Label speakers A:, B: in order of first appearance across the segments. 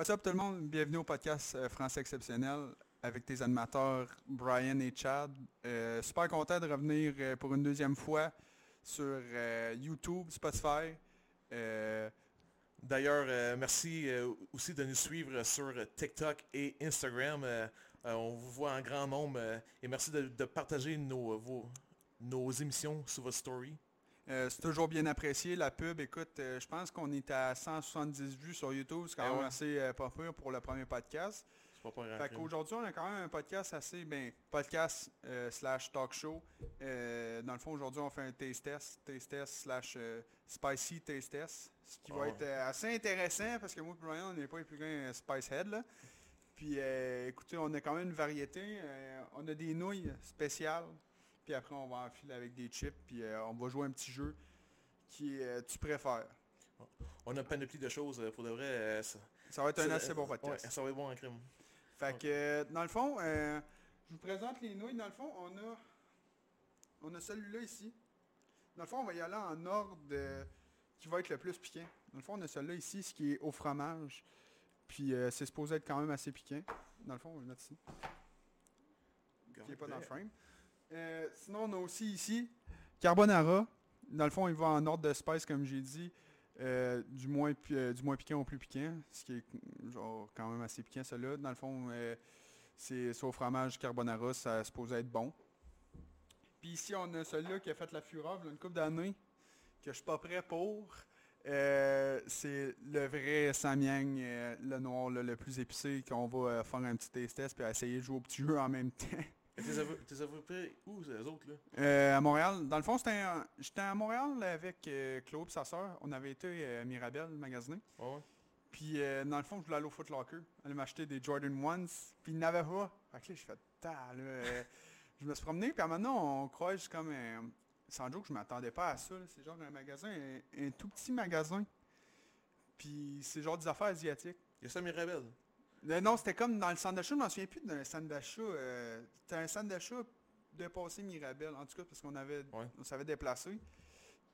A: What's up tout le monde? Bienvenue au podcast euh, Français exceptionnel avec tes animateurs Brian et Chad. Euh, super content de revenir euh, pour une deuxième fois sur euh, YouTube, Spotify. Euh,
B: D'ailleurs, euh, merci euh, aussi de nous suivre sur TikTok et Instagram. Euh, euh, on vous voit en grand nombre euh, et merci de, de partager nos, euh, vos- nos émissions sur votre story.
A: euh, c'est toujours bien apprécié. La pub, écoute, euh, je pense qu'on est à 170 vues sur YouTube. C'est quand
B: Ah
A: même
B: ouais.
A: assez euh, pas pur pour le premier podcast.
B: C'est pas pour rien.
A: Fait qu'aujourd'hui, on a quand même un podcast assez, ben, podcast euh, slash talk show. Euh, dans le fond, aujourd'hui, on fait un taste test, taste test slash euh, spicy taste test, ce qui va
B: Ouais.
A: être euh, assez intéressant parce que moi et Brian, on n'est pas les plus grands euh, spice head, là. Puis, euh, écoutez, on a quand même une variété. Euh, on a des nouilles spéciales, puis après, on va enfiler avec des chips, puis euh, on va jouer un petit jeu qui euh, tu préfères.
B: On a une panoplie de choses euh, pour de vrai. euh, ça,
A: Ça va être un
B: ça-
A: assez bon
B: euh, ouais,
A: podcast.
B: ça va être bon en crime.
A: Fait que, euh, dans le fond, euh, je vous présente les nouilles. Dans le fond, on a, on a celui-là ici. Dans le fond, on va y aller en ordre de- qui va être le plus piquant. Dans le fond, on a celui-là ici, ce qui est au fromage. Puis euh, c'est supposé être quand même assez piquant. Dans le fond, on va le mettre ici, qui n'est pas dans le frame. Euh, sinon, on a aussi ici Carbonara. Dans le fond, il va en ordre de spice, comme j'ai dit. euh, du, moins, pi- euh, du moins piquant au plus piquant, ce qui est genre, quand même assez piquant, celui-là. Dans le fond, euh, c'est c'est au fromage carbonara, ça se posait être bon. Puis ici, on a celui-là qui a fait la fureur il y a une couple d'années, que je suis pas prêt pour. Euh, c'est le vrai Samyang, euh, le noir là, le plus épicé, qu'on va euh, faire un petit taste test puis essayer de jouer au petit jeu en même temps.
B: Et T'es avou- t'es avoué près où les autres là
A: Euh, à Montréal, dans le fond, c'était un- j'étais à Montréal avec euh, Claude et sa sœur. On avait été euh, à Mirabel magasiner.
B: Ouais, ouais.
A: Puis euh, dans le fond, je voulais aller au Foot Locker, aller m'acheter des Jordan Ones, puis il n'avait pas. Fait que là, je fais ta là. euh, je me suis promené, puis maintenant, on croise comme euh, sans joke, je m'attendais pas à ça. là. C'est genre un magasin, un, un tout petit magasin. Puis c'est genre des affaires asiatiques.
B: Il y a ça Mirabel.
A: Euh, non, c'était comme dans le centre d'achat, je m'en souviens plus d'un centre d'achat. euh, C'était un centre d'achat dépassé Mirabel, en tout cas, parce qu'on avait,
B: Ouais.
A: on s'avait déplacé.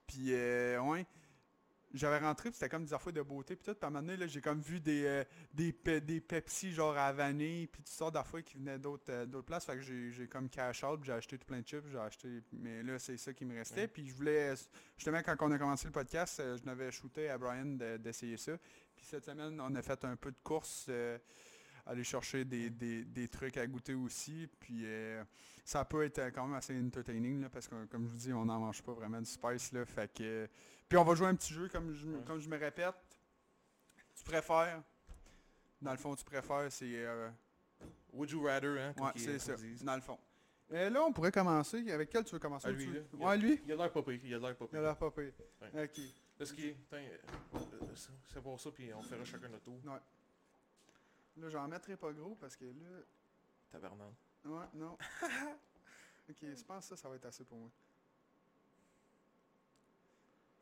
A: Puis, euh, ouais, j'avais rentré, puis c'était comme des affaires de beauté, puis tout. Puis à un moment donné, là, j'ai comme vu des, euh, des, pe- des Pepsi, genre à vanille, puis toutes sortes d'affaires qui venaient d'autres euh, d'autres places. Fait que j'ai j'ai comme cash out, puis j'ai acheté tout plein de chips, j'ai acheté... Mais là, c'est ça qui me restait.
B: Ouais.
A: Puis je voulais... Justement, quand on a commencé le podcast, euh, je n'avais shooté à Brian de- d'essayer ça. Puis cette semaine, on a fait un peu de course, euh, aller chercher des, des- des trucs à goûter aussi. Puis euh, ça peut être euh, quand même assez entertaining, là, parce que comme je vous dis, on n'en mange pas vraiment du spice. Là, fait que, puis on va jouer un petit jeu, comme je, me-
B: Ouais.
A: comme je me répète. Tu préfères. Dans le fond, tu préfères, c'est... euh,
B: Would you rather, hein comme
A: ouais,
B: qu'ils-
A: c'est
B: comme
A: ça,
B: ils disent.
A: dans le fond. Et là, on pourrait commencer. Avec quel tu veux commencer?
B: Ah,
A: ou tu
B: lui,
A: veux-
B: là. Il y a-
A: Ouais, lui.
B: Il a de l'air pas pire, il a de l'air pas
A: Il a
B: pire.
A: l'air pas pire.
B: Ouais.
A: Ok.
B: Parce qu'il attends, euh, euh, c'est- c'est pour ça, puis on fera chacun notre tour.
A: Là, j'en mettrai pas gros parce que là...
B: Tabarnak.
A: Ouais, non. ok, je pense que ça, ça va être assez pour moi.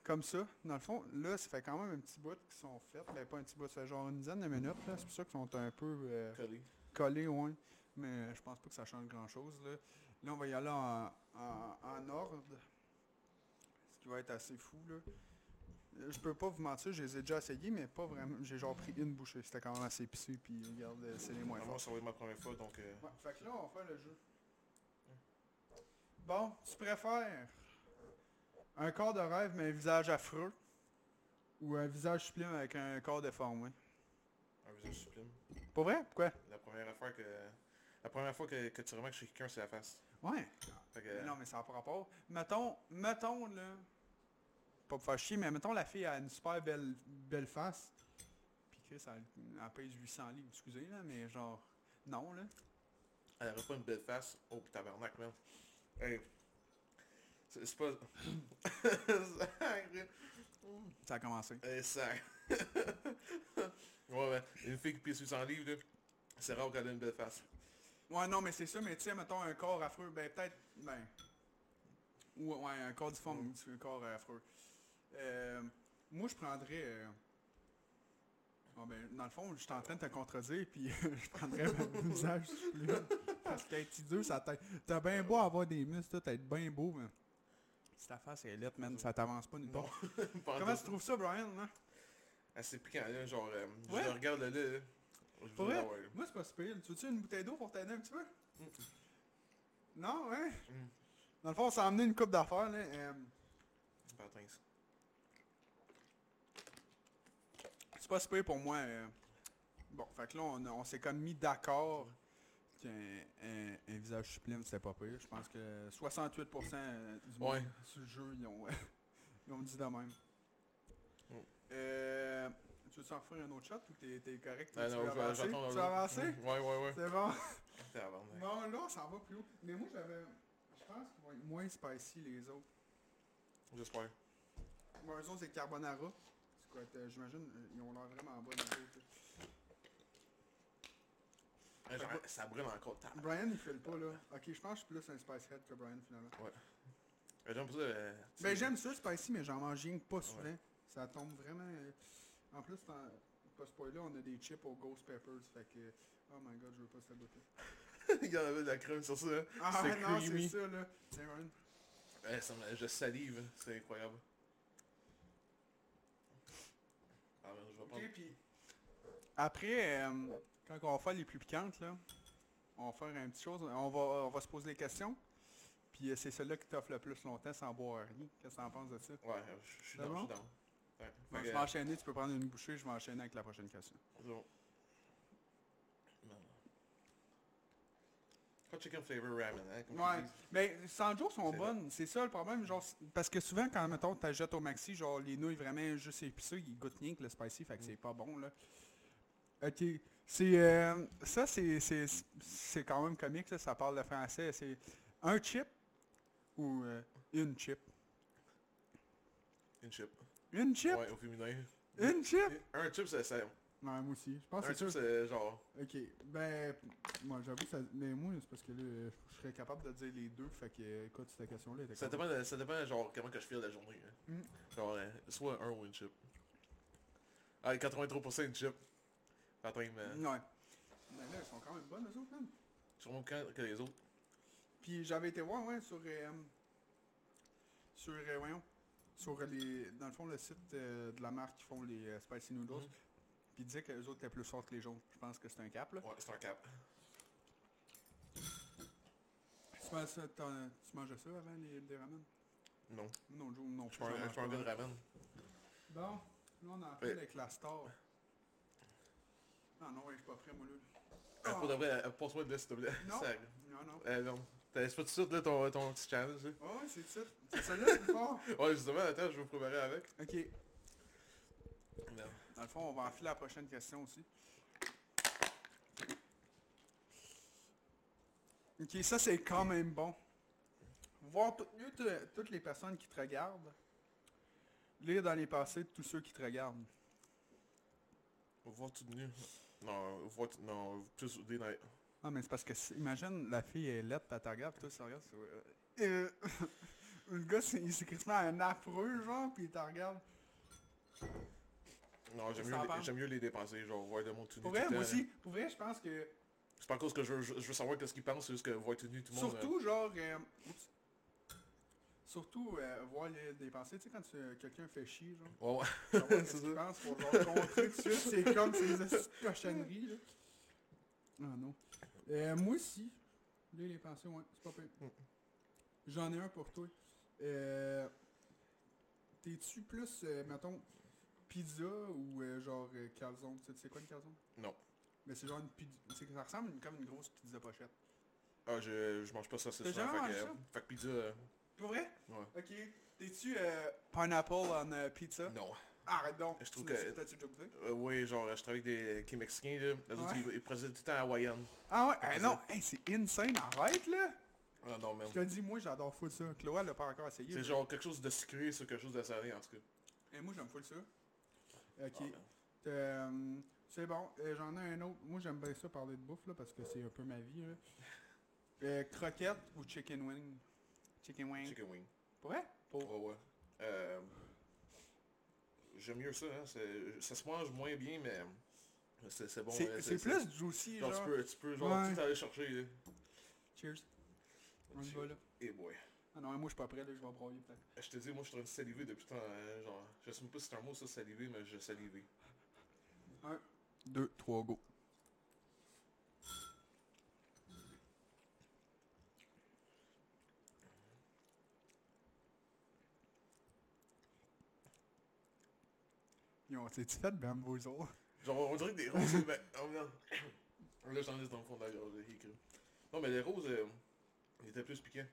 A: Comme ça, dans le fond, là, ça fait quand même un petit bout qui sont faits. Ben, pas un petit bout, ça fait genre une dizaine de minutes, là. C'est pour ça qu'ils sont un peu euh,
B: Collé.
A: collés, ouais. Mais euh, je pense pas que ça change grand-chose, là. Là, on va y aller en, en- en ordre. Ce qui va être assez fou, là. Euh, Je peux pas vous mentir, je les ai déjà essayés, mais pas vraiment. J'ai genre pris une bouchée. C'était quand même assez épicé, puis regarde, euh, c'est les moins
B: Ah,
A: forts.
B: Moi, ça va être ma première fois, donc... euh,
A: Ouais, fait que là, on fait le jeu. Bon, tu préfères un corps de rêve mais un visage affreux ou un visage sublime avec un corps déformé?
B: un visage sublime.
A: Pas vrai? Pourquoi?
B: La première affaire que... La première fois que, que tu remarques chez quelqu'un, c'est la face.
A: Ouais.
B: Fait que,
A: Mais non, mais ça n'a pas rapport. Mettons, mettons, là, pas pour faire chier, mais mettons la fille a une super belle, belle face, puis Chris, elle, elle pèse 800 livres, excusez, là, mais genre, non, là.
B: Elle aurait pas une belle face. Oh, tabarnak, man. Hey. C'est c'est pas...
A: Ça a commencé.
B: hey, ça... ouais, ouais. Une fille qui pisse 800 livres, là, c'est rare qu'elle ait une belle face.
A: Ouais, non, mais c'est ça, mais tu sais, mettons un corps affreux, ben peut-être, ben... Ou ouais, un corps difforme, ou un corps euh, affreux. Euh, moi, je prendrais... euh, ah, ben, dans le fond, je suis en train de te contredire, puis je prendrais mon visage sublime. Parce qu'être hideux, ça t'a... T'as bien beau avoir des muscles, t'as être bien beau, mais... Si ta face est lettre, man, ça t'avance pas nulle part.
B: Pas
A: Comment
B: en tout.
A: hein? tu trouves ça, Brian, là?
B: assez piquant, là, genre, euh, je
A: Ouais.
B: le regarde là, là. Je
A: Pour
B: dis,
A: vrai?
B: ah ouais.
A: Moi, c'est pas super. Tu veux-tu une bouteille d'eau pour t'aider un petit peu? Non, hein?
B: Mm.
A: Dans le fond, on s'est emmené une coupe d'affaires, là. euh,
B: C'est pas intense.
A: c'est pas super pour moi. euh. Bon, fait que là, on, a- on s'est comme mis d'accord qu'un un- un visage sublime, c'était pas pire. Je pense que 68% du, monde
B: Ouais.
A: sur le jeu, ils ont, ils ont dit de même.
B: Mm.
A: Euh, tu veux-tu en faire un autre shot ou t'es, t'es correct?
B: Ah
A: tu
B: non,
A: veux
B: je vais-
A: avancer? Tu
B: j'attends dans
A: veux
B: le-
A: avancer?
B: Mm, Ouais, ouais, ouais.
A: C'est bon.
B: Tabarnak.
A: Non, là, ça va plus haut. Mais moi, j'avais... Je pense qu'ils vont être moins spicy, les autres.
B: J'espère.
A: Bon, eux autres, c'est carbonara. C'est quoi, t'as- j'imagine, euh, ils ont l'air vraiment bons. les autres, là.
B: Ah, genre, ça brûle encore. Tabarnak.
A: Brian, il file pas, là. Ok, je pense que je suis plus un spice head que Brian, finalement.
B: Euh, J'aime ça. euh, tu
A: Ben,
B: sais,
A: j'aime ça, spicy, mais j'en mange rien que pas souvent. Ça tombe vraiment... euh, En plus, dans- pas spoiler, on a des chips aux Ghost Peppers, fait que... Oh my god, je veux pas cette bouteille.
B: Il y en avait de la crème sur ça. hein.
A: Ah
B: C'est
A: non, c'est
B: creamy.
A: ça, là. Tiens, Brian.
B: Ouais, ça me- je salive, hein. c'est incroyable. Ah, merde, je vais prendre.
A: Ok, puis après, euh, quand on va faire les plus piquantes, là, on va faire un petit chose, on va, on va se poser les questions. Puis euh, c'est celle-là qui t'offre le plus longtemps sans boire rien. Qu'est-ce que t'en penses de ça?
B: Ouais, euh, je je
A: C'est
B: suis dans, je suis
A: bon?
B: dans. Ouais.
A: Bon,
B: Fait
A: je
B: que, euh,
A: vais enchaîner, tu peux prendre une bouchée, je vais enchaîner avec la prochaine question.
B: c'est bon. Non. Hot chicken flavor ramen, hein, comme tu
A: Ouais.
B: dis.
A: Mais Sanjo sont
B: C'est
A: bonnes, c'est ça le problème, genre c'est- parce que souvent quand mettons t'ajoutes au maxi, genre les nouilles vraiment juste épicées, ils goûtent rien que le spicy, fait que
B: Mm.
A: c'est pas bon là. Ok. C'est euh, ça c'est c'est c'est quand même comique ça, ça parle le français, c'est un chip ou euh, une chip.
B: Une chip.
A: Une chip,
B: Ouais, au féminin.
A: une chip.
B: Un chip, c'est ça.
A: Non, moi aussi, je pense
B: Un
A: que c'est
B: chip,
A: ça.
B: c'est genre...
A: OK, ben moi j'avoue ça mais moi c'est parce que là euh, je serais capable de dire les deux, fait que euh, écoute cette question là était
B: Ça
A: quand même-
B: dépend, de- ça dépend genre comment que je file la journée. hein.
A: Mm.
B: Genre, euh, soit un ou une chip. Ah, 83% une chip. Attends, mais...
A: Ouais. Mais là, elles sont quand même bonnes, les autres, man.
B: Sûrement quand que les autres.
A: Puis j'avais été voir, ouais, sur... euh, sur, euh, voyons, sur les... Dans le fond, le site euh, de la marque qui font les euh, spicy noodles.
B: Mhm.
A: Puis ils disaient que les autres étaient plus fortes que les jaunes. Je pense que c'est un cap, là.
B: Ouais, c'est un cap.
A: Tu, manges ça, t'en- tu mangeais ça avant les, les ramen?
B: Non.
A: Non, Joe, non.
B: Je
A: plus,
B: suis un-
A: j'en mange
B: je suis un
A: pas.
B: gars de ramen.
A: Bon, là, on en fait
B: Ouais.
A: avec la star. Non, non, ouais, je suis pas prêt, moi, là.
B: Ah, Pour de vrai, euh, passe-moi de là, s'il te plaît.
A: Non.
B: Ça-
A: Ah, Non, non.
B: Euh, non. T'as c'est pas tout de suite, là, ton, ton petit challenge, là?
A: Oh, ouais, c'est ça. C'est celle-là, c'est fort.
B: Ouais, justement, attends, je vais vous préparer avec.
A: OK.
B: Merde.
A: Dans le fond, on va enfiler la prochaine question aussi. Ok, ça c'est quand même bon. Voir tout- mieux te- toutes les personnes qui te regardent. Lire dans les passés de tous ceux qui te regardent.
B: Voir tout nu. Non, voir tout... Non, plus des dans...
A: Non Ah, mais c'est parce que si- imagine la fille est lettre, pis elle te regarde, pis toi tu te regardes, c'est... Euh, le gars c'est- il s'est quasiment un affreux genre, pis il te regarde.
B: Non, j'aime
A: Ça
B: mieux,
A: en
B: les-
A: parle.
B: j'aime mieux les dépenser, genre voir de mon tout nu.
A: Pour
B: tout
A: vrai,
B: le
A: moi
B: temps, là.
A: aussi, pour vrai je pense que
B: C'est pas à cause que je veux, je je veux savoir qu'est-ce qu'ils pensent, c'est juste que voir tout nu, tout le monde...
A: Surtout, genre... euh, oups. surtout, euh, voir les dépenser, tu sais, quand tu- quelqu'un fait chier, genre,
B: euh, ouais, ouais.
A: savoir ce qu'il pense
B: C'est ça.
A: pour genre contrer tout de suite, c'est comme ces astuces de cochonneries, là. Ah non. Euh, moi aussi, les dépenser, ouais, c'est pas pire.
B: Mm.
A: J'en ai un pour toi. Euh, T'es-tu plus, euh, mettons, pizza ou euh, genre euh, calzone? Tu sais- tu sais quoi une calzone?
B: Non.
A: Mais c'est genre une pizza, c'est que ça ressemble à une- comme une grosse pizza pochette.
B: Ah, je, je mange pas ça, c'est
A: T'as
B: souvent,
A: jamais
B: fait que,
A: mangé ça?
B: fait que pizza... euh,
A: Pour vrai?
B: Ouais.
A: Ok. T'es-tu euh, pineapple en euh, pizza?
B: Non.
A: Arrête donc.
B: Je
A: Tu
B: trouve
A: l'as-
B: que-
A: T'as-tu déjà goûté?
B: Euh, oui, genre, je travaille avec des, avec les Mexicains, là. Les autres,
A: Ouais.
B: ils, ils procèdent tout le temps à Hawaïenne.
A: Ah ouais? Ah
B: c'est
A: non! Hey, c'est insane! Arrête là!
B: Ah non, même.
A: Je te dis, moi j'adore full ça. Chloé, elle l'a pas encore essayé.
B: C'est genre quelque chose de sucré sur quelque chose de salé, en tout cas.
A: Et Eh, moi j'aime full ça.
B: Ah,
A: Ok.
B: merde.
A: Euh, c'est bon. Euh, J'en ai un autre. Moi j'aime bien ça parler de bouffe là parce que c'est un peu ma vie. Là. Euh, croquette ou chicken wing? Chicken wing.
B: Chicken wing.
A: Pour vrai? Pour...
B: Ouais, ouais. Euh, J'aime mieux ça, hein. c'est- Ça se mange moins bien, mais c'est c'est bon.
A: c'est
B: hein,
A: c'est plus juicy
B: Genre,
A: genre.
B: tu peux, tu peux genre,
A: Ouais.
B: tout aller chercher, là.
A: Cheers. On y va là.
B: Et boy.
A: Ah non, moi je suis pas prêt là, je vais broyer peut-être.
B: Je te dis, moi, je suis en train de saliver depuis tant... hein, genre, je sais même pas si c'est un mot, ça, saliver, mais je salivais.
A: 2, 3, go. Ils ont été fait,
B: Ben,
A: Bamboozle.
B: Genre, on dirait que des roses... ben, oh, non. Là, j'en ai dans le fond de la gorge, j'ai écrit. Non, mais les roses, euh, ils étaient plus piquants.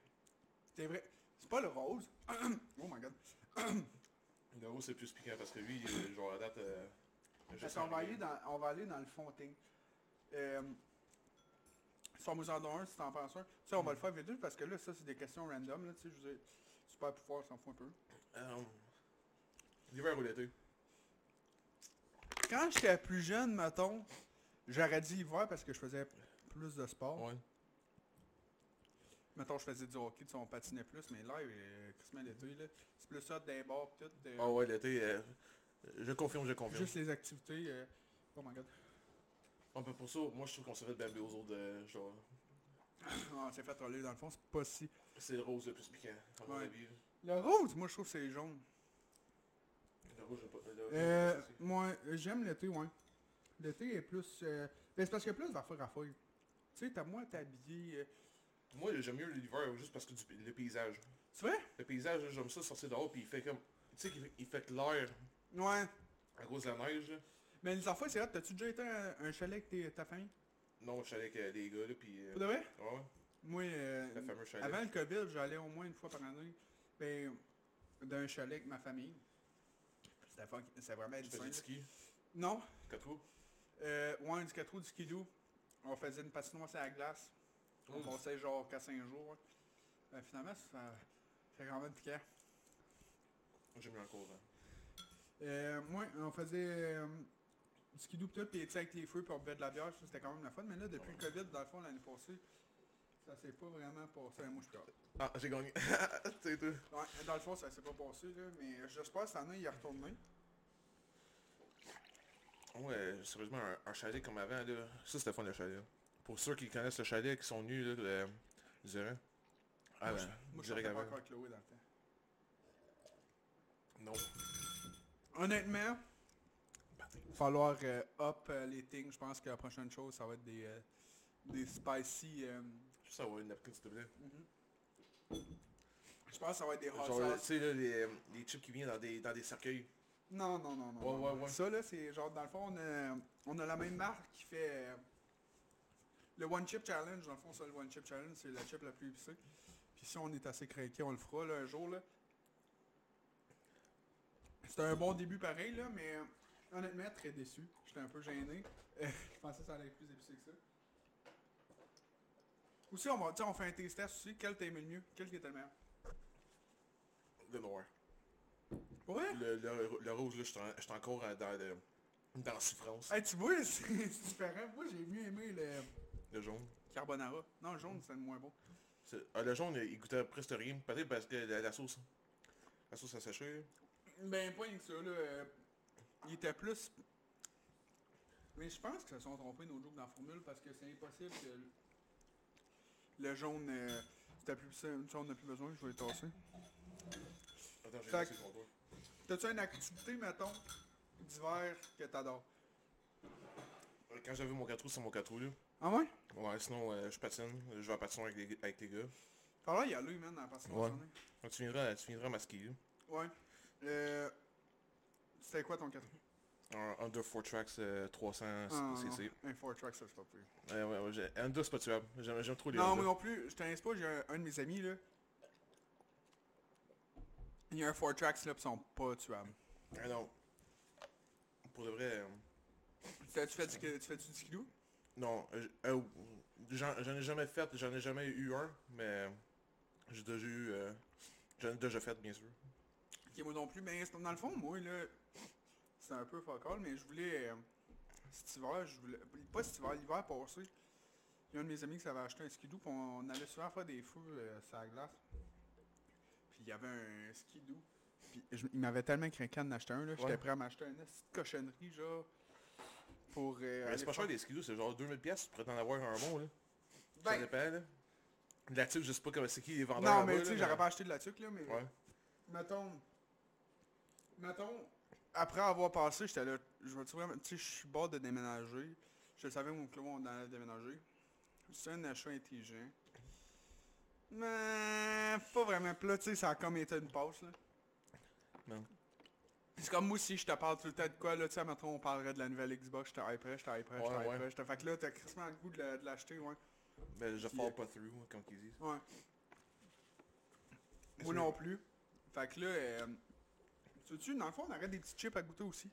A: C'est vrai. C'est pas le rose. oh my god.
B: Les roses, c'est plus piquant parce que lui, il est, genre, à date... euh, je
A: Parce
B: sens
A: qu'on va,
B: rien.
A: aller dans- on va aller dans le fond thing. Euh, Sors-moi en un si t'en penses un. Tu sais,
B: Hmm.
A: on va le faire vite vite parce que là, ça, c'est des questions random. Là, tu sais, je veux dire, super pouvoir, s'en fout un peu.
B: Euh, L'hiver ou l'été.
A: Quand j'étais plus jeune, mettons, j'aurais dit hiver parce que je faisais plus de sport.
B: Ouais.
A: Mettons, je faisais du hockey, tu sais, on patinait plus, mais là, euh, Christmas l'été, là, c'est plus ça d'un bord, tout. de-
B: Ah ouais, l'été, euh, je confirme, je confirme.
A: juste les activités. euh, Oh my god.
B: Un peu ben, pour ça, moi je trouve qu'on s'est fait babler aux autres, euh, genre,
A: Ah, on s'est fait troller dans le fond, c'est pas si.
B: c'est le rose le plus piquant, à mon
A: Ouais.
B: avis.
A: Le rose, moi, je trouve que c'est jaune.
B: Le rouge, j'ai pas... le-
A: Euh, moi, euh, j'aime l'été, ouais. L'été est plus... euh, ben, c'est parce que plus vers faire à fouille. Tu sais, t'as moins à t'habiller... euh,
B: Moi j'aime mieux l'hiver juste parce que du, le paysage.
A: Tu vois?
B: Le paysage, là, j'aime ça sortir dehors puis il fait comme... Tu sais qu'il fait- il fait clair
A: euh, Ouais.
B: à cause de la neige. là.
A: Mais les enfants, c'est là, t'as-tu déjà été à un chalet avec tes- ta famille?
B: Non, je suis allé avec euh, des gars là puis... euh,
A: Pour de vrai?
B: ouais,
A: Moi, euh,
B: le fameux chalet.
A: avant le COVID, j'allais au moins une fois par année ben, d'un chalet avec ma famille. C'était fuck- c'était vraiment
B: Tu faisais
A: insane,
B: du ski,
A: là. Non,
B: quatre roues.
A: euh, ouais, du 4 roues, du skidoo. On faisait une patinoire sur la glace. On
B: Mm.
A: passait genre 4-5 jours. Ben, finalement, ça fait quand même piquant.
B: J'aime mieux encore. hein.
A: Euh, moi, on faisait euh, du skidoo pis tout, pis tu sais, avec les feux, puis on buvait de la bière, ça, c'était quand même la fun. Mais là, depuis le COVID, dans le fond, l'année passée, ça s'est pas vraiment passé. Moi, je suis d'accord.
B: Ah, j'ai gagné. C'est tout.
A: Ouais, dans le fond, ça s'est pas passé, là, mais j'espère que cette année, il y a retourné.
B: Ouais, euh, sérieusement, un, un chalet comme avant, là, ça c'était fun le chalet. Pour ceux qui connaissent le chalet, qui sont nus, là, le- je dirais. Ah ben,
A: Moi,
B: je
A: je
B: dirais
A: sortais pas
B: qu'avant.
A: encore Chloé dans le temps.
B: Non.
A: Honnêtement, il va falloir euh, up euh, les things. Je pense que la prochaine chose, ça va être des, euh, des spicy... euh,
B: Juste avoir une napkin, s'il te plaît.
A: mhm. Je pense que ça va être des hot
B: Genre, tu
A: sauce.
B: sais, là, les, euh, les chips qui viennent dans des, dans des cercueils.
A: Non, non, non, non.
B: Ouais,
A: non.
B: ouais, ouais.
A: Ça, là, c'est genre, dans le fond, on a, on a la même marque qui fait euh, le One Chip Challenge. Dans le fond, ça, le One Chip Challenge, c'est la chip la plus épicée. Puis si on est assez craqué, on le fera là, un jour. là. C'était un bon début pareil, là, mais euh, honnêtement, très déçu. J'étais un peu gêné. Euh, Je pensais que ça allait être plus épicé que ça. Aussi, on, va, tu sais, on fait un taste test aussi. Quel t'aimais le mieux Quel qui était le meilleur
B: Le noir.
A: Ouais
B: Le, le, le rouge, là, je suis en- je suis encore euh, dans, le- dans la souffrance.
A: Hey, tu vois, c'est c'est différent. Moi, j'ai mieux aimé le...
B: Le jaune.
A: Carbonara. Non, le jaune, c'est le moins bon.
B: C'est- ah, le jaune, il goûtait presque rien. Peut-être parce que la, la sauce. hein. La sauce a séché.
A: Ben, pas rien que ça, là. euh, il était plus... Mais je pense qu'ils se sont trompés, nos jokes, dans la formule, parce que c'est impossible que le- le jaune... euh, c'était plus ça, ça, on n'a plus besoin, je vais le tasser.
B: Attends, j'ai
A: Fait
B: laissé le comptoir.
A: T'as-tu une activité, mettons, d'hiver que t'adores?
B: Euh, Quand j'avais mon 4 roues, c'est mon 4 roues, là.
A: Ah ouais?
B: Ouais, sinon, euh, je patine. Je vais à patiner avec les, avec les gars.
A: Faudra y aller, man, dans la partie
B: Ouais.
A: concernée.
B: Donc, tu viendras, tu viendras masquer. là.
A: Ouais. Euh... C'était quoi ton 4
B: Un Under 4 Tracks euh, 300
A: Ah.
B: cc.
A: Un 4 track, ça, c'est pas plus.
B: Ouais, ouais, ouais, j'ai- Honda, c'est pas tuable. J'aime j'aime trop les
A: Non,
B: Honda.
A: moi non plus, je t'invite pas, j'ai un, un de mes amis là. Il y a un 4 tracks là pis sont pas tuables.
B: Ah non. Pour de vrai... euh,
A: Tu fais du, tu fais du skidoo?
B: non, euh, euh, j'en j'en ai jamais fait, j'en ai jamais eu un, mais j'ai déjà eu... euh, j'en ai déjà fait, bien sûr.
A: Ok, moi non plus, mais c'est- dans le fond, moi là, c'est un peu fuck all, mais je voulais, euh, cet hiver, je voulais, pas cet hiver, l'hiver passé, il y a un de mes amis qui s'avait acheté un skidoo pis on, on allait souvent faire des feux euh, sur la glace. Puis il y avait un skidoo. Puis je- il m'avait tellement craquant d'en acheter un là, j'étais
B: Ouais.
A: prêt à m'acheter une petite cochonnerie genre. Pour, euh,
B: Mais
A: aller
B: Ben, c'est pas
A: faire-
B: cher des skidoo, c'est genre 2000 pièces, tu pourrais t'en avoir un bon, là. Ça
A: Ben,
B: dépend, là. Là-dessus, je sais pas comment c'est qui les vendeurs
A: non,
B: là-bas,
A: mais tu sais,
B: là,
A: j'aurais pas acheté de la tuque, là, mais
B: Ouais.
A: mettons, mettons, après avoir passé, j'étais là, je me suis vraiment, tu sais, je suis bord de déménager. Je le savais, mon club, on allait déménager. C'est un achat intelligent. Mais pas vraiment. Puis là, tu sais, ça a comme été une pause, là.
B: Non.
A: C'est comme moi aussi, je te parle tout le temps de quoi, là, tu sais, mettons, on parlerait de la nouvelle Xbox, je te hyperais, je te hyperais, je
B: Ouais,
A: te
B: ouais.
A: hyperais, je te... Fait que là, t'as crissement le goût de la- de l'acheter, ouais.
B: Ben, je
A: Puis,
B: fall
A: euh,
B: pas through, comme qu'ils disent.
A: Ouais. Moi
B: Excuse-moi.
A: non plus. Fait que là, euh, tu veux-tu, dans le fond, on aurait des petits chips à goûter aussi.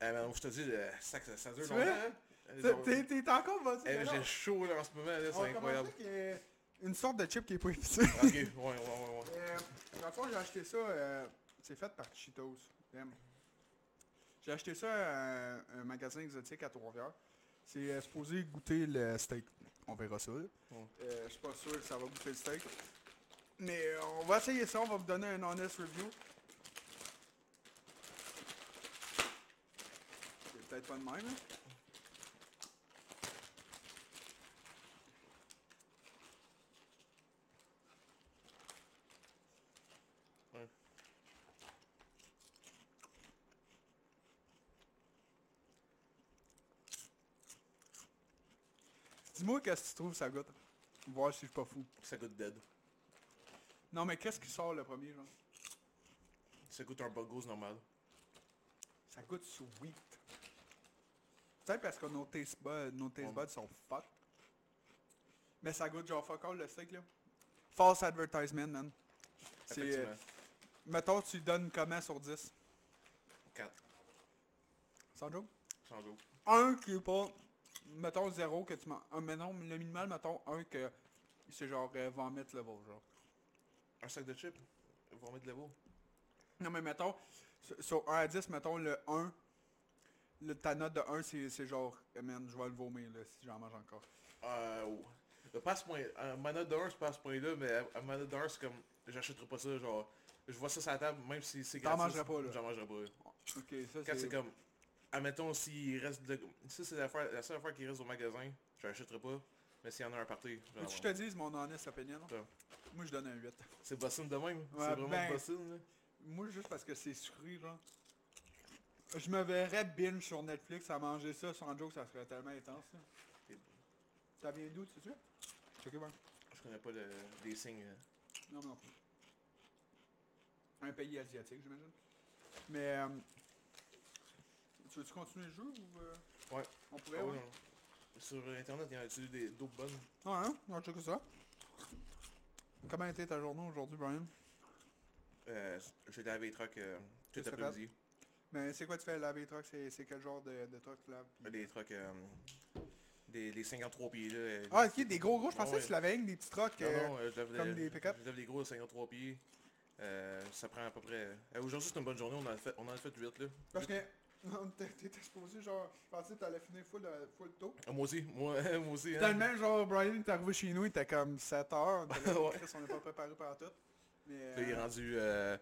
B: Ah, ben, je te dis, euh, ça, ça, ça dure
A: Tu
B: longtemps.
A: vois?
B: hein? Euh,
A: T'es-
B: donc,
A: T'es t'es encore vas-y,
B: eh,
A: mais non.
B: J'ai chaud là, en ce moment, là,
A: On
B: c'est incroyable.
A: commencerait qu'il y ait Une sorte de chip qui est pas épicée.
B: ok, ouais, ouais, ouais, ouais.
A: Euh, dans le fond, j'ai acheté ça, euh, c'est fait par Cheetos. J'aime. J'ai acheté ça à un magasin exotique à Trois-Rivières. C'est euh, supposé goûter le steak. On verra ça. là.
B: Ouais.
A: Euh, je suis pas sûr que ça va goûter le steak. Mais euh, on va essayer ça, on va vous donner un honest review. C'est peut-être pas de même. hein. Dis-moi qu'est-ce que tu trouves ça goûte. Voir si je suis pas fou.
B: Ça goûte dead.
A: Non mais qu'est-ce qui sort le premier genre
B: Ça goûte un bugos normal.
A: Ça goûte sweet. Peut-être parce que nos taste buds, nos taste
B: Ouais.
A: buds sont fuck. Mais ça goûte genre fuck all le steak là. False advertisement man. C'est... euh,
B: Effectivement.
A: mettons tu donnes comment sur 10
B: Quatre.
A: Sans joke.
B: Sans joke.
A: Un qui est pas... Mettons 0 que tu m'en... Un, mais non, le minimal mettons un que... C'est genre euh, va en mettre le vol genre.
B: Un sac de chips. Ils vont mettre de la boue.
A: Non mais mettons, sur, sur 1 à 10, mettons le 1, le, ta note de 1 c'est c'est genre, eh man, je vais le vomir là, si j'en mange encore.
B: Euh, ouais. Euh, Pas à ce point. euh, Ma note de 1, c'est pas à ce point-là, mais à- à ma note de 1, c'est comme... J'achèterai pas ça, genre... Je vois ça sur la table, même si c'est
A: T'en
B: gratuit.
A: mangerais pas, là.
B: J'en mangerai pas.
A: Ok, ça
B: Quand c'est
A: c'est...
B: comme... Admettons, s'il reste de... Ça, c'est l'affaire- la seule affaire qui reste au magasin. Je l'achèterai pas. Mais s'il y en a un parti,
A: Veux-tu que je te dise mon honest opinion?
B: Ouais.
A: Moi je donne un 8.
B: C'est Boston de même.
A: Ouais,
B: c'est vraiment
A: ben.
B: Boston, là.
A: Moi juste parce que c'est sucré genre. Je me verrais binge sur Netflix à manger ça, sans joke ça serait tellement intense là.
B: C'est bon.
A: Ça vient d'où, tu sais? Ok, bon.
B: Je connais pas le, les signes. euh.
A: Non, non. Un pays asiatique, j'imagine. Mais... euh, tu veux-tu continuer le jeu ou... euh,
B: Ouais.
A: On pourrait,
B: Ah
A: ouais.
B: oui, non. Sur Internet, il y en a-tu des d'autres bonnes
A: Ouais, hein? on va checker ça. Comment était ta journée aujourd'hui, Brian?
B: euh, J'ai lavé les trucks euh, tout
A: Qu'est-ce que
B: après-midi.
A: Mais c'est quoi tu fais laver les trucks? C'est c'est quel genre de, de truck tu laves? Puis-
B: Les trucks... euh, des, les 53 pieds, là. euh,
A: Ah, ok, des gros gros, je
B: Ah
A: pensais
B: ouais.
A: que tu lavais avec des petits trucks.
B: Non,
A: euh,
B: non, euh, je lave
A: comme
B: des,
A: des pick-up.
B: je lave des gros 53 pieds. Euh, ça prend à peu près... euh, Aujourd'hui, c'est une bonne journée. On en a fait, on en a fait 8, là.
A: Parce que non, t'é- t'étais supposé, genre, je pensais que t'allais finir full, euh, full tôt.
B: Ah, moi aussi. Moi, moi aussi, hein.
A: Tellement, genre, Brian est arrivé chez nous, il était comme 7 heures. On était là,
B: Ouais.
A: Chris, on n'est pas préparé par tout. Mais...
B: Là, il est
A: euh,
B: rendu euh,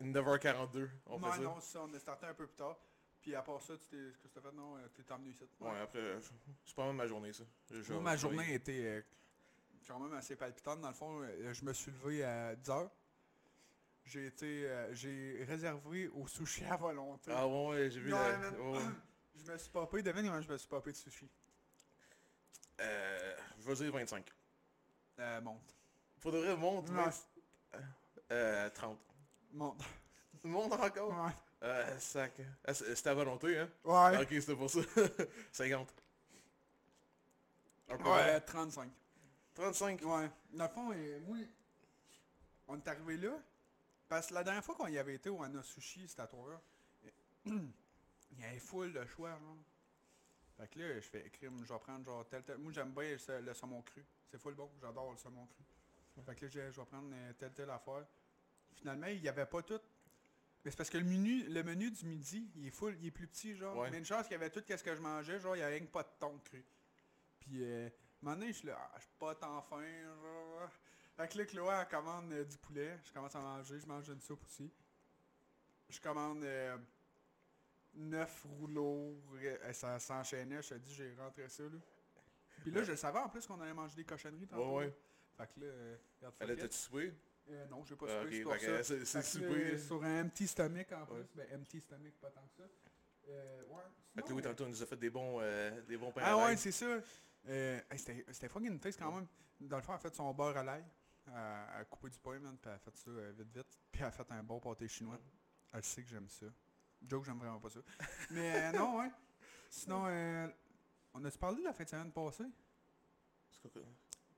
B: 9h42. On
A: non,
B: fait ça.
A: non, c'est ça, on est starté un peu plus tard. Puis à part ça, tu t'es... Qu'est-ce que t'as fait? Non, euh, t'es emmené ici.
B: Ouais, après, euh, c'est pas mal ma journée, ça. Je- je-
A: Moi, ma
B: je-
A: journée était euh, quand même assez palpitante. Dans le fond, euh, je me suis levé à 10h. J'ai été, euh, j'ai réservé au sushi à volonté.
B: Ah ouais, ouais, j'ai vu
A: Non,
B: la...
A: man.
B: ouais, ouais.
A: Je me suis popé, devine comment je me suis popé de sushi.
B: Euh, je vais dire 25.
A: Euh, monte.
B: Pour de vrai, monte.
A: Non,
B: ouais. Euh, 30.
A: monte.
B: Monte encore.
A: Ouais.
B: Euh, sac. Ah, c'est- C'était à volonté, hein?
A: Ouais.
B: Ok, c'était pour ça. 50. Un peu
A: Ouais,
B: moins.
A: 35.
B: 35.
A: Ouais. Dans le fond, euh, moi, on est arrivé là. Parce que la dernière fois qu'on y avait été au Anna Sushi, c'était à 3 heures. Il y avait full de choix, hein. genre. Fait que là, je fais crime, je vais prendre genre tel, tel. Moi, j'aime bien le, sa- le saumon cru. C'est full bon, j'adore le saumon cru. Fait que là, je je vais prendre euh, telle, telle affaire. Finalement, il n'y avait pas tout. Mais c'est parce que le menu, le menu du midi, il est full, il est plus petit, genre.
B: Ouais.
A: Mais une chance qu'il y avait tout qu'est-ce que je mangeais, genre, il n'y avait rien que pas de thon cru. Puis, euh, un moment donné, je suis là, Ah, je suis pas tant faim, genre. Fait que là, Chloé, elle commande euh, du poulet. Je commence à manger, je mange une soupe aussi. Je commande 9 rouleaux. euh, ça s'enchaînait, je te dis, j'ai rentré ça, là. Puis là,
B: Ouais.
A: je le savais en plus qu'on allait manger des cochonneries tantôt.
B: Ouais,
A: là.
B: ouais.
A: Fait que là, euh, regarde,
B: Elle
A: fuck
B: était
A: it.
B: tuée.
A: Euh, non, je n'ai pas
B: Ah,
A: soupé, c'est
B: ok,
A: pour
B: fait
A: ça.
B: que c'est
A: Fait
B: c'est
A: que,
B: soupé.
A: euh, sur un empty stomach en
B: Ouais.
A: plus, ben empty stomach pas tant que ça. Euh, ouais.
B: Fait que
A: sinon,
B: Louis,
A: euh,
B: tantôt, nous a fait des bons, euh, des bons pains à
A: ah ouais,
B: l'ail.
A: c'est ça. Euh, hey, c'était c'était fucking taste quand même. Dans le fond, elle a fait son beurre à l'ail. Elle elle a coupé du pain, man, puis elle a fait ça euh, vite, vite. Puis elle a fait un bon pâté chinois. Elle sait que j'aime ça. Joke, j'aime vraiment pas ça. Mais euh, non, ouais. Sinon, euh, on a-tu parlé de la fin de semaine passée?
B: C'est quoi, quoi?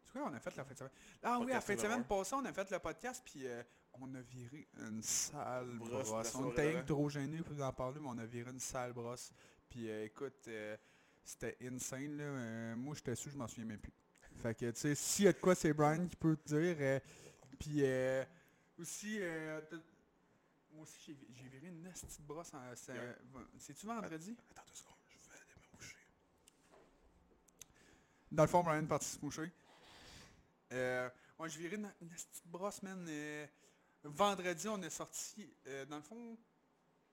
A: C'est quoi on a fait la fin de semaine? Ah oui, la
B: Podcast
A: fin de
B: numéro
A: semaine passée, on a fait le podcast, puis euh, on a viré une sale
B: Brosse
A: brosse.
B: de la hein.
A: On
B: soirée
A: était rien
B: d'avant.
A: que trop gênés pour vous en parler, mais on a viré une sale brosse. Puis euh, écoute, euh, c'était insane, là. Euh, moi, j'étais sûr, je m'en souviens même plus. Fait que, tu sais, s'il y a de quoi, c'est Brian qui peut te dire. euh, puis euh, aussi, euh, t'as- moi aussi, j'ai vi- j'ai viré une petite brosse. en- c'est- euh,
B: Yeah.
A: C'est-tu vendredi?
B: Attends deux secondes, je vais aller me coucher.
A: Dans le fond, Brian est parti se moucher. Euh, ouais, je virais une, une petite brosse, man. Euh, vendredi, on est sorti. euh, dans le fond,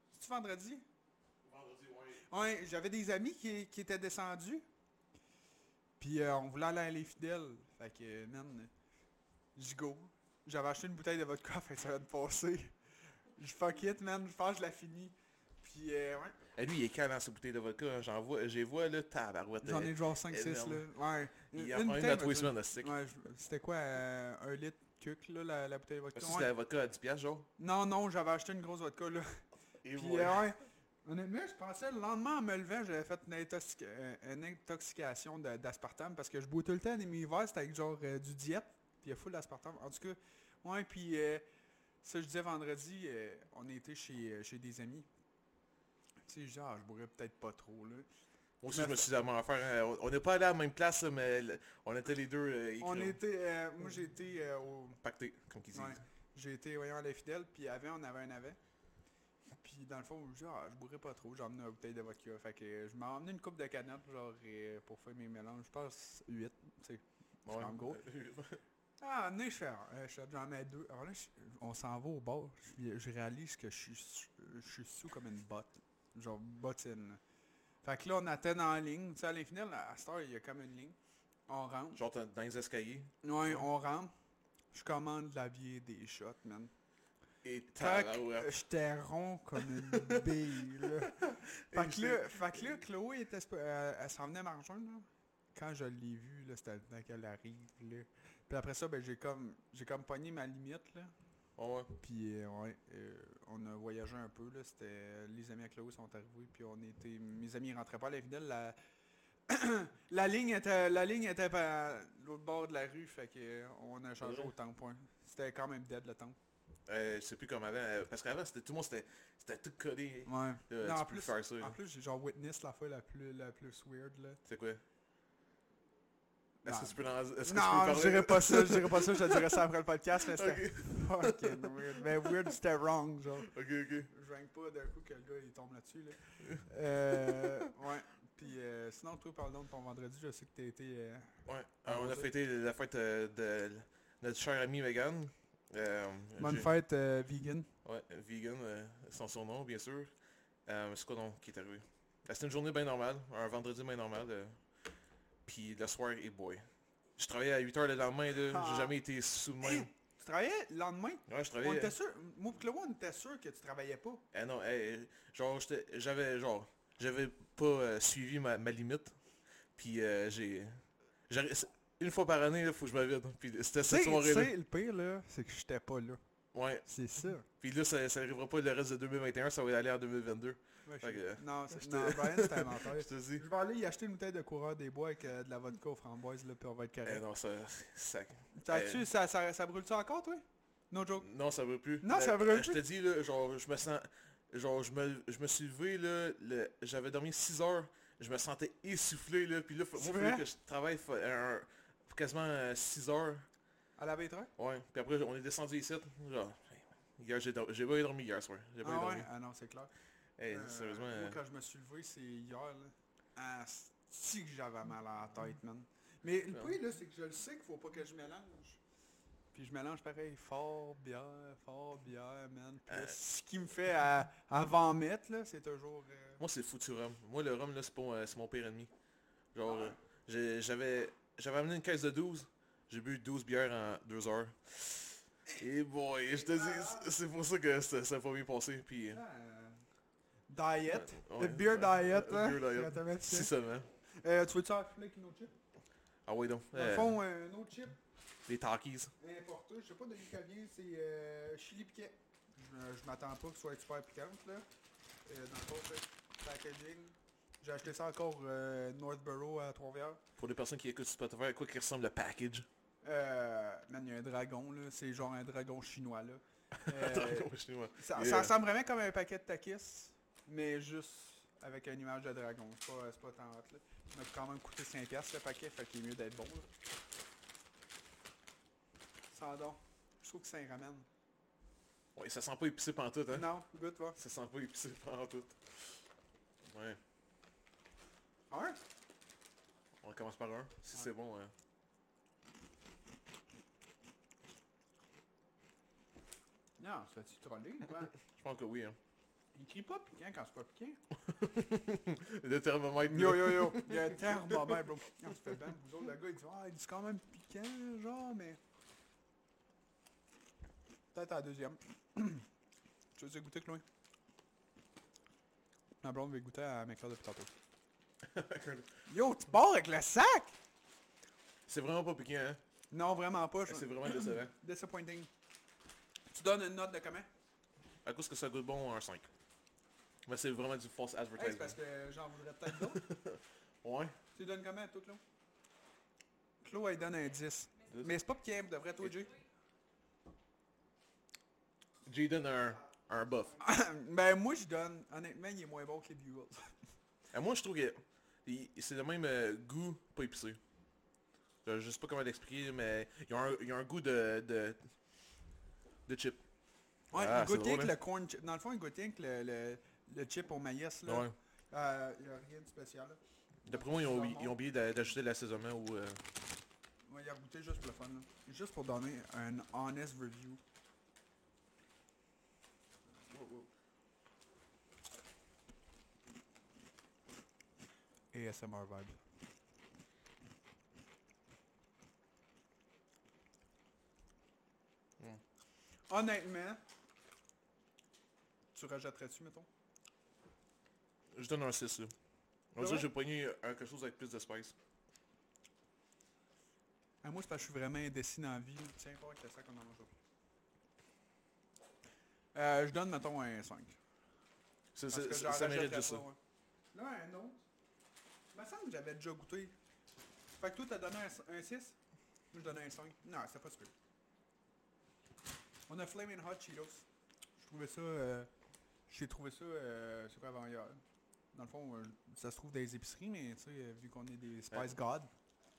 A: c'est-tu vendredi?
B: Vendredi, ouais.
A: Ouais, j'avais des amis qui, qui étaient descendus. Puis euh, on voulait aller à les fidèles. Fait que, euh, man, j'y go. J'avais acheté une bouteille de vodka, fait que ça va te passer. Je fuck it, man. Je pense que je la finis. Puis, euh, ouais.
B: Eh, lui, il est calme dans sa bouteille de vodka. hein. J'en vois, j'ai vois, là, tabarouette.
A: J'en ai genre 5-6,
B: énorme.
A: là. Ouais.
B: Il y a une à
A: bouteille,
B: tous les
A: mais-
B: semaines, le stick.
A: Ouais, je- c'était quoi, euh, un litre cuc, là, la, la bouteille de vodka?
B: Ben, Ça,
A: Ouais.
B: C'est la vodka à 10 piastres, genre.
A: Non, non, j'avais acheté une grosse vodka, là.
B: Et
A: Puis,
B: voilà.
A: euh, ouais, honnêtement, je pensais, le lendemain, en me levant, j'avais fait une, intoxi- euh, une intoxication de- d'aspartame, parce que je bois tout le temps des mes verres, c'était avec genre euh, du diète, puis il y a full d'aspartame. En tout cas, ouais, puis euh, ça, je disais vendredi, euh, on était chez, euh, chez des amis. Tu sais, genre, je bourrais peut-être pas trop, là.
B: Moi aussi, je me suis dit, à faire. hein. On n'est pas allé à la même place, là, mais le- on était les deux euh, écrits,
A: On
B: là,
A: était, euh, moi, j'ai été euh, au...
B: pactés, comme qu'ils disent.
A: Ouais. J'ai été voyant les fidèles, puis avant, on avait un avant. Puis dans le fond, je, ah, je bourrais pas trop, j'ai emmené une bouteille de vodka. Fait que euh, je m'ai emmené une coupe de canettes, genre, et, euh, pour faire mes mélanges. Je pense 8, tu sais.
B: Ouais. Euh,
A: En gros. Ah, venez, je fais, euh, je fais- j'en mets deux. Alors là, je- on s'en va au bar. Je, suis- je réalise que je suis, je suis sous comme une botte. Genre, bottine. là. Fait que là, on attend en ligne. Tu sais, à l'infini, à cette heure, il y a comme une ligne. On rentre.
B: Genre t'as- dans les escaliers.
A: Ouais, on rentre. Je commande la bière des shots, man.
B: Et
A: Tac,
B: tabarouette.
A: Euh, j'étais rond comme une bille, là. Fait que là, fait que là, Chloé, était, sp- euh, elle s'en venait me rejoindre, là. Quand je l'ai vue, là, c'était quand qu'elle arrive, là. Puis après ça, ben, j'ai comme, j'ai comme pogné ma limite, là.
B: Ah Ouais.
A: Puis, euh, ouais, euh, on a voyagé un peu, là. C'était... Les amis à Chloé sont arrivés, puis on était... Mes amis, ils rentraient pas à la fidèle, la... la ligne était la ligne était à l'autre bord de la rue, fait que euh, on a changé
B: Ouais.
A: au temple. ouais. C'était quand même dead le temple.
B: Euh, je sais plus comme avant. euh, Parce qu'avant, c'était tout le monde, c'était c'était tout collé.
A: Ouais. Non,
B: Là, tu
A: en
B: peux
A: plus,
B: faire ça. là.
A: En plus, j'ai genre witness la fois la plus, la plus weird, là.
B: C'est quoi? Est-ce que
A: Non.
B: tu peux dans... Est-ce que tu peux
A: Non, je dirais
B: parler?
A: pas ça, je dirais pas ça, je te dirais ça après le podcast, mais c'était
B: Ok,
A: fucking weird. Mais weird, c'était wrong, genre.
B: ok, ok.
A: Je rank pas d'un coup que le gars, il tombe là-dessus, là. Euh, ouais. Puis euh, sinon, toi, parlons de ton vendredi, je sais que t'as été... euh,
B: Ouais.
A: Ah,
B: Alors, on a
A: vas-y.
B: fêté la fête euh, de notre cher ami Megan. Euh,
A: bonne
B: j'ai-
A: fête, euh, vegan.
B: Ouais, vegan, euh, sans son nom, bien sûr. Euh, c'est quoi donc qui est arrivé? Ben, C'était une journée bien normale, un vendredi bien normal. euh, Puis le soir, et boy. Je travaillais à 8h le lendemain, là,
A: Ah.
B: j'ai jamais été sous le même.
A: Tu travaillais le lendemain?
B: Ouais, je
A: On
B: travaillais...
A: était sûr, moi pis Chloé, on était sûr que tu travaillais pas.
B: Ah non, eh, eh, genre, j'étais- j'avais, genre, j'avais pas euh, suivi ma, ma limite. Puis euh, j'ai... j'arri- c'est- Une fois par année, il faut que je me vide. Puis c'était
A: Tu sais,
B: cette
A: tu
B: soirée-là.
A: sais, le pire, là, c'est que j'étais pas là.
B: Ouais.
A: C'est ça.
B: Puis là, ça, ça arrivera pas le reste de 2021, ça va aller en 2022.
A: Ouais,
B: Fait
A: je-
B: que-
A: Non, c'est-
B: j'étais-
A: non, Brian, c'était un menteur.
B: Je te dis.
A: Je vais aller y acheter une bouteille de coureur des bois avec euh, de la vodka aux framboises, là, puis on va être
B: Eh
A: correct.
B: non, ça... ça-
A: T'as-tu- ça, ça, ça brûle-tu encore, toi? No joke.
B: Non, ça veut plus.
A: Non,
B: Ben,
A: ça brûle
B: Je te dis, là, genre, je me sens... Genre, je me, je me suis levé, là, le- j'avais dormi 6 heures, je me sentais essoufflé, là, puis là, faut-
A: C'est
B: moi, il
A: vrai?
B: fallait que je travaille fa- un- un- quasiment 6 heures.
A: À la vitre?
B: Ouais, puis après, on est descendu ici, genre, hier, j'ai dor- j'ai pas dormi hier soir, j'ai pas
A: Ah
B: dormi.
A: ouais? Ah non, c'est clair.
B: Hey,
A: Euh,
B: sérieusement,
A: Moi,
B: euh,
A: quand je me suis levé, c'est hier, là. Ah, si que j'avais mal à la tête, man. Mais le
B: Ah.
A: point, là, c'est que je le sais qu'il faut pas que je mélange. Puis je mélange pareil, fort, bière, fort, bière, man. Puis là,
B: Euh.
A: ce qui me fait à- avant mettre, là, c'est toujours... euh,
B: moi, c'est foutu rhum. Moi, le rhum, là, c'est pas, euh, c'est mon pire ennemi. Genre,
A: Ah ouais?
B: euh, j'ai- j'avais j'avais amené une caisse de 12, j'ai bu 12 bières en 2 heures. Et Eh boy, je te
A: Ah.
B: dis, c'est pour ça que ça ça a pas bien passé. Puis, euh,
A: Diet.
B: ouais,
A: le beer
B: ouais,
A: diet.
B: le
A: hein,
B: beer diet.
A: quand t'avais fait
B: Si
A: ça.
B: seulement.
A: Euh, tu veux-tu affiler avec une autre chip?
B: Ah oui donc.
A: Dans
B: euh,
A: le fond, euh, un autre chip
B: les Takis.
A: importé, je sais pas de qui ça vient, c'est euh, chili piquant. Je, me- je m'attends pas que ce soit expert piquante, là. Euh, dans le fond, c'est packaging. J'ai acheté ça encore euh, Northborough à Trois-Rivières.
B: Pour les personnes qui écoutent Spotify, à quoi qui ressemble le package
A: Euh, man, il y a un dragon, là. C'est genre un dragon chinois, là. Euh,
B: Dragon chinois.
A: ça, ça
B: Yeah.
A: ressemble vraiment comme un paquet de takis, mais juste avec une image de dragon. C'est pas, c'est pas tant hot, là. Il m'a quand même coûté 5$ piastres, le paquet, fait qu'il est mieux d'être bon, là. Sans don. Je trouve que ça y ramène.
B: Ouais, ça sent pas épicé pantoute, hein?
A: Ben Non, goûte, va.
B: Ça sent pas épicé pantoute. Ouais,
A: Ah ouais?
B: on commence par un, si
A: Ouais.
B: c'est bon. hein.
A: Non, ça tu trollé ou quoi?
B: Je pense que oui, hein.
A: Il crie pas piquant quand c'est pas piquant.
B: Le thermomètre,
A: Yo
B: là.
A: yo yo, il y a un thermomètre, bro. On se fait ben, vous autres, le gars, il dit, ah, il dit quand même piquant, genre, mais... Peut-être à la deuxième. tu veux goûter, Chloé? Ma blonde veut goûter à mes clauses depuis tantôt. Yo, tu pars avec le sac?
B: C'est vraiment pas piquant, hein.
A: Non, vraiment pas. Je...
B: C'est vraiment décevant.
A: Disappointing. Tu donnes une note de comment?
B: À cause que ça goûte bon, un 5. Mais c'est vraiment du false
A: Hey, c'est
B: advertising.
A: parce que j'en voudrais peut-être d'autres.
B: ouais.
A: tu donnes comment à toi, Chloé? Chloé, elle donne un 10.
B: Dix.
A: Mais c'est pas piquant, de vrai, toi, Jay.
B: J'ai donne un, un buff.
A: ben moi je donne, honnêtement il est moins bon que les Buell.
B: Et moi, je trouve que il- c'est le même euh, goût pas épicé. Je, je sais pas comment l'expliquer, mais il y, a un- il y a un goût de, de, de chip.
A: Ouais,
B: Ah,
A: il
B: c'est
A: goûtait avec
B: drôle,
A: le corn chip. Dans le fond, il goûtait avec le, le, le chip au maïs là.
B: Ouais.
A: Euh, il n'y a rien de spécial. là.
B: D'après moi, ils ont, ils ont oublié d'a- d'ajouter l'assaisonnement ou... euh,
A: Ouais, il a goûté juste pour le fun. là. Juste pour donner un honest review. Et ASMR vibe.
B: Mm.
A: Honnêtement, tu rejetterais-tu, mettons?
B: Je donne un 6, là. On
A: Ah
B: dirait
A: ouais?
B: que j'ai pogné euh, quelque chose avec plus de spice.
A: Ah, moi, c'est parce que je suis vraiment indécis dans la vie. là. Tiens, pas avec le sac, on en mange pas. Euh, je donne, mettons, un 5.
B: C'est-
A: Parce
B: c'est-
A: que
B: Ça,
A: j'en
B: ça mérite
A: rajouterais
B: juste ça.
A: pas, ouais. Là, un autre. Il me semble que j'avais déjà goûté. Fait que toi, t'as donné un, 6. Moi, je donnais un 5. Non, c'est pas super. On a Flaming Hot Cheetos. Je trouvais ça... euh, J'ai trouvé ça, euh, c'est quoi, avant hier. Dans le fond, euh, ça se trouve dans les épiceries, mais tu sais, euh, vu qu'on est des Spice God.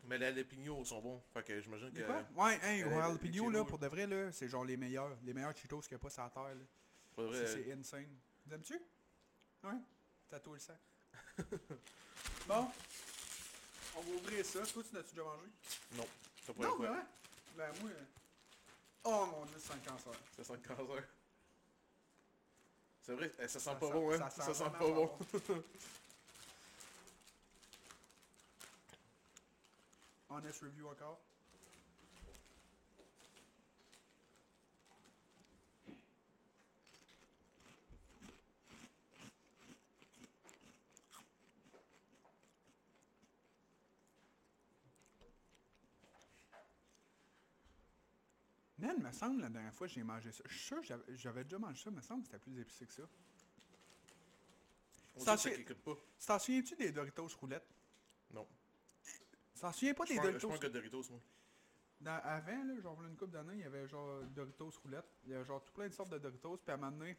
B: Mais les jalapenos sont bons. Fait que j'imagine que...
A: Les quoi? Ouais, hein,
B: euh,
A: Royal
B: les
A: Jalapeno, là,
B: Cheetos,
A: pour de vrai, là, c'est genre les meilleurs. Les meilleurs Cheetos qu'il n'y a pas sur la terre, là.
B: Pour de vrai,
A: Ça,
B: euh,
A: C'est insane. Vous aimes-tu? Ouais. Tatoué le sac. bon. On va ouvrir ça. Toi, tu l'as-tu déjà mangé?
B: Non, ça pourrait
A: mais
B: pas.
A: ouais. Ben moi... euh, Oh mon dieu, c'est un cancer.
B: Ça sent le cancer. C'est vrai, eh, ça sent
A: Ça
B: pas
A: sent-
B: bon, hein.
A: ça
B: Ça
A: sent
B: sent,
A: vraiment
B: pas
A: pas
B: bon.
A: Honest review encore. Man, me semble, la dernière fois que j'ai mangé ça, je suis sûr que j'avais- j'avais déjà mangé ça, me semble que c'était plus épicé que ça.
B: On
A: Ça
B: dirait que ça
A: sent-
B: clique pas.
A: Tu T'en souviens-tu des Doritos roulettes?
B: Non.
A: Tu T'en souviens pas
B: Je
A: des
B: prends, je
A: Doritos
B: prends que Doritos, moi.
A: Dans- avant, là, genre voilà une coupe d'années, il y avait genre Doritos roulette. Il y avait genre tout plein de sortes de Doritos. Puis à un moment donné,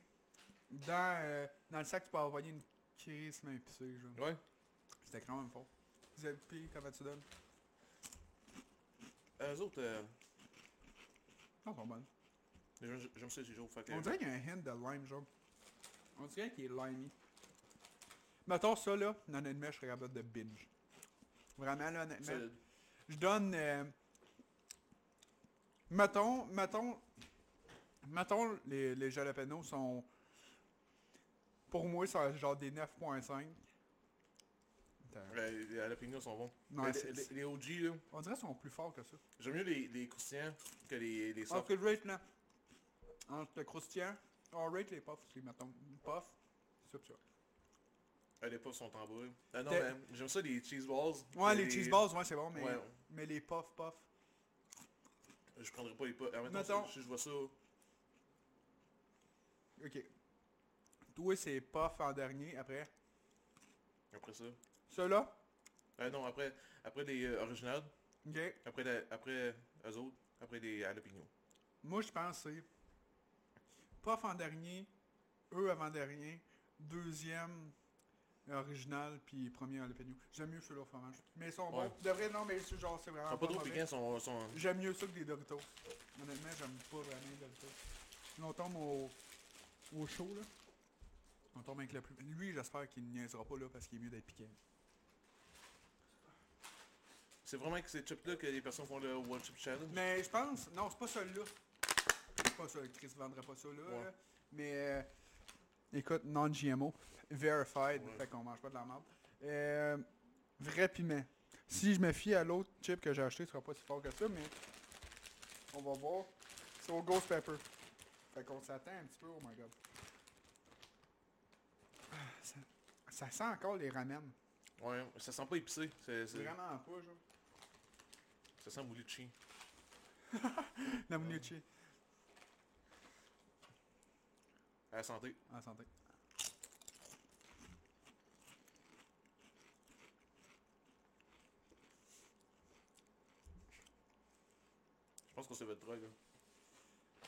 A: dans, euh, dans le sac, tu peux envoyer une crise mais épicée. Genre.
B: Ouais.
A: C'était quand même fort. Vous avez- Puis comment tu donnes
B: Euh, Eux autres, euh,
A: Non, sont bonnes.
B: j'aime j'aime ça les jours. Fait que...
A: On dirait qu'il y a un hint de lime, genre. On dirait qu'il est limey. Mettons ça là, honnêtement, je serais capable de binge. Vraiment là, honnêtement.
B: Solide.
A: Je donne. euh, mettons, mettons, mettons, les, les jalapenos sont. Pour moi, c'est genre des 9.5. Attends.
B: Ouais, les jalapenos sont bons.
A: Non,
B: Mais
A: c'est-
B: les, les- les OG, là,
A: On dirait qu'ils sont plus forts que ça.
B: j'aime mieux les, les croustillants que les, les
A: Ah,
B: soft.
A: que je vais être là. Entre le croustillant, on rate les puffs aussi, mettons. Puff, c'est ça.
B: Ah, les puffs sont en bas.
C: Ah non,
A: T'es-
C: mais
B: J'aime ça les cheese balls.
A: Ouais,
B: mais
A: les cheese balls, ouais, c'est bon, mais,
B: Ouais.
A: mais les puffs, puffs.
B: Je prendrais pas les puffs. Ah, mettons,
A: Mettons.
B: Si je vois ça.
A: Ok. Toi, c'est puff en dernier, après.
B: Après ça.
A: Ceux-là,
B: Ah non, après, après les euh, originales.
A: ok.
B: Après, la, après eux autres. Après les jalapenos.
A: Moi, je pense que c'est puff en dernier, eux avant-dernier, deuxième original, puis premier à l'épignon. J'aime mieux ceux-là au fromage. Mais ils sont
B: Ouais.
A: bons. De vrai, non, mais c'est genre, c'est
B: Ils
A: vraiment
B: sont pas
A: pas
B: trop
A: mauvais.
B: piquants, ils sont... sont-
A: J'aime mieux ça que des Doritos. Honnêtement, j'aime pas vraiment les Doritos. Là, on tombe au, au chaud, là. On tombe avec la plus... Lui, j'espère qu'il ne niaisera pas, là, parce qu'il est mieux d'être piqué.
B: C'est vraiment avec ces chips-là que les personnes font le One Chip Challenge.
A: Mais je pense... Non, c'est pas celui-là. C'est pas ça. Chris vendrait pas ça, là.
B: Ouais.
A: là. Mais... euh, écoute, non-GMO. Verified.
B: Ouais.
A: Fait qu'on mange pas de la merde. Euh, vrai piment. Si je me fie à l'autre chip que j'ai acheté, ce sera pas si fort que ça, mais... On va voir. C'est au Ghost Pepper. Fait qu'on s'attend un petit peu. Oh my god. Ah, Ça, ça sent encore les ramen.
B: Ouais, ça sent pas épicé. C'est- c'est-
A: Vraiment pas, genre.
B: Ça sent moulichi.
A: La mounichi.
B: À la santé.
A: En santé.
B: Je pense qu'on s'est fait de drogue. hein. là.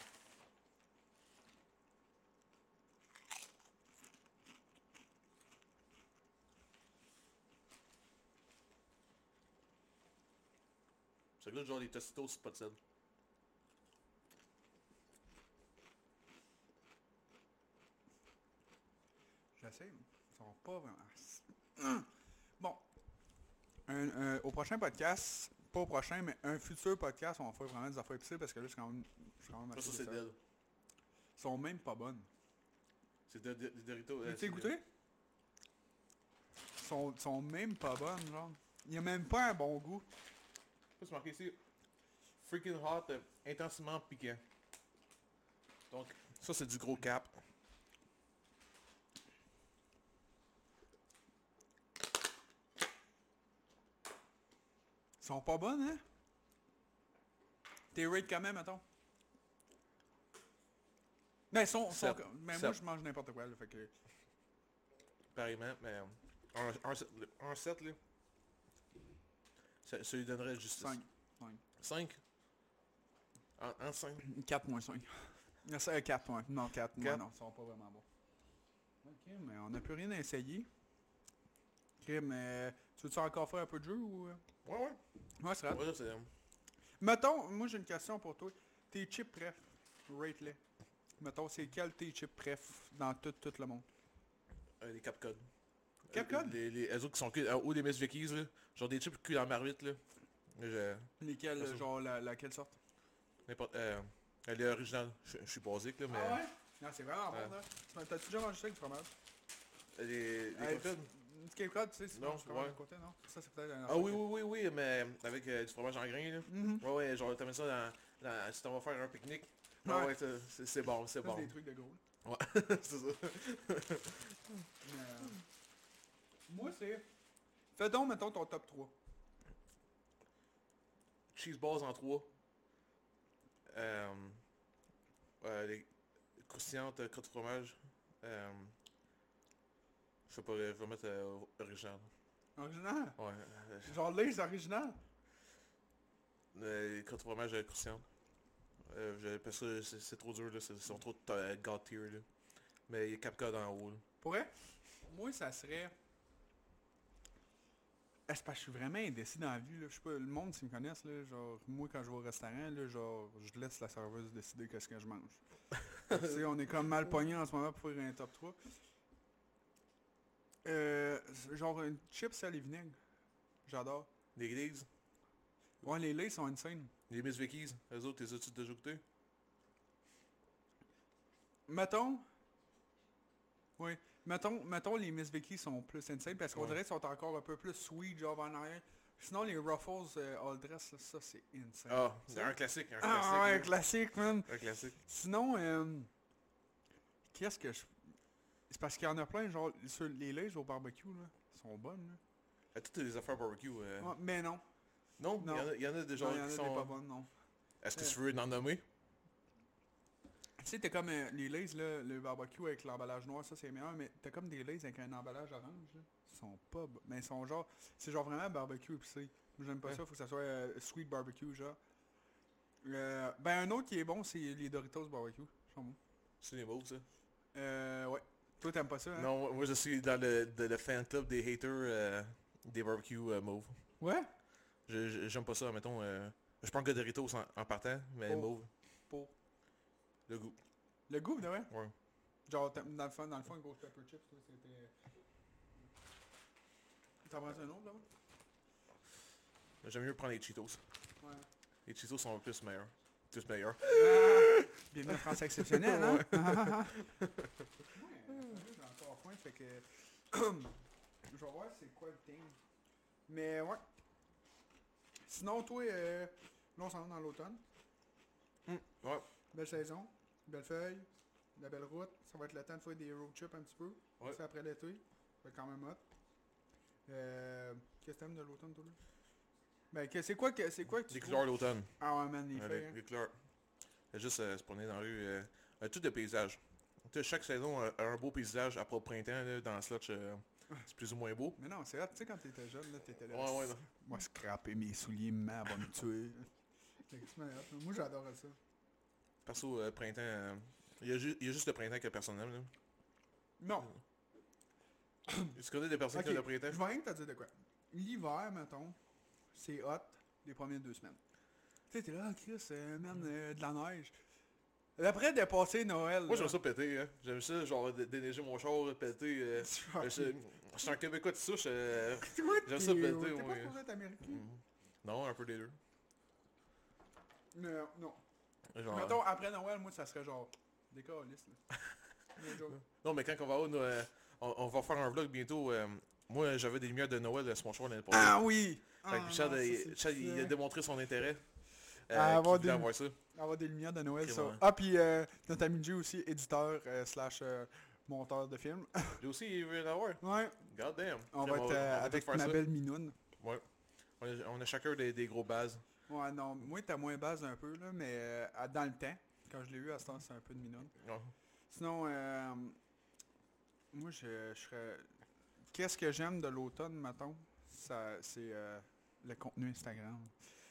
B: Ça goûte genre des testitos c'est pas de sel.
A: J'essaie. Ils sont pas vraiment... Ah, c'est- Bon. Un- un- au prochain podcast, pas au prochain, mais un futur podcast, on va faire vraiment des affaires épicées parce que là, je suis quand même, je suis quand même
B: Ça,
A: assez
B: ça c'est
A: déçu.
B: dead.
A: Ils sont même pas bonnes.
B: C'est de, de- des Doritos. euh,
A: Tu
B: c'est
A: t'es goûté? Ils sont, ils sont même pas bonnes, genre. Il y a même pas un bon goût.
B: Qu'est-ce que c'est marqué ici? Freaking hot, euh, intensément piquant. Donc, ça c'est du gros cap.
A: Ils sont pas bonnes, hein? T'es rate quand même, mettons. Mais ils sont... sont
B: Sept.
A: comme- mais moi,
B: Sept.
A: je mange n'importe quoi, là, fait que...
B: Pareillement, mais euh, un, un, set- le- un set là. Ça, ça lui donnerait justice.
A: 5.
B: 5 En, en 5
A: 4 moins 5. C'est euh, 4 moins. Non, 4 moins.
B: Quatre.
A: Non, ils sont pas vraiment bons. Ok, mais on n'a plus rien à essayer. Ok, mais tu veux-tu encore faire un peu de jeu ou... euh?
B: Ouais, ouais.
A: Ouais, c'est vrai.
B: Ouais, c'est... euh,
A: Mettons, moi j'ai une question pour toi. Tes chips préf, rate-les. Mettons, c'est quel tes chips préf dans tout, tout le monde?
B: euh, les Capcodes. Euh,
A: Capcod?
B: Les, les, les autres qui sont cuits en haut des Miss Vickies, là. Genre des chips cuits en marmite, là. Je...
A: Lesquels,
B: Perso.
A: genre, la, laquelle sorte?
B: N'importe... Euh, elle est originale. Je je suis basique, là, mais...
A: Ah ouais? Non, c'est vraiment
B: Ouais.
A: bon, là. Tu- T'as-tu déjà mangé ça avec du fromage?
B: Les, les
A: Euh,
B: Capcodes.
A: Du Cape Cod, tu sais, c'est
B: Non,
A: pas du fromage
B: ouais.
A: à côté, non? Ça, c'est peut-être un...
B: Ah oui, oui, oui, oui, mais avec euh, du fromage en grain, là.
A: Mhm.
B: Ouais, ouais, genre t'amènes ça dans... dans si t'en vas faire un pique-nique. Ouais,
A: Ouais.
B: ouais, ça, c'est c'est bon, c'est
A: Ça,
B: bon.
A: c'est des trucs de gros, là.
B: c'est ça.
A: Mais, euh, Moi, c'est... Fais donc, mettons, ton top 3.
B: cheese balls en 3. Euh, euh, les croustillantes euh, crottes de fromage. Euh, je sais pas, euh, je vais mettre euh, original.
A: Original.
B: Ouais. euh,
A: Genre les original.
B: euh, les crottes de fromage euh, croustillantes. Euh, je- parce que c'est c'est trop dur, là. c'est- Ils sont trop euh, gâtés, là. Mais il y a Capcod en haut, là.
A: Pourrait? Moi, ça serait... Ah, C'est parce que je suis vraiment indécis dans la vie, là. Je sais pas, le monde, s'ils me connaissent, là, genre, moi, quand je vais au restaurant, là, genre, je laisse la serveuse décider qu'est-ce que je mange. tu sais, on est comme mal pogné en ce moment pour faire un top 3. Euh, genre, une chip, sel et vinaigre. J'adore.
B: Les Leeds,
A: Ouais, les lays sont insane.
B: les Miss Vickies, eux autres, les as-tu déjà goûtés?
A: Mettons. Oui. Mettons, mettons les Miss Vicky sont plus insane parce qu'on
B: Ouais.
A: dirait qu'ils sont encore un peu plus sweet genre en arrière. Sinon, les Ruffles euh, all dress, là, ça, c'est insane.
B: Ah, c'est un classique, un classique.
A: Ah, ouais,
B: là.
A: classique, man.
B: un classique.
A: Sinon, euh, qu'est-ce que je... C'est parce qu'il y en a plein, genre, sur les lèvres au barbecue, là, sont bonnes, là.
B: Euh, Toutes les affaires barbecue. euh,
A: Ouais, mais non,
B: Non, il y
A: Non.
B: en a- il y, en a des gens
A: genre, il y en a
B: qui
A: des
B: sont...
A: pas bonnes, non.
B: Est-ce que
A: Euh.
B: tu veux en nommer?
A: Tu sais, t'as comme euh, les Lays, là, le barbecue avec l'emballage noir, ça c'est meilleur, mais t'as comme des Lays avec un emballage orange, là. Ils sont pas... bo- Mais ils sont genre... C'est genre vraiment barbecue épicé. Moi, J'aime pas
B: Ouais.
A: ça, faut que ça soit euh, sweet barbecue, genre. Euh, ben, un autre qui est bon, c'est les Doritos barbecue. Ils sont bons.
B: C'est des mots, ça.
A: Euh, ouais. Toi, t'aimes pas ça, hein?
B: Non, moi- moi je suis dans le, de- le fan club des haters euh, des barbecues euh, mauve.
A: Ouais?
B: Je- je- J'aime pas ça, mettons. euh, je prends que Doritos en, en partant, mais
A: Oh.
B: mauve,
A: Pour...
B: le goût.
A: Le goût, de vrai?
B: Ouais.
A: Genre, t'as- dans le fond, dans le fond, Ghost Pepper Chips, toi, c'était... euh, T'en prends un autre, là-bas?
B: J'aime mieux prendre les Cheetos.
A: Ouais.
B: Les Cheetos sont plus meilleurs. Plus meilleurs.
A: Ah! Bienvenue à France Exceptionnel, hein? j'ai encore faim, fait que... Je vais voir c'est quoi le thing. Mais ouais. Sinon, toi, euh, là, on s'en va dans l'automne.
B: Hum, Ouais.
A: Belle saison, belle feuille, la belle route. Ça va être le temps de faire des road trips un petit peu.
B: Ouais.
A: C'est après l'été. Ça va être quand même hot. Euh, Qu'est-ce que t'aimes de l'automne, toi, là? Ben, que- c'est quoi que, c'est quoi que tu
B: Les
A: trouves-
B: couleurs d'automne.
A: Ah ouais, man, les
B: Ouais,
A: feuilles,
B: les,
A: hein.
B: les couleurs. Euh, Juste euh, se promener dans la rue. euh, euh, tout le paysage. Tu sais, chaque saison a, a un beau paysage. À propre printemps, là, dans le slotch, euh, c'est plus ou moins beau.
A: Mais non, c'est hot. Tu sais, quand t'étais jeune, là, t'étais là.
B: Ouais, ouais, non.
A: Moi, scraper mes souliers, ma va me tuer. Fait que c'est malade, hein. Moi, j'adorais ça.
B: Perso, euh, printemps... euh, il y, a ju- il y a juste le printemps que personne n'aime. là.
A: Non,
B: Tu connais des personnes
A: Ok.
B: qui aiment le
A: je
B: printemps?
A: vais rien que te dire de quoi. L'hiver, mettons, c'est hot les premières deux semaines. Tu sais, t'es là, Ah, Chris, euh, man, euh, de la neige. Après, de passer Noël.
B: Moi
A: là,
B: j'aime ça péter, hein. J'aime ça, genre dé- déneiger mon char, péter. euh,
A: tu
B: je,
A: vas-
B: je suis un Québécois de souche. euh,
A: Toi,
B: j'aime ça
A: t'es-
B: péter,
A: T'es
B: moi.
A: pas supposé être américain.
B: non, un peu des deux.
A: Mais, non.
B: Genre-
A: Mettons, après Noël, moi, ça serait genre... Des câlisses, là. No joke.
B: Non mais quand on va au- nous, euh, on, on va faire un vlog bientôt. euh, moi j'avais des lumières de Noël sur mon char l'année passée.
A: Ah oui!
B: Fait que
A: Ah,
B: Richard,
A: non, ça,
B: il-
A: c'est
B: Richard, il a
A: sûr.
B: démontré son intérêt.
A: À
B: Euh, qu'il
A: avoir
B: voulait
A: des-
B: avoir ça.
A: avoir des lumières de Noël,
B: Ok,
A: ça.
B: ouais.
A: Ah, puis euh, notre ami Jay aussi, éditeur euh, slash euh, monteur de film.
B: Lui aussi il veut l'avoir.
A: ouais,
B: God damn.
A: on va être euh,
B: on va
A: avec
B: tout faire
A: ma
B: ça.
A: belle minoune.
B: Ouais. On a, on a chacun des, des gros bases.
A: Ouais, non, moi, t'as moins base un peu, là, mais euh, à- dans le temps, quand je l'ai eu, à ce temps, c'est un peu de minoune.
B: Ouais.
A: Sinon, euh, moi, je, je serais... Qu'est-ce que j'aime de l'automne, mettons? Ça, c'est euh, le contenu Instagram.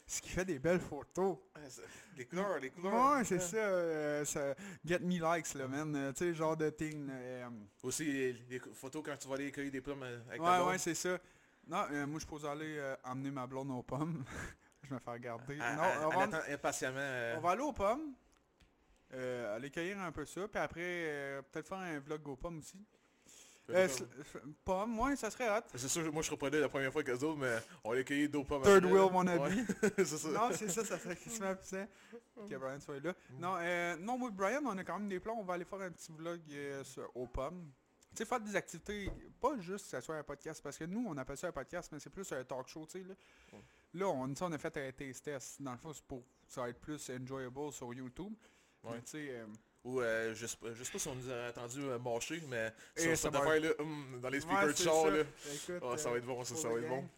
A: Ce qui fait des belles photos.
B: Ah, c'est- Les couleurs, les couleurs.
A: Ouais, c'est
B: Ah.
A: ça, euh, ça. Get me likes, là, man. euh, tu sais, genre de thing. là, euh,
B: Aussi, les, les photos quand tu vas aller cueillir des pommes euh, avec ta
A: Ouais,
B: blonde.
A: ouais, c'est ça. Non, euh, moi, je pose aller euh, emmener ma blonde aux pommes. je vais me faire garder.
B: Elle-
A: non,
B: elle-
A: on,
B: elle
A: va,
B: attend impatiemment. Ah, euh,
A: on va aller aux pommes, euh, aller cueillir un peu ça, puis après, euh, peut-être faire un vlog aux pommes aussi.
B: le
A: Euh,
B: pommes.
A: sl- f- pommes, ouais, ça serait hot.
B: C'est sûr, moi je serais pas là la première fois qu'eux autres, mais on a cueilli deux pommes.
A: Third
B: après,
A: wheel
B: là.
A: wannabe.
B: Ouais, c'est ça. Mm.
A: Non, c'est ça, ça serait quasiment plus ça. Que Brian soit là. Non, euh, non, moi, Brian, on a quand même des plans. On va aller faire un petit vlog euh, sur- aux pommes. Tu sais, faire des activités, pas juste que ça soit un podcast, parce que nous, on appelle ça un podcast, mais c'est plus un talk show, tu sais, là.
B: Ouais.
A: Là, on, ça, on a fait un taste test. Dans le fond, c'est pour ça va être plus enjoyable sur YouTube.
B: Ouais.
A: Mais Tu sais, euh,
B: Ou euh, je, sais pas, je sais pas si on nous a attendu euh, marcher, mais
A: Eh,
B: sur
A: ça
B: cette
A: va
B: affaire-là, hum, dans les speakers
A: ouais,
B: de
A: c'est
B: char,
A: ça.
B: là,
A: Écoute,
B: oh, ça
A: euh,
B: va être bon, ça,
A: pour
B: ça
A: le
B: va être bon.
A: gang.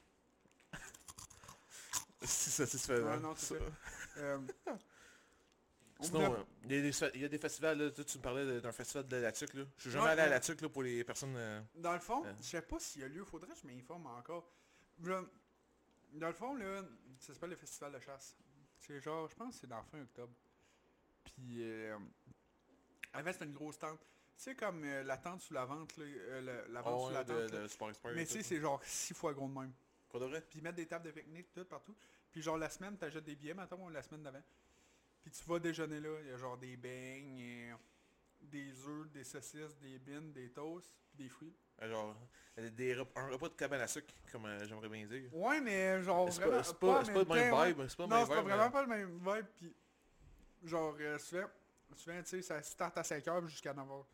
B: Si ça satisfaisant.
A: Ouais, non, c'est ça. Euh, on
B: Sinon,
A: voulait-
B: euh, il y a des fa- il y, a des festivals, là, tu tu me parlais de- d'un festival de la tuque, là. Je suis jamais
A: Ouais,
B: allé à
A: ouais.
B: la tuque, là, pour les personnes... euh,
A: Dans le fond,
B: Euh.
A: je sais pas s'il y a lieu, faudrait que je m'informe encore. Là, dans le fond, là, ça s'appelle le festival de chasse. C'est genre, je pense que c'est dans fin octobre. Puis, euh, avant, c'était une grosse tente. Tu sais, comme euh, la tente sous la vente, là, euh, le- la vente
B: oh,
A: sous
B: ouais,
A: la
B: de,
A: tente. là.
B: de Sport Expert et
A: Mais tu sais,
B: tout.
A: c'est genre six fois gros de même.
B: Pour de vrai?
A: Puis ils mettent des tables de pique-nique tout partout. Puis genre la semaine, t'achètes des billets, mettons, la semaine d'avant. Puis tu vas déjeuner là, il y a genre des beignes, euh, des œufs, des saucisses, des bines, des toasts, puis des fruits.
B: Euh, Genre, euh, des rep- un repas de cabane à sucre, comme euh, j'aimerais bien dire.
A: Ouais, mais genre
B: C'est
A: vraiment
B: pas, c'est pas,
A: en
B: c'est
A: même
B: pas le même
A: temps, ouais.
B: vibe, c'est pas le
A: Non,
B: même
A: c'est pas
B: vibe.
A: vraiment
B: mais-
A: pas le même vibe, puis genre euh, souvent, souvent, tu sais, ça start à 5h jusqu'à 9h.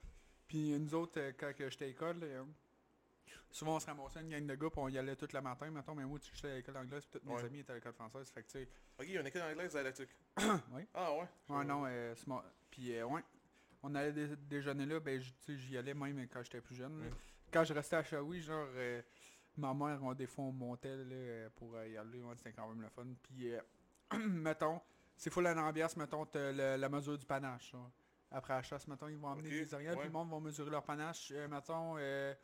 A: Puis nous autres, euh, quand que j'étais à l'école, euh, souvent on se ramassait une gang de gars, puis on y allait toute la matin, mettons, mais moi, tu j'étais à l'école anglaise, puis tous mes
B: Ouais.
A: amis étaient à l'école française, fait que tu sais,
B: Ok, il y a une école anglaise à Latuc.
A: Oui.
B: Ah ouais.
A: ouais, non, euh, c'est mon- puis euh, ouais, on allait dé- déjeuner là, ben j- tu sais, j'y allais même quand j'étais plus jeune. là.
B: Ouais.
A: Quand je restais à Shawi, genre, euh, ma mère, on, des fois, on montait là, euh, pour euh, y aller, ouais, c'était quand même le fun, puis euh, mettons, c'est full en ambiance, mettons, t'as le- la mesure du panache, genre. Après la chasse, mettons, ils vont emmener
B: Ok,
A: des organes, puis
B: ouais.
A: le monde va mesurer leur panache, Euh, mettons, euh,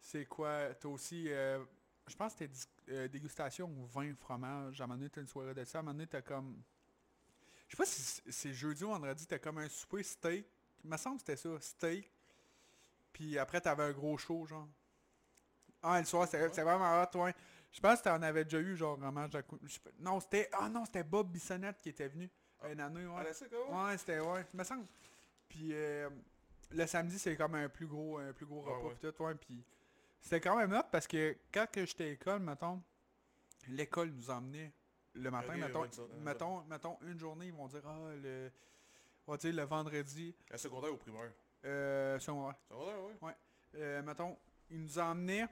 A: c'est quoi, t'as aussi... euh, je pense que c'était dis- euh, dégustation ou vin fromage. À un moment donné, t'as une soirée de ça. À un moment donné, t'as comme... Je sais pas si c'est- c'est jeudi ou vendredi, t'as comme un souper steak. Il me semble que c'était ça, steak. Puis après, t'avais un gros show, genre. Ah, le soir, c'était c'était vraiment hot, ouais. Je pense que t'en avais déjà eu, genre, vraiment. Non, c'était... Ah non, c'était Bob Bissonnette qui était venu.
B: Ah.
A: Une année, ouais.
B: À Latuc, ah ouais.
A: Ouais, c'était ouais, il me semble. Puis euh, le samedi, c'est comme un plus gros un plus gros
B: Ah
A: repas
B: ouais.
A: pis tout, ouais, puis c'était quand même hot parce que quand que j'étais à l'école, mettons, l'école nous emmenait le matin,
B: Ok,
A: mettons,
B: ouais, ça, euh,
A: mettons, mettons une journée, ils vont dire ah le ouais, tu sais, le vendredi
B: À secondaire ou primaire
A: euh, secondaire.
B: Secondaire, ouais.
A: Euh, mettons, ils nous emmenaient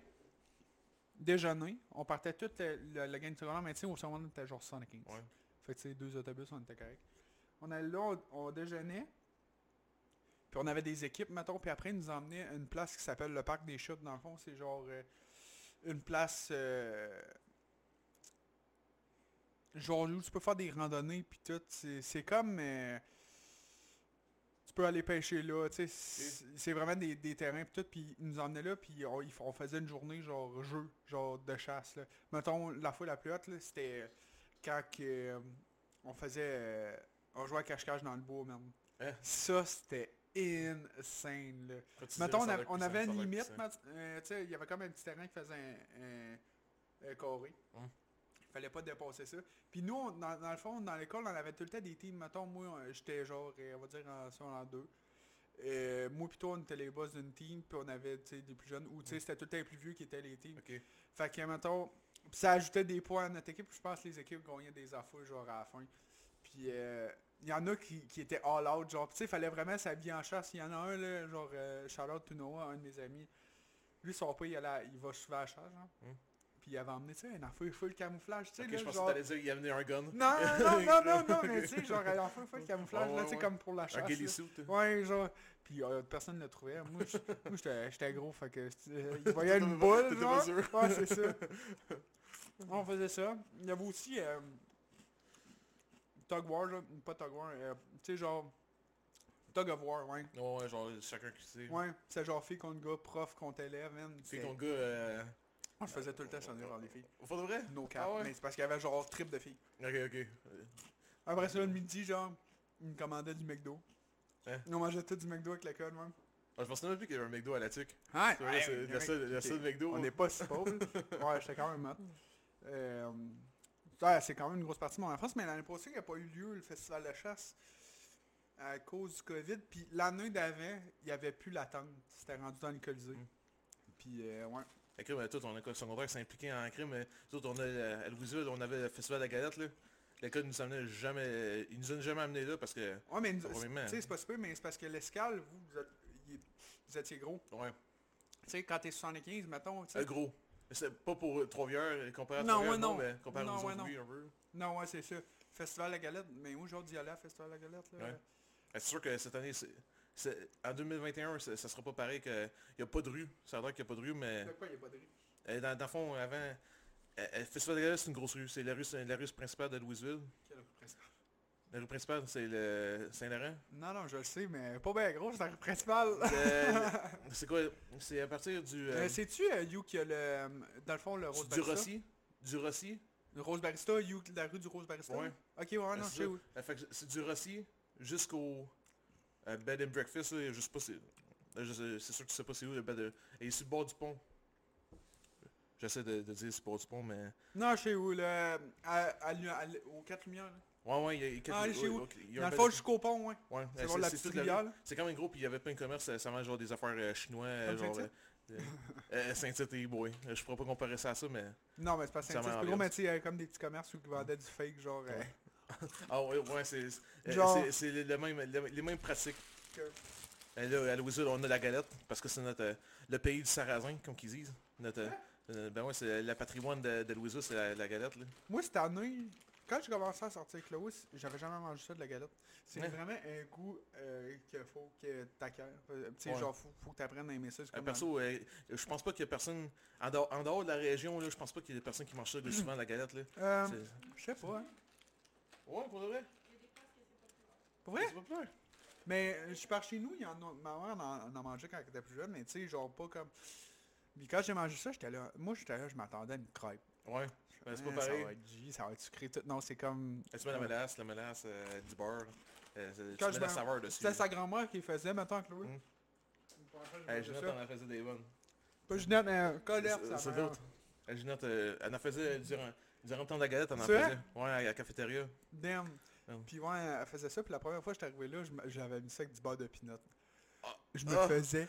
A: déjeuner, on partait toute la, la, la gang de secondaire, mais tu sais, au secondaire, on était genre 75.
B: Ouais.
A: Fait que tu sais, deux autobus, on était correct. On allait là, on, on déjeunait. Puis on avait des équipes, mettons, puis après ils nous emmenaient à une place qui s'appelle le parc des chutes, dans le fond, c'est genre euh, une place euh, genre où tu peux faire des randonnées puis tout. C'est c'est comme euh, tu peux aller pêcher là, tu sais, c'est c'est vraiment des, des terrains puis tout, puis ils nous emmenaient là, puis on, ils- on faisait une journée genre jeu, genre de chasse. Là. Mettons, la fois la plus haute, là, c'était quand que, euh, on faisait euh, on jouait à cache-cache dans le bois même.
B: Hein?
A: Ça c'était insane là.
B: Quand tu
A: Mettons,
B: dis,
A: on,
B: ça a
A: a-
B: l'air
A: on
B: puissant, ça
A: avait
B: a
A: une
B: l'air
A: limite,
B: puissant.
A: mat- euh, tu sais, il y avait comme un petit terrain qui faisait un, un- un carré.
B: Hum.
A: Fallait pas dépasser ça. Puis nous, on- dans, dans le fond, dans l'école, on avait tout le temps des teams. Mettons, moi, euh, j'étais genre, euh, on va dire, en, si on est en deux. Euh, moi pis toi, on était les boss d'une team, puis on avait, tu sais, des plus jeunes,
B: Hein?
A: ou tu sais, c'était tout le temps les plus vieux qui étaient les teams.
B: Ok.
A: Fait que, mettons, pis ça ajoutait des points à notre équipe. Je pense que les équipes gagnaient des affaires, genre, à la fin. Puis, euh, il y en a qui, qui étaient all out, genre, tu sais, fallait vraiment s'habiller en chasse. Il y en a un, là, genre, euh, Charlotte Tounoa, un de mes amis. Lui, son pas, il, allait- il va souvent à la chasse, genre.
B: Hmm.
A: Puis il avait emmené, tu sais, un affaire full camouflage, tu sais,
B: Ok,
A: là,
B: je pensais
A: genre-
B: que t'allais dire il a amené un gun.
A: Non, non, non, non, non, mais tu sais, genre, un affaire full camouflage, là,
B: Ouais, ouais,
A: tu sais,
B: ouais.
A: comme pour la
B: Un
A: chasse.
B: ghillie
A: là.
B: suit.
A: Ouais, genre, puis euh, personne ne le trouvait. Moi, je- moi, j'étais j'étais gros, fait que euh, il voyait une boule,
B: T'étais
A: genre.
B: pas sûr.
A: Ouais, c'est ça. On faisait ça. Il y avait aussi euh, Tug War, là. pas Tug War, euh, tu sais, genre, Tug of War, ouais.
B: Ouais, ouais, genre chacun qui sait.
A: Ouais, c'est genre fille contre gars, prof contre élève, man.
B: Fait
A: C'est-
B: que ton gars. euh,
A: On se faisait tout le temps sonner par les filles.
B: Faut de vrai
A: No cap.
B: Ah ouais?
A: Mais c'est parce qu'il y avait genre trip de filles.
B: Ok, ok. Euh,
A: Après ça, le midi, genre, ils me commandaient du McDo.
B: Hein?
A: On mangeait tout du McDo avec la colle, même.
B: ah, je pensais même plus qu'il y avait un McDo à la tuque.
A: Ouais,
B: C'est vrai, c'est le seul- le seul McDo.
A: On n'est pas si pauvre. ouais, j'étais quand même hot. Euh, ouais, c'est quand même une grosse partie de mon enfance, mais l'année passée, il n'y a pas eu lieu le festival de chasse à cause du COVID. Puis l'année d'avant, il n'y avait plus l'attente. C'était rendu dans le Colisée.
B: Mm.
A: Puis euh, ouais.
B: La crime, tout, on école secondaire qui s'impliquait en crime. euh, Nous autres, on a, euh, à Louisville, on avait le festival de la galette, là. L'école nous amenait jamais... euh, Ils nous ont jamais amené là parce que...
A: Ouais, mais nous-
B: Probablement.
A: tu sais, c'est pas super, mais c'est parce que l'escale, vous, vous, êtes- il est- vous étiez gros.
B: Ouais.
A: Tu sais, quand t'es 75, mettons, tu sais.
B: Euh, gros. C'est pas pour euh, Trois-Rivières, euh, comparé à
A: Non,
B: Trois-Rivières,
A: ouais, non.
B: mais comparé
A: Non,
B: aux
A: ouais,
B: autres villes, un peu.
A: Non, ouais, c'est ça. Festival de la galette, mais où genre d'y aller à Festival de la galette, là?
B: Ouais. Euh, C'est sûr que cette année, c'est... c'est- en 2021, ça, ça sera pas pareil que... Il n'y a pas de rue. Ça a l'air qu'il n'y a pas de rue, mais...
A: Pourquoi il n'y a pas de riz?
B: euh, dans, dans le fond, avant... euh, euh, le Festival de la galette, c'est une grosse rue. C'est la rue, c'est la rue principale de Louisville.
A: Quelle représentation.
B: La rue principale, c'est le Saint-Laurent.
A: Non, non, je le sais, mais pas bien gros, c'est la rue principale.
B: Euh, c'est quoi C'est à partir du... euh,
A: Euh, C'est-tu euh, You qui a le, euh, dans le fond, le Rose
B: du
A: Barista?
B: Rossi. Du Rossi.
A: Le Rose Barista, You, de la rue du Rose Barista?
B: Ouais.
A: là? Ok, ouais, non,
B: C'est
A: je sais
B: ça.
A: où.
B: Euh, fait que c'est du Rossi jusqu'au euh, Bed and Breakfast. là, je sais pas si... là, je sais- C'est sûr que tu sais pas c'est où le Bed and... Et sur le bord du pont. J'essaie de, de dire sur le bord du pont, mais...
A: Non, je sais où, le, à, à lu- à lu- aux 4 lumières. là.
B: Ouais, ouais, il y a- il y a...
A: Ah,
B: ouais,
A: chez où?
B: ouais, il y a
A: Dans le
B: un Bed
A: fond,
B: and-
A: jusqu'au pont, ouais.
B: Ouais,
A: C'est
B: euh,
A: voir la
B: c'est
A: petite
B: toute la-
A: rivière, là.
B: C'est quand même gros, puis il y avait plein de commerces, euh, ça mange genre des affaires euh, chinois, euh,
A: Comme
B: genre...
A: Saint-Tite?
B: euh, euh, Saint-Tite et boy. Je pourrais pas comparer ça à ça, mais...
A: Non, mais c'est pas
B: Ça
A: simple. C'est
B: m'a
A: plus gros,
B: l'air.
A: mais tu sais, il y avait comme des petits commerces où ils vendaient du fake, genre... euh,
B: Ah ouais, ouais, c'est... euh,
A: Genre-
B: c'est- C'est le le même, le- les mêmes pratiques.
A: que-
B: Et là, à Louisville, on a la galette, parce que c'est notre euh, le pays du sarrasin, comme qu'ils disent. Notre, euh, euh, ben ouais, c'est la patrimoine de, de Louisville, c'est la, la galette. Là. Euh,
A: Moi, cette année, quand j'ai commencé à sortir avec Lois, j'avais jamais mangé ça de la galette. C'est
B: Ouais.
A: vraiment un goût euh, qu'il faut que t'acquières. Euh, Tu sais,
B: Ouais.
A: genre, faut, faut que t'apprennes à aimer ça. c'est
B: Euh,
A: comme dans-
B: perso, euh, je pense pas qu'il y a personne, en dehors, en dehors de la région, là, je pense pas qu'il y ait des personnes qui mangent ça de souvent la galette. Là.
A: Euh,
B: C'est-
A: Je sais pas. hein.
B: Ouais, pour de vrai.
A: Pour vrai?
B: C'est pas peur.
A: Mais euh, je pars chez nous, il y en a, ma mère en, en a mangé quand elle était plus jeune, mais tu sais, genre pas comme... Puis quand j'ai mangé ça, j'étais là... Moi, j'étais là, je m'attendais à une crêpe.
B: Ouais, ben, c'est pas
A: Hein,
B: pareil.
A: Ça va être G, ça va être sucré, tout. Non, c'est comme...
B: Euh, Tu mets la mélasse, la mélasse, euh, du beurre. euh, c'est-
A: Quand
B: tu
A: je
B: mets la
A: m'en-
B: saveur dessus.
A: C'était sa grand-mère qui faisait, mettons, avec Louis.
B: Mm.
A: Euh,
B: Euh, Ginette, on en faisait des bonnes.
A: Pas Ginette, mais euh, Colette,
B: C'est-
A: sa
B: c'est
A: mère.
B: l'autre. Euh, Ginette, euh, elle en faisait durant, durant le temps de la galette, elle en
A: C'est
B: faisait.
A: vrai?
B: Ouais, à la cafétéria.
A: Damn.
B: Damn.
A: Puis ouais, elle faisait ça, puis la première fois que j'étais arrivé là, je m- j'avais mis ça avec du beurre de pinot.
B: Ah.
A: Je me
B: Ah.
A: faisais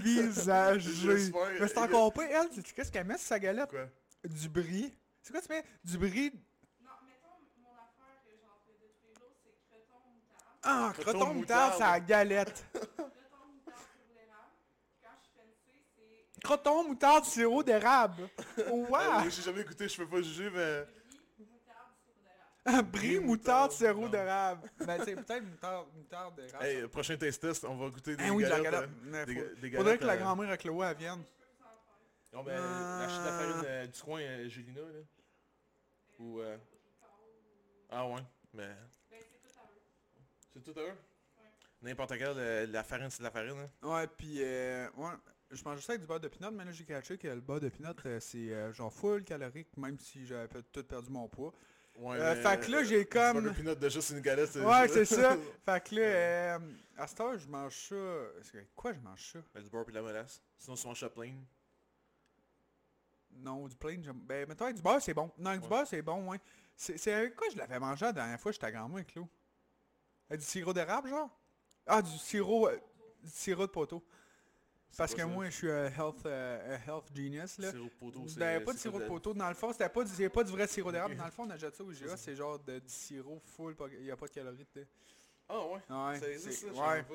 B: Je
A: dévisager.
B: sais.
A: Mais c'est encore pas elle, sais-tu qu'est-ce qu'elle met sur sa galette?
B: Quoi?
A: Du brie. C'est quoi tu mets? Du brie...
D: Non, mettons, mon affaire, euh, genre, de tous les jours, c'est creton moutarde.
A: Ah,
B: Coton
A: coton
B: moutarde.
A: moutarde, sa galette.
D: Creton moutarde, sirop d'érable. Puis Quand je suis fancy, c'est
A: Croton, moutarde, sirop d'érable.
B: Ah,
A: Wow!
B: oui, j'ai jamais écouté, je peux pas juger, mais...
D: riz, moutarde, sirop d'érable.
A: Brie, moutarde, sirop d'érable. Ben, c'est peut-être moutarde, moutarde d'érable.
B: Hey, euh, prochain test test, on va goûter des
A: Ah oui, de la
B: galettes.
A: galette.
B: euh,
A: Mais
B: des,
A: faut-
B: ga- des
A: Faudrait
B: galettes,
A: que la
B: euh,
A: grand-mère à Chloé elle vienne.
D: Je peux vous
B: Non,
D: en faire.
B: ben,
A: Euh,
B: acheter la farine euh, du coin, euh, Julina, là. Ou... euh, Ah ouais, mais...
D: Ben, c'est tout à eux.
B: C'est tout à eux? N'importe quelle, euh, la farine, c'est de la farine, hein.
A: Ouais, puis euh, ouais, je mangeais ça avec du beurre de pinot, mais là j'ai caché que le beurre de pinot euh, c'est euh, genre full calorique, même si j'avais pe- tout perdu mon poids.
B: Ouais,
A: Euh,
B: mais,
A: fait que là,
B: euh,
A: j'ai
B: du
A: comme-
B: burger peanut de juste une galette,
A: Ouais, c'est ça. Fait que là, euh, à cette heure, je mange ça. c'est- Quoi, je mange ça
B: Ben, du beurre et de la mélasse. Sinon, tu manges la plain.
A: Non, du plain, j'aime. Ben, mettons, avec du beurre, c'est bon. Non, avec du
B: Ouais.
A: beurre, c'est bon, ouais. C'est c'est avec quoi je l'avais mangé la dernière fois, j'étais à grand-mère, Clou Avec Euh, du sirop d'érable, genre Ah, du sirop, euh, du sirop de poteau. Parce
B: quoi
A: que
B: ça?
A: moi, je suis un health, euh, un health genius, là.
B: Sirop de poteau, c'est... euh,
A: Ben, pas de
B: c'est
A: sirop de
B: la-
A: poteau. Dans le fond, c'était pas du, c'est pas du vrai sirop d'érable.
B: Ok.
A: Dans le fond, on a jeté ça au
B: C'est
A: IGA.
B: ça.
A: C'est genre de, du sirop full. pas- Il n'y a pas de calories dedans.
B: Ah ouais?
A: Ouais,
B: ça
A: c'est-
B: existe, ça, je savais
A: ouais,
B: pas.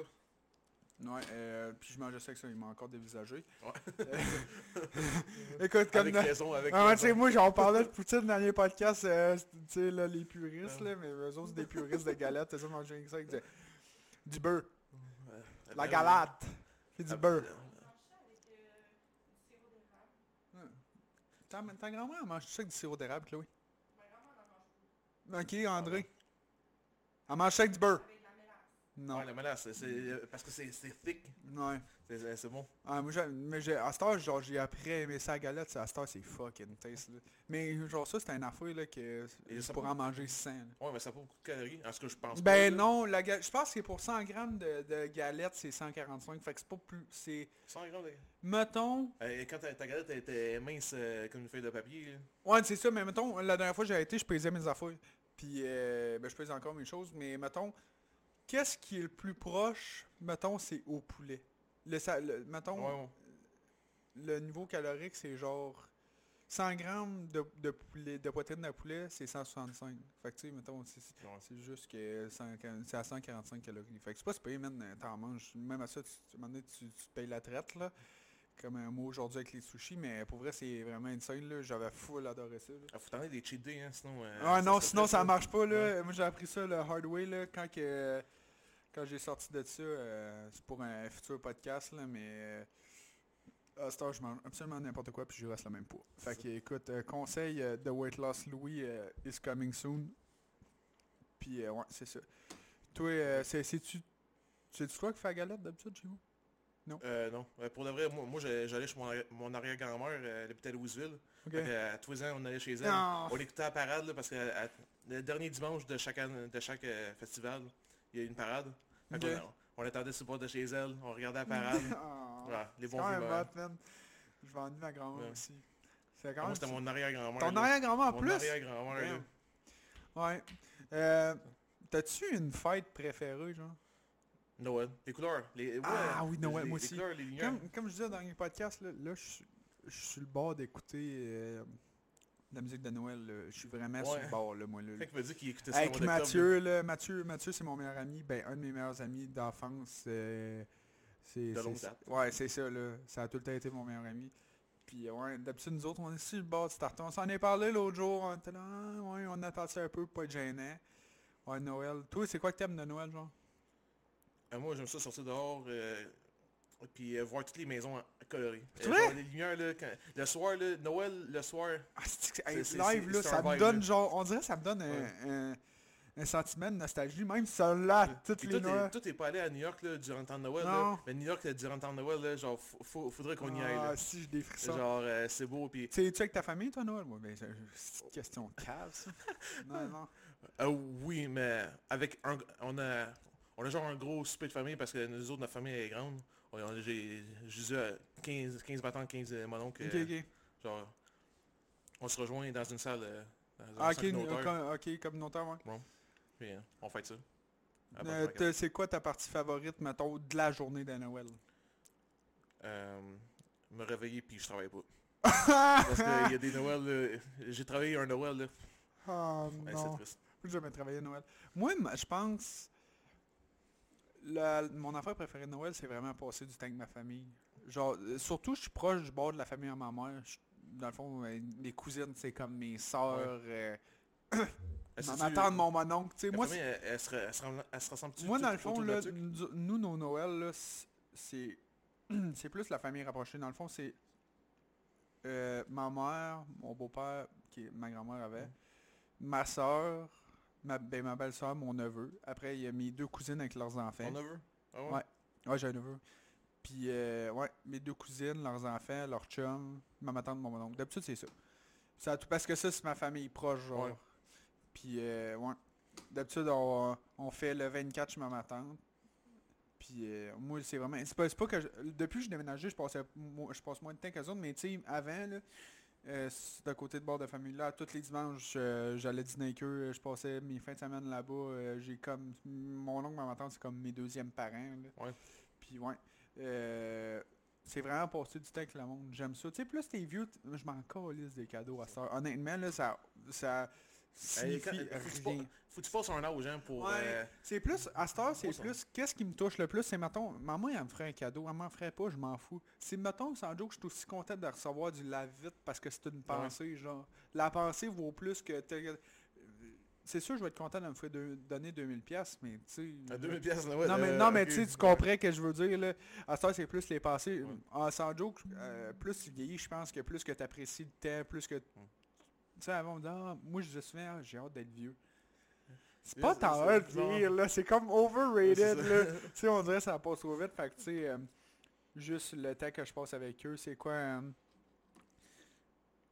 A: ouais. euh, puis je mangeais ça avec ça. Il m'a encore dévisagé.
B: Ouais.
A: Euh, Écoute, comme...
B: Avec
A: dans-
B: raison, avec
A: Ah, tu
B: raison.
A: sais, moi, j'en parlais de Poutine dans les podcasts, euh, tu sais, là, les puristes,
B: Ouais.
A: là, mais eux autres, c'est des puristes de galettes, eux autres mangent rien que ça avec du, du beurre, la
B: Ben,
A: galate, puis
B: ah,
A: du beurre.
D: On mange ça avec euh, du sirop d'érable.
A: Ta, ta grand-mère, elle mange ça avec du sirop d'érable, Chloé?
D: Ma grand-mère en mange beaucoup.
A: Ok, André. Elle mange ça avec du beurre?
D: Avec de la mélasse.
A: Non.
B: Ouais, la mélasse, c'est- c'est... euh, Parce que c'est c'est thick.
A: Ouais.
B: C'est- C'est c'est bon.
A: Ah, moi, j'ai- mais j'ai, à cette heure, genre, j'ai appris à aimer ça à galette, ça, à cette heure, c'est fucking taste. là. Mais genre, ça, c'est un affaire, là, que
B: Et
A: je
B: ça
A: pourrais
B: peut-
A: en manger 100. là.
B: Ouais, mais ça n'a pas beaucoup de calories. En ce que je pense
A: Ben
B: pas, là.
A: non, la ga- je pense que pour 100 grammes de, de galette, c'est 145, fait que c'est pas plus... C'est...
B: 100 grammes, les gars.
A: Mettons...
B: Euh, et quand ta, ta galette était mince euh, comme une feuille de papier, là.
A: Ouais, c'est ça, mais mettons, la dernière fois que j'ai été, je pesais mes affaires. Puis, euh, ben, je pèse encore mes choses, mais mettons, qu'est-ce qui est le plus proche, mettons, c'est au poulet. Le, sa- le- mettons,
B: Ouais, ouais.
A: le niveau calorique, c'est genre 100 grammes de, de poulet, de poitrine de poulet, c'est 165. Fait que tu sais, mettons, c'est- c'est-
B: Ouais.
A: c'est juste que 100 c'est à 145 calories. Fait que c'est pas si payé, man, euh, t'en manges. Même à ça, tu, tu, à un moment donné, tu, tu te payes la traite, là. Comme un mot aujourd'hui avec les sushis, mais pour vrai, c'est vraiment insane, là. J'avais full adoré ça, là.
B: Ah, faut t'en aller des cheat days, hein, sinon... euh,
A: Ah non,
B: se
A: sinon
B: fait
A: ça
B: pas.
A: marche pas là. Moi j'ai appris ça le hard way là quand que quand j'ai sorti de ça, euh, c'est pour un futur podcast là, mais euh, à cette heure, je mange absolument n'importe quoi puis je reste le même poids. Fait que écoute, euh, conseil euh, de Weight Loss Louis euh, is coming soon. Puis euh, ouais, c'est ça. Toi, euh, c'est c'est-tu. C'est-tu toi qui fais la galette d'habitude chez vous?
B: Euh, non. Euh, pour de vrai, moi, moi, j'ai- j'allais chez mon, arri- mon arrière-grand-mère, euh, elle habitait à
A: Ok.
B: Louisville.
A: Ah,
B: Fait que, euh, à tous les ans, on allait chez elle.
A: Non.
B: On l'écoutait à la parade, là, parce que à- le dernier dimanche de chaque, an- de chaque euh, festival, il y a une parade. Fait qu'on-
A: Ok.
B: on, l'attendait sur le bord de chez elle, on regardait la parade.
A: Ah,
B: Voilà, les
A: c'est
B: bons
A: quand même
B: moments.
A: hot, man. Je vais ennuyer ma grand-mère
B: Ouais.
A: aussi. C'est quand
B: Moi,
A: même.
B: c'était mon arrière-grand-mère.
A: Ton
B: là.
A: arrière-grand-mère en
B: Mon
A: plus?
B: arrière-grand-mère, là.
A: Damn. Ouais. Euh, T'as-tu une fête préférée, genre?
B: Noël. Les couleurs. Les,
A: Ah oui, Noël,
B: les-
A: moi
B: les
A: aussi.
B: couleurs, les lumières.
A: Comme, comme je disais dans les podcasts, là, là, je suis je suis sur le bord d'écouter euh, La musique de Noël, là, je suis vraiment sur le
B: Ouais.
A: bord, là, moi. Là,
B: Fait qu'il m'a dit qu'il écoutait ça au
A: Avec
B: mois d'octobre.
A: Mathieu, là, Mathieu, Mathieu, c'est mon meilleur ami, ben un de mes meilleurs amis d'enfance. euh, c'est,
B: De
A: c'est-
B: longue date.
A: Ouais, c'est ça, là. Ça a tout le temps été mon meilleur ami. Puis ouais, d'habitude, nous autres, on est sur le bord du tartan. On s'en est parlé l'autre jour, on était là, Ah, ouais, on a passé un peu pour pas être gênant. Ouais, Noël. Toi, c'est quoi que t'aimes de Noël, genre?
B: Euh, moi, j'aime ça sortir dehors, euh, puis euh, voir toutes les maisons en- colorées. Euh,
A: C'est vrai?
B: genre, les lumières, là, quand- le soir, là, Noël, le soir,
A: Ah, c'est- hey,
B: c'est-
A: live,
B: c'est-
A: là,
B: c'est
A: ça
B: un
A: me
B: vibe,
A: donne
B: là.
A: genre, on dirait que ça me donne un, un- un sentiment de nostalgie, même ça là, toutes
B: Puis
A: les
B: tout, est,
A: Noëls.
B: tout est pas allé à New York là, durant le temps de Noël.
A: Non.
B: Là. Mais New York, là, durant le temps de Noël, là, genre, faut- faut- faudrait qu'on y aille.
A: Ah,
B: là.
A: si, j'ai des frissons.
B: Genre, euh, c'est beau. Puis,
A: Tu es avec ta famille, toi, Noël? Ouais, ben, c'est une
B: Oh.
A: petite question de cave, ça. non, non.
B: Ah oui, mais avec un, on a, on a genre un gros souper de famille parce que nous autres, notre famille est grande. On- on- J'ai j'ai eu euh, 15, 15 battants, 15 mononcles.
A: Ok,
B: euh,
A: ok.
B: Genre, on se rejoint dans une salle, euh, dans un
A: Ah, ok,
B: centre
A: euh,
B: d'auteur,
A: comme, ok, comme notaire, ouais.
B: puis, euh, on fait ça. Ah, bon,
A: Euh,
B: ok.
A: t'as- c'est quoi ta partie favorite, mettons, de la journée de Noël?
B: Euh, me réveiller puis je travaille pas. Parce qu'il y a des Noëls, là, j'ai travaillé un Noël, là.
A: Oh
B: Ouais, Ben, c'est
A: non,
B: triste.
A: plus jamais travailler à Noël. Moi, m- je pense... la- mon affaire préférée de Noël, c'est vraiment passer du temps avec ma famille. Genre, euh, surtout, je suis proche du bord de la famille à ma mère. Je- dans le fond, euh, mes cousines, c'est comme mes soeurs,
B: Est-ce que
A: ma
B: tu-
A: tante, mon, mon oncle. tu sais,
B: Ben, La
A: Moi,
B: famille, elle, elle se, elle se rem- elle se ressemble
A: Moi, dans le fond, là, nous, nous, nos Noël, là, c- c'est c'est plus la famille rapprochée. Dans le fond, c'est euh, ma mère, mon beau-père, qui est- ma grand-mère avait, ma soeur, ma, ben, ma belle-soeur, mon neveu. Après, il y a mes deux cousines avec leurs enfants.
B: On neveu? Ah ouais?
A: ben, Ouais. Ouais, j'ai un neveu. Puis, euh, ouais, mes deux cousines, leurs enfants, leurs chums, ma tante, mon oncle. D'habitude, c'est ça. ça. tout- Parce que ça, c'est ma famille proche, genre.
B: Ouais.
A: Puis, euh, ouais. D'habitude, on, on fait le 24 chez ma tante. Puis, euh, moi, c'est vraiment... C'est pas, c'est pas que... je- Depuis que j'ai déménagé, je, passais, mo- je passe moins de temps qu'eux autres. Mais, tu sais, avant, là, euh, c- de côté de bord de famille là, tous les dimanches, euh, j'allais dîner avec eux, euh, je passais mes fins de semaine là-bas, euh, j'ai comme, mon oncle, ma tante, c'est comme mes deuxièmes parents, là.
B: Ouais.
A: Puis ouais, euh, c'est vraiment passer du temps avec le monde, j'aime ça. Tu sais, plus t'es vieux, t- je m'en calisse des cadeaux à ça. Honnêtement, là, ça, ça signifie
B: Hey, quand- euh, faut que tu
A: rien.
B: passes- Faut que tu passes un âge, hein, pour...
A: Ouais.
B: euh,
A: C'est plus, à cette heure, c'est
B: Gros sens.
A: plus, qu'est-ce qui me touche le plus, c'est, mettons, maman, elle me ferait un cadeau, elle m'en ferait pas, je m'en fous. C'est, mettons, sans joke, je suis aussi content de recevoir du lave-vite parce que c'est une
B: Ah
A: pensée, genre. La pensée vaut plus que... t'es- C'est sûr, je vais être content de me faire deux- donner 2000 pièces, mais tu sais...
B: à 2000 piastres, Noël.
A: Non, mais,
B: euh,
A: non, mais
B: ok.
A: tu sais, tu comprends ce que je veux dire. Là. À ça, c'est plus les passés.
B: Ouais.
A: En sans joke, euh, plus tu vieillis, je pense que plus que tu apprécies le temps, plus que... Tu sais, avant, on me disait, Ah, moi, je disais souvent, Ah, j'ai hâte d'être vieux. C'est
B: Yes,
A: pas
B: c'est
A: tant
B: ça,
A: hâte de
B: non.
A: vieillir, là. C'est comme
B: Ouais,
A: overrated,
B: c'est ça.
A: là. Tu sais, on dirait que ça passe trop vite. Fait que, tu sais, euh, juste le temps que je passe avec eux, c'est quoi... euh,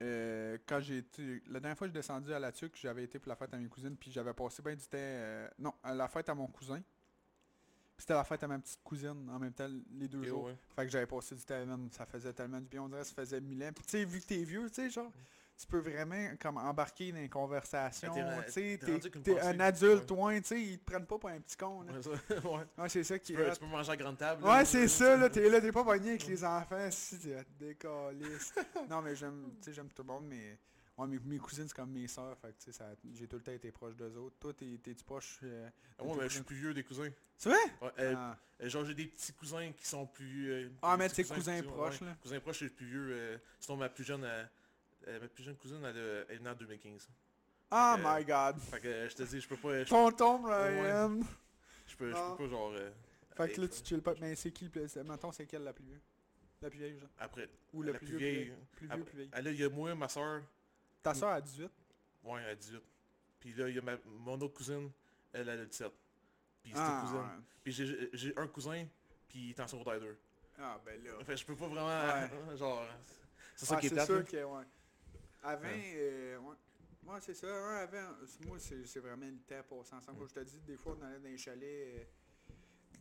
A: euh, quand j'ai été... La dernière fois que je suis descendu à la tuque, j'avais été pour la fête à mes cousines, puis j'avais passé bien du temps... euh, non, à la fête à mon cousin. Puis c'était la fête à ma petite cousine en même temps, les deux
B: Ok,
A: jours.
B: ouais.
A: Fait que j'avais passé du temps, man, ça faisait tellement du bien, on dirait que ça faisait mille ans. Puis tu sais, vu que t'es vieux, tu sais, genre, tu peux vraiment comme embarquer dans les conversations,
B: Ouais, t'es ra-
A: tu sais,
B: t'es
A: t'es-
B: rendu qu'une
A: t'es
B: pensée.
A: un adulte, ouais, tu sais, ils te prennent pas pour un petit con, là.
B: Ouais, ça, ouais.
A: Ouais, c'est ça qui
B: Tu
A: est
B: peux,
A: hot.
B: tu peux manger à grande table.
A: Ouais, c'est ça, là, t'es là, t'es pas pogné avec les enfants, si, t'es hot, décaliste. Non, mais j'aime, tu sais, j'aime tout le monde, mais... Ouais, mes, mes cousines, c'est comme mes sœurs, fait que, tu sais, ça- j'ai tout le temps été proche d'eux autres. Toi, t'es- t'es-tu proche... euh,
B: Ah, Moi, mais je suis plus vieux des cousins.
A: C'est vrai?
B: Ouais, euh,
A: Ah.
B: euh, Genre, j'ai des petits cousins qui sont plus... euh,
A: Ah,
B: des
A: mais
B: petits
A: tes cousins
B: qui sont-
A: proches,
B: ouais.
A: là.
B: Cousins proches, c'est le plus vieux. euh, sinon, ma plus jeune... euh, euh, ma plus jeune cousine, elle, euh, elle est née en 2015.
A: Oh
B: Euh,
A: my god.
B: Fait que euh, je te dis, je peux pas... Je,
A: Tonton
B: ouais.
A: Brian.
B: je peux, je
A: Non.
B: peux pas, genre... euh,
A: Ah. Fait que
B: être,
A: là,
B: euh,
A: tu chill pas. Mais c'est qui le plus... euh, Mettons, c'est quelle la plus vieille? La plus vieille, genre.
B: Après,
A: Ou
B: la
A: le
B: plus
A: plus
B: vieille.
A: vieux, plus vieux,
B: Après-
A: plus vieille.
B: ah, là, il y a moi, ma soeur,
A: Ta soeur a 18.
B: ouais, elle a 18. Puis là, il y a ma- mon autre cousine, elle, elle a 17. Puis c'est
A: Ah,
B: cousine.
A: ouais.
B: Puis j'ai- j'ai un cousin, puis il est en secondaire 2.
A: Ah, ben là.
B: Fait que je peux pas vraiment... genre... C'est ça
A: Ah,
B: qui est
A: c'est
B: plate,
A: sûr
B: là.
A: que, ouais. Avant, euh, ouais. Ouais, c'est ça. Ouais, avant, c'est- moi, c'est c'est vraiment le temps passé
B: Mm.
A: ensemble. Comme je te dis, des fois, on allait dans les chalets... euh,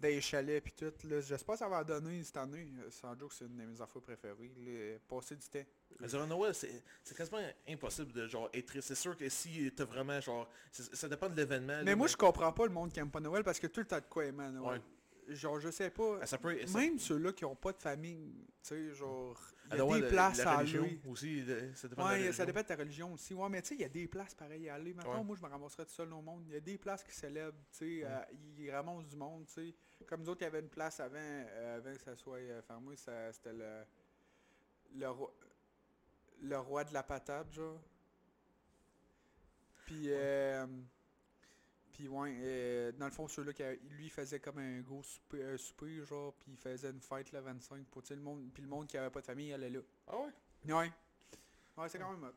A: dans les chalets pis tout, là. J'espère que ça va donner cette année. Euh, Sans joke, c'est une de mes affaires préférées, là. Passer du temps.
B: Mais durant Noël, c'est c'est quasiment impossible de genre être triste. C'est sûr que si t'as vraiment genre. c'est- Ça dépend de l'événement. là,
A: Mais moi, je comprends pas le monde qui aime pas Noël parce que tout le temps de quoi aimer à Noël. genre, je sais pas.
B: Ah, ça peut ça-
A: Même ceux-là qui ont pas de famille, tu sais, genre, il y a
B: Ah,
A: des
B: ouais, la-
A: places
B: la
A: à
B: religion
A: aller.
B: aussi, de- ça dépend de la
A: Ouais, ça
B: religion.
A: dépend de ta religion aussi. Ouais, mais tu sais, il y a des places pareilles à aller. Maintenant,
B: Ouais.
A: moi, je me ramasserais tout seul au monde. Il y a des places qui célèbrent, tu sais, euh, ils ramassent du monde, tu sais. Comme nous autres, il y avait une place avant, euh, avant que ça soit euh, fermé, ça- c'était le, le, roi, le roi de la patate, genre. Puis, euh, puis ouais, euh, dans le fond, ceux-là, qui a- lui, faisait comme un gros souper, un souper, genre, puis il faisait une fête le 25 pour, tu sais, le monde, puis le monde qui avait pas de famille, il allait là.
B: Ah ouais?
A: Ouais. Ouais, c'est quand même hot.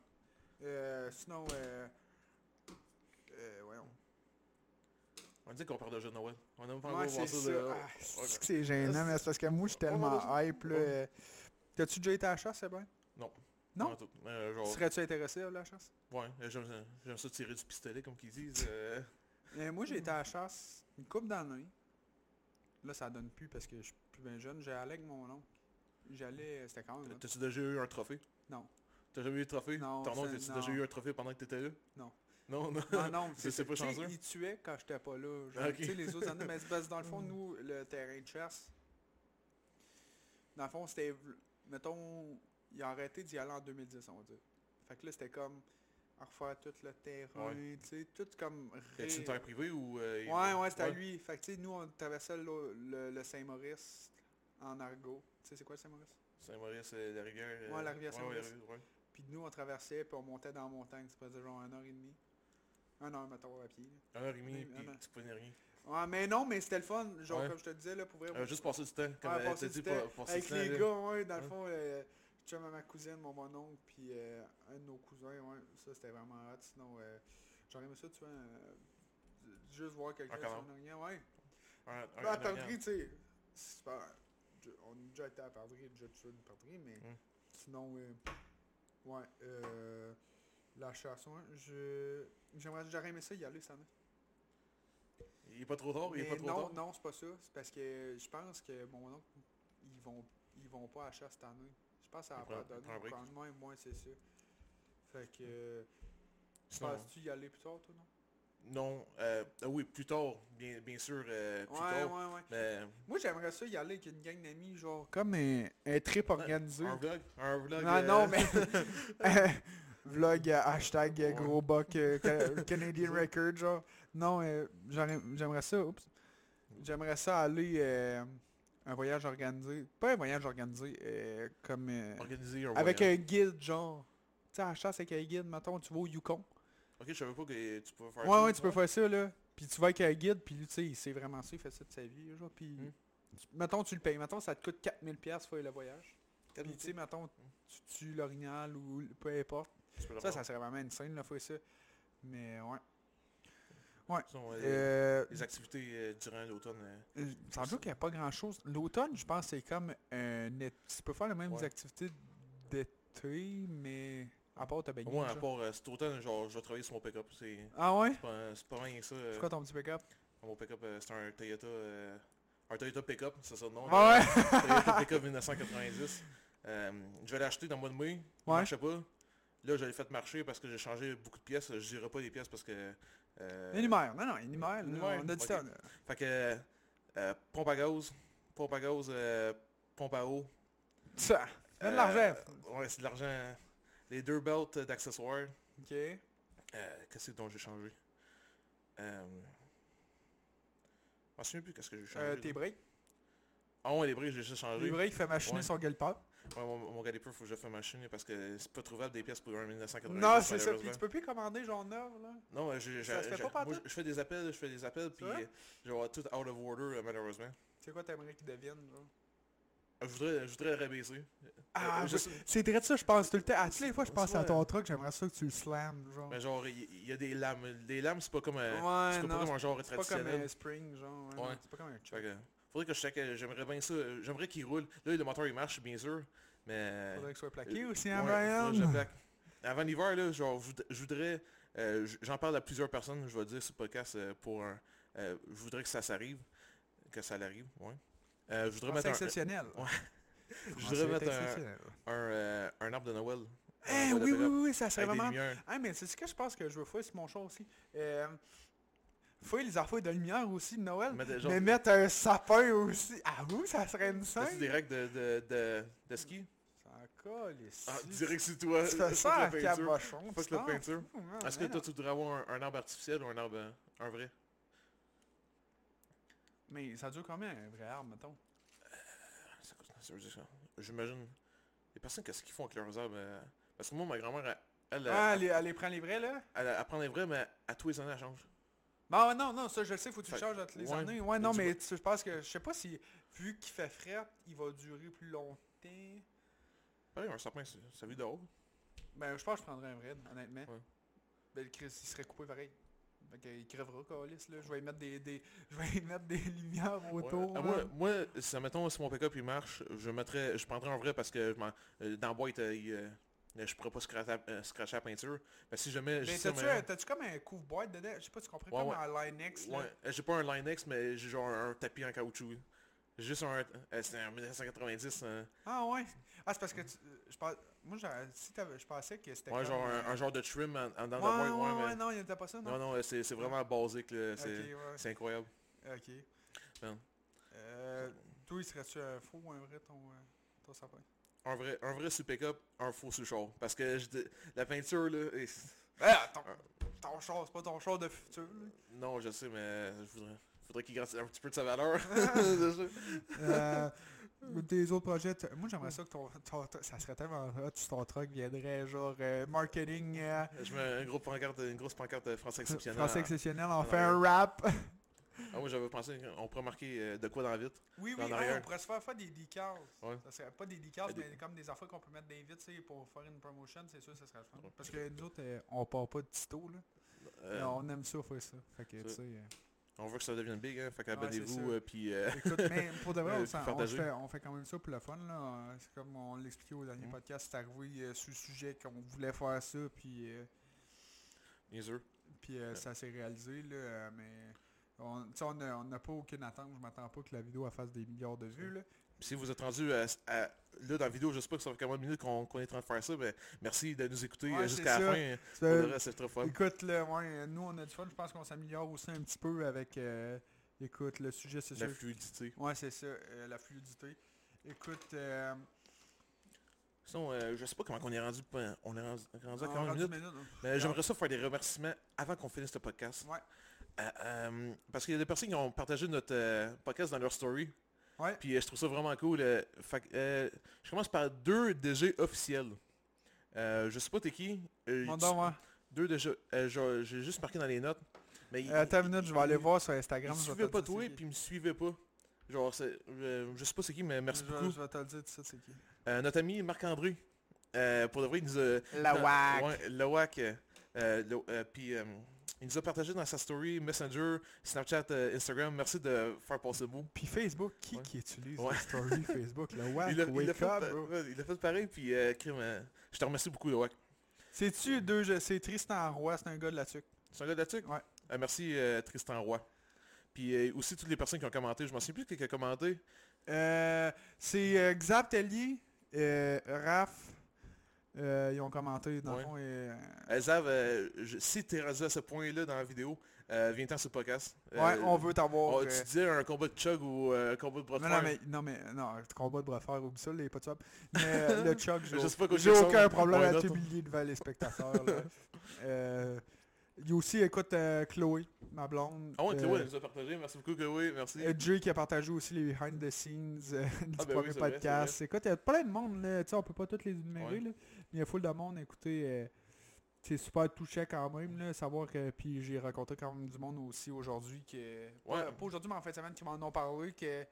A: Euh, sinon, euh... Euh, voyons.
B: On dit qu'on parle de jeu de Noël. On a pas
A: Ouais,
B: encore
A: c'est
B: voir
A: ça.
B: ça. de-
A: Ah, c'est que c'est gênant, mais c'est parce que moi, je suis
B: On va
A: tellement
B: voir
A: hype, là. euh. T'as-tu déjà été à la chasse, c'est bien?
B: Non.
A: Non?
B: pas tout. Euh, genre,
A: Serais-tu intéressé à la chasse?
B: ouais, euh, j'aime ça- j'aime ça tirer du pistolet, comme qu'ils disent. euh,
A: Euh, moi, j'ai été à la chasse une coupe d'années. Là, ça donne plus parce que je suis plus bien jeune. J'allais avec mon oncle. J'allais... euh, C'était quand même hot.
B: T'as-tu déjà eu un trophée?
A: Non.
B: T'as jamais eu de trophée?
A: Non,
B: Ton oncle,
A: c'est-
B: t'as-tu
A: non.
B: déjà eu un trophée pendant que t'étais là?
A: Non.
B: Non, non.
A: Non, Ah non,
B: C'est- c'est pas
A: tu sais,
B: chanceux.
A: Ils tuaient quand j'étais pas là. genre,
B: Ok.
A: Tu sais, les autres années, mais c'est parce que dans le fond, nous, le terrain de chasse, dans le fond, c'était, mettons, ils ont arrêté d'y aller en 2010, on va dire. Fait que là, c'était comme, à refaire tout le terrain, tu sais, tout comme...
B: T'as-tu une
A: ré-
B: terre privée ou... euh, il-
A: Ouais, ouais, c'était à lui. Fait que, tu sais, nous, on traversait le, le- le Saint-Maurice en argot. Tu sais, c'est quoi le Saint-Maurice?
B: Saint-Maurice, euh, la rivière... euh,
A: Ouais, la rivière
B: ouais,
A: Saint-Maurice.
B: rivière, ouais.
A: Puis nous, on traversait, puis on montait dans la montagne. Ça faisait genre une heure et demie. Un heure, mettons, à pied. là.
B: Un heure et demie,
A: Oui,
B: puis
A: vraiment.
B: tu prenais rien.
A: Ouais, mais non, mais c'était le fun. Genre,
B: Ouais.
A: comme je te disais, là, pour vrai,
B: Euh,
A: moi,
B: juste passer du temps, comme
A: Ouais,
B: euh,
A: passer
B: t'as
A: du
B: dit,
A: temps
B: pour- passer
A: avec
B: du temps,
A: les
B: là.
A: gars, ouais, dans le
B: Ouais.
A: fond, euh, je chum à ma cousine, mon mon oncle, puis euh, un de nos cousins, ouais, ça c'était vraiment hot. Sinon, euh, j'aurais aimé ça, tu vois, euh, juste voir quelqu'un
B: Un
A: sur
B: canard.
A: un orient, ouais.
B: Un- un-
A: Là, à
B: un orient.
A: perdrix, tu sais, c'est pas... je- On a déjà été à perdrix, déjà tué une perdrix, mais
B: Mm.
A: sinon, euh, ouais, euh, la chasse, ouais, je... J'aimerais, j'aurais aimé ça y aller, ça,
B: Il est pas trop tard, il est
A: mais
B: pas trop
A: non,
B: tard.
A: non, c'est pas ça. C'est parce que je pense que mon oncle, ils vont, ils vont pas à la chasse cette année. Je pense que ça va
B: Il
A: pas
B: prend- il
A: donner.
B: prend un break. Hmm.
A: Quand même, moins, c'est sûr. Fait que, euh,
B: Sinon,
A: penses-tu y aller plus tard, toi, non?
B: Non, euh, ah oui, plus tard, bien, bien sûr, euh, plus
A: ouais,
B: tard.
A: ouais, ouais.
B: Mais
A: Moi, j'aimerais ça y aller avec une gang d'amis, genre, comme un, un
B: Euh,
A: trip organisé.
B: un vlog, un vlog.
A: non,
B: euh,
A: Ah, non, mais... Vlog, euh, hashtag euh,
B: Ouais.
A: gros buck, euh, ca- Canadian record, genre. Non, euh, j'aurais- j'aimerais ça, oups. J'aimerais ça aller euh, un voyage organisé. Pas un voyage organisé, euh, comme... euh,
B: organiser un
A: avec
B: voyage.
A: un guide, genre. Tu sais, à la chasse avec un guide, mettons, tu vas au Yukon.
B: Ok, je savais pas que tu pouvais faire
A: Ouais,
B: ça.
A: ouais, tu peux faire ça, là. Puis tu vas avec un guide, puis lui, tu sais, il sait vraiment ça, il fait ça de sa vie, genre. Puis,
B: Hmm.
A: tu- mettons, tu le payes. Mettons, ça te coûte 4000$ pièces le voyage. Puis, tu sais, mettons,
B: Hmm.
A: tu tues l'orignal ou l- peu importe.
B: Tu peux le
A: Ça,
B: faire.
A: ça serait vraiment une scène, là, faire ça. Mais, ouais. Ouais.
B: Sinon, euh,
A: Euh,
B: Les activités euh, durant l'automne. euh,
A: euh, sans doute qu'il n'y a pas grand-chose. L'automne, je pense, c'est comme un... é- Tu peux faire les mêmes
B: Ouais.
A: activités d'été, mais... À part te baigner,
B: Moi, à
A: genre.
B: part euh, cet automne, genre, je vais travailler sur mon pick-up. C'est
A: Ah ouais?
B: c'est pas, c'est pas rien que ça. euh,
A: C'est quoi ton petit pick-up?
B: mon pick-up, euh, c'est un Toyota... euh, un Toyota pick-up, c'est ça le nom.
A: Ah
B: euh,
A: ouais?
B: Toyota pick-up 1990. Euh, je vais l'acheter dans le mois de mai. Il
A: Ouais.
B: marchait pas. Là, je l'ai fait marcher parce que j'ai changé beaucoup de pièces. Je dirais pas les pièces parce que... euh,
A: Une humeur. Non, non, une humeur.
B: Une
A: là,
B: humeur,
A: On a du
B: ok.
A: temps. là.
B: Fait que... euh, pompe à gaz. Pompe à gaz. euh, pompe à eau.
A: Ça. Mets de
B: Euh,
A: l'argent.
B: Ouais, c'est de l'argent. Les deux belts euh, d'accessoires.
A: Ok.
B: Euh, qu'est-ce que dont j'ai changé euh... Je m'en souviens plus qu'est-ce que j'ai changé.
A: Euh,
B: là.
A: tes briques.
B: Ah ouais, les briques, j'ai juste changé.
A: Les briques fait machiner
B: Ouais.
A: son gueule-peur.
B: Ouais, mon, mon Galliper, faut que je le fasse machiner parce que c'est pas trouvable des pièces pour un 1990.
A: Non, c'est ça. Puis
B: malheureusement.
A: tu peux plus commander genre neuf, là.
B: Non, euh, j'ai- j'ai-
A: Ça se fait
B: j'ai-
A: pas par
B: moi,
A: toi?
B: je fais des appels, je fais des appels, puis
A: vrai?
B: euh, je vais avoir tout out of order, euh, malheureusement.
A: C'est quoi t'aimerais qu'ils deviennent, genre?
B: Euh, Je voudrais, je voudrais le rabaisser.
A: Ah,
B: Euh,
A: oui.
B: juste-
A: C'est vrai de ça, je pense tout le temps. À toutes les fois, je
B: C'est
A: pense à
B: vrai.
A: ton truc, j'aimerais ça que tu le slams, genre.
B: Mais genre, il il y, a des lames. Des lames, c'est pas comme, euh,
A: Ouais,
B: Ben, c'est pas
A: non,
B: comme un genre
A: C'est pas comme euh,
B: traditionnel.
A: un spring, genre. ouais, non,
B: Ouais.
A: C'est pas comme un
B: Fait
A: chuck.
B: que, faudrait que je check, euh, j'aimerais bien ça, euh, j'aimerais qu'il roule. Là, le moteur il marche, bien sûr, mais...
A: Faudrait qu'il soit plaqué
B: Euh,
A: aussi, hein,
B: ouais,
A: Brian?
B: faudrait que je plaque. Avant l'hiver, là, genre, je voud- je voudrais... euh, j- J'en parle à plusieurs personnes, je vais dire, sur le podcast, euh, pour un... euh, je voudrais que ça s'arrive. Que ça l'arrive, ouais. Euh, je
A: Ah,
B: voudrais
A: C'est
B: mettre, un,
A: exceptionnel.
B: Ouais. je
A: Ah,
B: voudrais
A: c'est
B: mettre un,
A: exceptionnel.
B: un, euh, un arbre de Noël. Un
A: Eh
B: arbre de
A: oui, oui,
B: Noël
A: oui, oui, ça serait
B: Avec des
A: vraiment
B: lumières.
A: Ah, mais c'est ce que je pense que je veux faire, c'est mon chat aussi. Euh, fouiller les affaires de lumière aussi de Noël.
B: Mais des- genre-
A: Mais hein? mettre un sapin aussi. Ah vous, ça serait une
B: T'as-tu
A: scène?
B: des règles de, de, de, de ski?
A: Ça colle ici.
B: Ah, direct sur toi.
A: Tu
B: fuck
A: fais ça à
B: la peinture.
A: cabochon. Ah,
B: Fuck
A: tu
B: la
A: t'en
B: peinture.
A: fous, man,
B: Est-ce que
A: mais
B: toi, tu voudrais avoir un, un arbre artificiel ou un arbre euh, un vrai?
A: non. Mais ça dure combien un vrai arbre, mettons?
B: Ah, C'est quoi ça veut dire ça? J'imagine. Les personnes, qu'est-ce qu'ils font avec leurs arbres? euh, Parce que moi, ma grand-mère, elle, elle,
A: Ah,
B: elle,
A: allez, allez, prends les vrais là?
B: elle, elle prend les vrais, mais à tous les années, elle change.
A: Non, non, non, ça je le sais, faut que tu le
B: Fait-
A: changes entre les
B: ouais.
A: années. Ouais, non,
B: Tu
A: mais tu- je pense que, je sais pas si, vu qu'il fait frais, il va durer plus longtemps. Ben,
B: Pareil, un sapin, ça ça vit dehors.
A: je pense que je prendrais un vrai, honnêtement.
B: Ouais.
A: Ben, le Chris, il serait coupé pareil. Fait que, il crevera, câlisse, là. Je vais y mettre des, des, je vais y mettre des lumières
B: Ouais.
A: autour.
B: Ah,
A: là. Ben,
B: moi, moi, si mettons si mon pick-up il marche, je mettrais, je prendrais un vrai parce que je m'en- euh, dans la boîte, euh, il, euh, je pourrais pas scratcher, la- euh, scratcher la peinture. Mais si jamais...
A: Mais
B: je sais,
A: t'as-tu
B: mais-
A: un- t'as-tu comme un couvre-boîte dedans? Je sais pas, tu comprends
B: Ouais,
A: comme
B: ouais.
A: un Linex, là.
B: Ouais, euh, j'ai pas un Linex, mais j'ai genre un tapis en caoutchouc. J'ai juste un... euh, C'était en 1990. euh,
A: Ah ouais? Ah, c'est parce que tu, je pense, moi, j'aurais- si t'avais- je pensais que c'était
B: ouais,
A: comme,
B: genre
A: euh,
B: un, un genre de trim en, en dedans
A: Ouais,
B: de la
A: ouais,
B: boîte, ouais,
A: ouais,
B: mais-
A: non, il n'y avait pas ça, non?
B: Non, non, euh, c'est c'est vraiment basique, là,
A: ok,
B: c'est
A: ouais,
B: c'est incroyable.
A: ok.
B: Man.
A: Euh, toi, il serait-tu un faux ou un vrai, ton, euh, ton sapin?
B: Un vrai, un vrai sous pick-up, un faux sous char. Parce que je dis- la peinture, là... eh,
A: Ben, attends, ton char, c'est pas ton char de futur, là.
B: non, je sais, mais je voudrais... Faudrait qu'il gratte un petit peu de sa valeur. C'est ça.
A: Euh, des autres projets, t- moi j'aimerais ça que ton, ton- ton- ça serait tellement hot si ton truck viendrait genre euh, marketing euh,
B: Je mets un gros pancarte, une grosse pancarte euh, français exceptionnel.
A: français exceptionnel, on fait
B: ouais.
A: un rap.
B: Ah oui, j'avais pensé qu'on pourrait marquer euh, de quoi dans la vitre.
A: Oui,
B: Dans
A: oui,
B: l'arrière.
A: hey, on pourrait se faire, faire des decals.
B: Ouais.
A: Ça serait pas des decals,
B: Ah, des-
A: mais comme des affaires qu'on peut mettre dans les vitres, tu sais, pour faire une promotion, c'est sûr, ça serait le fun.
B: Ouais.
A: Parce que nous autres, euh, on part pas de tito, là.
B: Euh,
A: Mais on aime ça, faire ça. Fait que,
B: ça.
A: tu sais... euh,
B: On veut que ça devienne big, hein, fait
A: Ouais, c'est
B: qu'abonnez-vous,
A: sûr.
B: euh, puis... euh,
A: Écoute, mais pour de vrai,
B: Euh,
A: on,
B: puis
A: s'en- on
B: partager.
A: fait, on fait quand même ça pour le fun, là. Euh, C'est comme on l'expliquait au dernier
B: Mm.
A: podcast, c'est arrivé euh, sur le sujet qu'on voulait faire ça, puis... euh,
B: les œufs.
A: Puis euh,
B: Ouais.
A: ça s'est réalisé, là, euh, mais on tu sais, on a- on n'a pas aucune attente. Je m'attends pas que la vidéo elle fasse des milliards de vues. Là.
B: Puis si vous êtes rendu à, à- là dans la vidéo, je sais pas que ça fait combien de minutes qu'on qu'on est en train de faire ça, mais merci de nous écouter
A: Ouais,
B: euh,
A: c'est
B: jusqu'à la
A: ça.
B: fin. Pour
A: Euh,
B: le reste, c'est trop fun.
A: écoute, là, ouais, euh, nous on a du fun. Je pense qu'on s'améliore aussi un petit peu avec euh, écoute, le sujet, c'est
B: La
A: sûr.
B: fluidité.
A: Ouais, c'est ça, euh, la fluidité. Écoute, euh,
B: Sinon, euh, je sais pas comment on est rendu, pas- on est rendu, rendu à
A: on
B: 40
A: rendu
B: minutes.
A: minute, hein.
B: Mais j'aimerais ça faire des remerciements avant qu'on finisse le podcast.
A: Ouais.
B: Euh, euh, parce qu'il y a des personnes qui ont partagé notre euh, podcast dans leur story.
A: Ouais.
B: Puis euh, je trouve ça vraiment cool. euh, fait que, euh, je commence par deux DG officiels. Euh, je sais pas t'es qui. euh,
A: Mon
B: tu-
A: don, ouais.
B: Deux DG. euh, je- J'ai juste marqué dans les notes. Mais il-
A: Euh, attends une minute, je vais aller
B: il-
A: voir sur Instagram.
B: Il me
A: je vais
B: suivait
A: te
B: pas
A: dire
B: toi,
A: c'est qui.
B: puis il me suivait pas. Genre, c'est- euh, je sais pas c'est qui, mais merci
A: Je vais-
B: beaucoup.
A: Je vais te le dire tout de suite, c'est qui.
B: Euh, notre ami Marc-André, euh, pour de vrai, il nous a...
A: La
B: dans-
A: WAC.
B: ouais, la WAC. euh, euh, le- euh, puis euh, il nous a partagé dans sa story, Messenger, Snapchat, euh, Instagram. Merci de faire passer le mot.
A: Puis Facebook, qui
B: Ouais.
A: qui utilise
B: Ouais.
A: les stories Facebook? Le WAC,
B: il, a, il a
A: Wake
B: fait,
A: Up,
B: euh,
A: bro.
B: ouais, il a fait pareil, puis euh, crime, euh, je te remercie beaucoup, Lawak.
A: C'est-tu deux jeux- C'est Tristan Roy, c'est un gars de la tuque.
B: C'est un gars de la tuque?
A: Ouais.
B: Euh, merci, euh, Tristan Roy. Puis euh, aussi toutes les personnes qui ont commenté, je m'en souviens plus qui a commenté.
A: Euh, c'est euh, Xav Tellier, euh, Raph. euh, ils ont commenté dans
B: Ouais.
A: le fond et, euh,
B: Euh, Zav, euh, je- si t'es rendu à ce point-là dans la vidéo, euh, viens-t'en sur le podcast. Euh,
A: ouais, on veut t'avoir.
B: Oh,
A: euh,
B: tu disais un combat de chug ou euh, un combat de bras de
A: non, non,
B: fer.
A: mais, non, mais, non, le combat de bras de fer, oublie ça, les pas de sable. Mais euh, le Chuck, j'ai
B: Je sais pas
A: au-
B: quoi
A: j'ai
B: dire, ça,
A: aucun
B: on-
A: problème
B: on
A: à
B: note.
A: t'humilier devant les spectateurs. là. Euh, il y a aussi, écoute, euh, Chloé, ma blonde.
B: Ah ouais,
A: euh,
B: Chloé, elle nous a partagé. Merci beaucoup, Chloé. Merci.
A: Euh, Jay qui a partagé aussi les behind the scenes euh, du
B: Ah ben oui,
A: premier
B: c'est vrai,
A: podcast. Écoute, il y a plein de monde, là, tu sais, on peut pas tous les énumérer,
B: Ouais.
A: là, mais il y a full de monde, écoutez, euh, c'est super touché quand même, là, savoir que, puis j'ai rencontré quand même du monde aussi aujourd'hui, que,
B: Ouais.
A: pas, pas aujourd'hui, mais en fin de semaine, qui m'en ont parlé, que,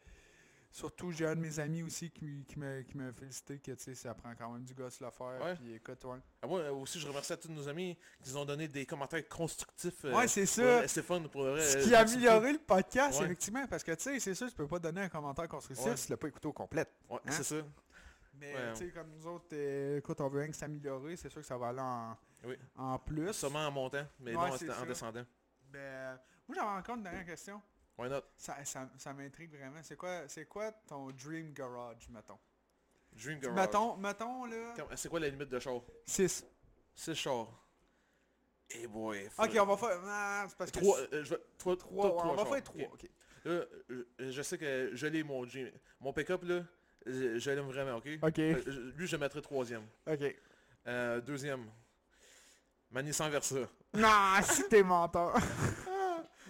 A: surtout, j'ai un de mes amis aussi qui, qui me, qui me félicité, que, tu sais, ça prend quand même du gosse le faire,
B: Ouais.
A: puis écoute, ouais.
B: Ah, moi euh, aussi, je remercie à tous nos amis qui nous ont donné des commentaires constructifs. euh,
A: ouais, c'est
B: pour-
A: ça,
B: euh, C'est fun pour le vrai.
A: ce
B: euh,
A: qui a
B: merci
A: amélioré le podcast,
B: Ouais.
A: effectivement, parce que, tu sais, c'est sûr, tu peux pas donner un commentaire constructif
B: Ouais.
A: si tu l'as pas écouté au complet.
B: beaucoup. Ouais,
A: hein?
B: c'est ça.
A: Mais
B: Ouais.
A: tu sais, comme nous autres, euh, écoute, on veut rien que s'améliorer, c'est sûr que ça va aller en,
B: Oui.
A: en plus.
B: Seulement en montant, mais
A: Ouais,
B: non
A: c'est
B: en, en
A: ça.
B: descendant.
A: Mais, euh, moi j'avais encore une dernière question.
B: Why not?
A: Ça, ça, ça m'intrigue vraiment. C'est quoi c'est quoi ton dream garage, mettons?
B: Dream Garage.
A: Mettons, mettons là.
B: Comme- C'est quoi la limite de char?
A: C'est
B: 6 chars. Eh boy. faut-
A: Ok, on va faire. Ah, c'est parce que.
B: Trois,
A: je-
B: euh, je vais-
A: Trois,
B: toi- toi,
A: ouais, on
B: trois
A: va
B: chars.
A: faire trois.
B: Ok.
A: Ok.
B: Là, je, je sais que je l'ai mon jean. Mon pick-up là, je, je l'aime vraiment, ok?
A: Ok.
B: Euh, je- lui je le mettrais troisième.
A: Ok.
B: Euh, deuxième. Mani sans versa.
A: Non, si t'es menteur.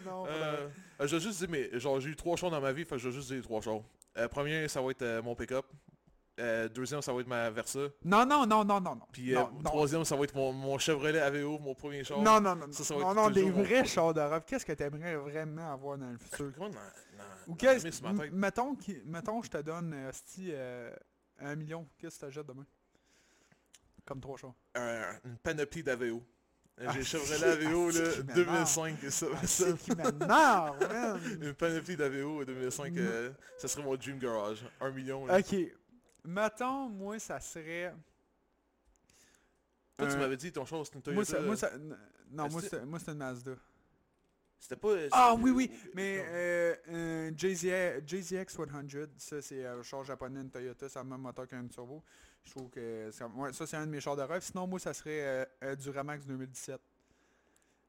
A: non,
B: Euh, euh, je vais juste dire, mais genre j'ai eu trois choses dans ma vie, fait que je vais juste dire les trois choses. Euh, premier, ça va être euh, mon pick-up. Euh, deuxième, ça va être ma Versa.
A: non, non, non, non, non, non.
B: Puis euh,
A: non, non.
B: troisième, ça va être mon, mon Chevrolet Aveo, mon premier char.
A: Non, non, non, non,
B: Ça, ça va
A: non,
B: être
A: non, des
B: toujours mon-
A: vrais chars d'Europe. Qu'est-ce que t'aimerais vraiment avoir dans le
B: Sur
A: futur?
B: quoi dans, dans,
A: Ou
B: dans
A: qu'est-ce...
B: la mise sur ma
A: m-
B: tête?
A: Mettons, qui- mettons, je te donne, euh, esti, euh, un million. Qu'est-ce que t'achètes demain? Comme trois chars.
B: Un- une panoplie d'Aveo. Euh,
A: Ah,
B: J'ai
A: si,
B: Chevrolet Aveo
A: ah, si,
B: là,
A: qui m'énerve.
B: 2005, ça, ça-
A: Ah, C'est qui m'énerve, man.
B: Une panoplie d'AVO en 2005,
A: Mm.
B: euh, ça serait mon Dream Garage. Un million. là.
A: Ok. Mettons, moi, ça serait...
B: Toi, tu
A: euh,
B: m'avais dit ton chose, c'était une
A: Moi, ça,
B: Toyota.
A: moi,
B: là.
A: ça- n- non, moi,
B: Est-ce-
A: c'était moi, c'était une Mazda.
B: C'était pas... euh,
A: Ah
B: c'était-
A: oui, oui, mais
B: Non.
A: euh, euh, JZ, JZX 100, ça c'est euh, un char japonais, une Toyota, c'est le même moteur qu'un turbo. Je trouve que ça, ouais, ça c'est un de mes chars de rêve. Sinon, moi, ça serait euh, euh, du Ramax 2017.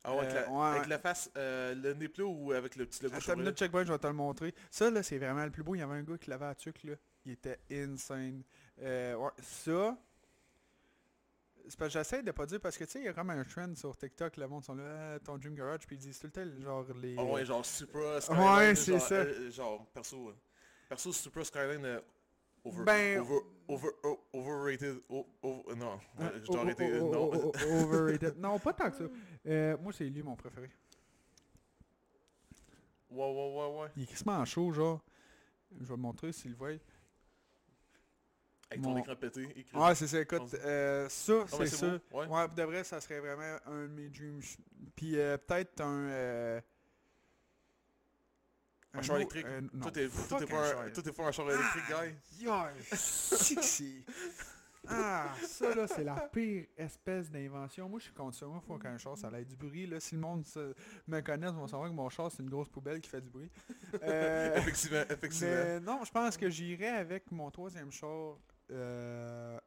B: Ah ouais, avec, la,
A: euh, ouais,
B: avec
A: ouais.
B: la face, euh, le nez plat ou avec le petit logo
A: Attends une
B: Chevrolet?
A: minute, checkpoint, je vais te le montrer. Ça, là, c'est vraiment le plus beau. Il y avait un gars qui l'avait à tuc, là. Il était insane. Euh, ouais, ça... C'est parce que j'essaie de pas dire, parce que tu sais, il y a comme un trend sur TikTok, le monde sont là, Ah, ton Dream Garage, puis ils disent tout le temps, genre, les...
B: Ah ouais, genre Supra, Skyline.
A: Ouais,
B: là,
A: c'est
B: genre,
A: ça.
B: euh, genre, perso, euh, perso Supra, Skyline, euh, over,
A: Ben-
B: over, over, o- overrated, o- o- non,
A: Hein?
B: je dois
A: Oh,
B: arrêter,
A: oh,
B: euh,
A: oh,
B: non.
A: oh, oh, oh, Overrated. non, pas tant que ça. Euh, moi, c'est lui mon préféré.
B: Ouais, ouais, ouais, ouais.
A: Il est crissement chaud, genre. Je vais le montrer s'il le voit.
B: Avec ton
A: Mon-
B: écran pété, écrit.
A: Ouais, Ah, c'est ça, écoute.
B: Vas-y.
A: euh, ça,
B: Non, mais
A: c'est ça.
B: beau, Ah. Ouais.
A: Ouais, pour de vrai, ça serait vraiment un de mes dreams. Puis euh, peut-être un... euh,
B: Un char
A: au-
B: électrique.
A: un- euh, non,
B: Toi, t'es toi,
A: fuck
B: t'es
A: un
B: pas
A: char
B: un- toi,
A: électrique.
B: t'es pas un char électrique, guy.
A: Yeah, si que c'est- Ah, ça là, c'est la pire espèce d'invention. Moi, je suis contre ça. Moi, faut qu'un char, ça ait du bruit. Là. Si le monde se- me connaît, ils vont savoir que mon char, c'est une grosse poubelle qui fait du bruit. Euh,
B: Effectivement, effectivement.
A: mais non, je pense que j'irai avec mon troisième char. euh,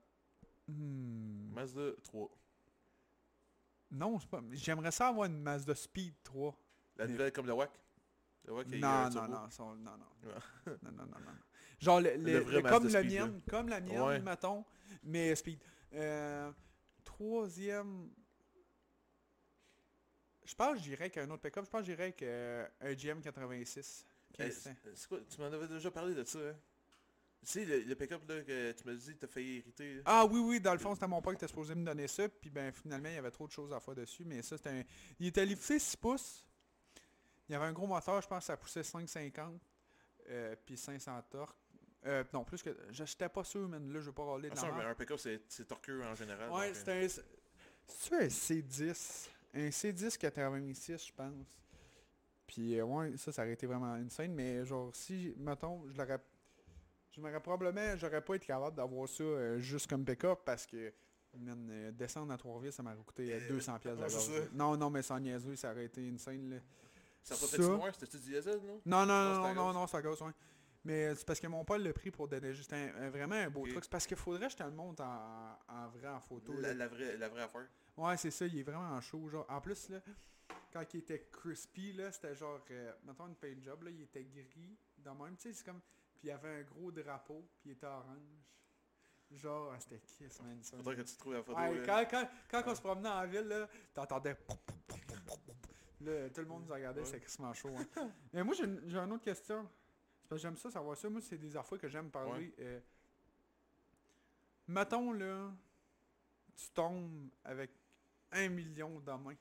A: hmm,
B: Mazda 3.
A: Non, c'est pas... J'aimerais ça avoir une Mazda Speed 3.
B: La
A: Mais-
B: nouvelle comme la WAC. La WAC est
A: Non, non, non, sont- non, non.
B: Ouais.
A: non, non, non, non. Genre, le- le-
B: Le vrai
A: le-
B: Mazda
A: comme, la
B: Speed, là.
A: mienne, comme la mienne,
B: Ouais.
A: mettons, mais Speed. Euh, troisième... Je pense que j'irais qu'un autre pick-up. Je pense que euh, j'irais qu'un GM86.
B: Eh,
A: 1500.
B: c'est- c'est quoi, tu m'en avais déjà parlé de ça, hein? Tu sais, le, le pick-up là, que tu m'as dit, t'as failli hériter. là.
A: Ah oui, oui, dans le fond, c'était mon père qui était supposé me donner ça, puis ben finalement, il y avait trop de choses à faire dessus, mais ça, c'était un... Il était lifté 6 pouces, il y avait un gros moteur, je pense que ça poussait 5,50, euh, puis 500 torques. Euh, non, plus que... J'étais pas sûr, mais là, je veux pas râler de la
B: Ah, ça,
A: merde.
B: mais un pick-up, c'est c'est torqueux en général.
A: Ouais,
B: Ah, donc, euh,
A: c'était un... C'est-tu un C10? Un C10 86, je pense. Puis euh, ouais, ça, ça aurait été vraiment insane, mais genre, si, mettons, je l'aurais... Je m'aurais probablement... J'aurais pas été capable d'avoir ça euh, juste comme pick-up parce que... man, euh, descendre à Trois-Villes, ça m'aurait coûté euh, 200 pièces de
B: ouais, c'est
A: gaz,
B: ça.
A: là. Non, non, mais sans niaiser, ça aurait été insane, là.
B: Ça a pas fait
A: ça-
B: du noir, c'était-tu du diesel, non?
A: Non, non,
B: Non, c'est
A: non,
B: à
A: non,
B: gauche.
A: non, c'est à gauche, ouais. Mais c'est parce que mon père l'a pris pour donner juste un, un- vraiment un beau
B: Ok.
A: truc. C'est parce qu'il faudrait que je te le montre en, en vrai, en photo. là.
B: La, la vraie, la vraie affaire.
A: Ouais, c'est ça, il est vraiment chaud, genre. En plus, là, quand il était crispy, là, c'était genre, euh, mettons une paint job, là, il était gris, dans le même, tu sais, c'est comme, puis il y avait un gros drapeau, puis il était orange. Genre, ah, c'était kiss, man, ça.
B: Faudrait que tu trouves la photo.
A: Ouais,
B: là.
A: quand, quand, quand on
B: Ouais.
A: se promenait en ville, là, t'entendais... pou, pou, pou, pou, pou, pou, pou. Là, tout le monde nous regardait,
B: Ouais.
A: c'était crissement chaud. hein. Mais moi, j'ai une, j'ai une autre question. C'est parce que j'aime ça, savoir ça. Moi, c'est des affaires que j'aime parler. euh. mettons, là, tu tombes avec un million dans la main.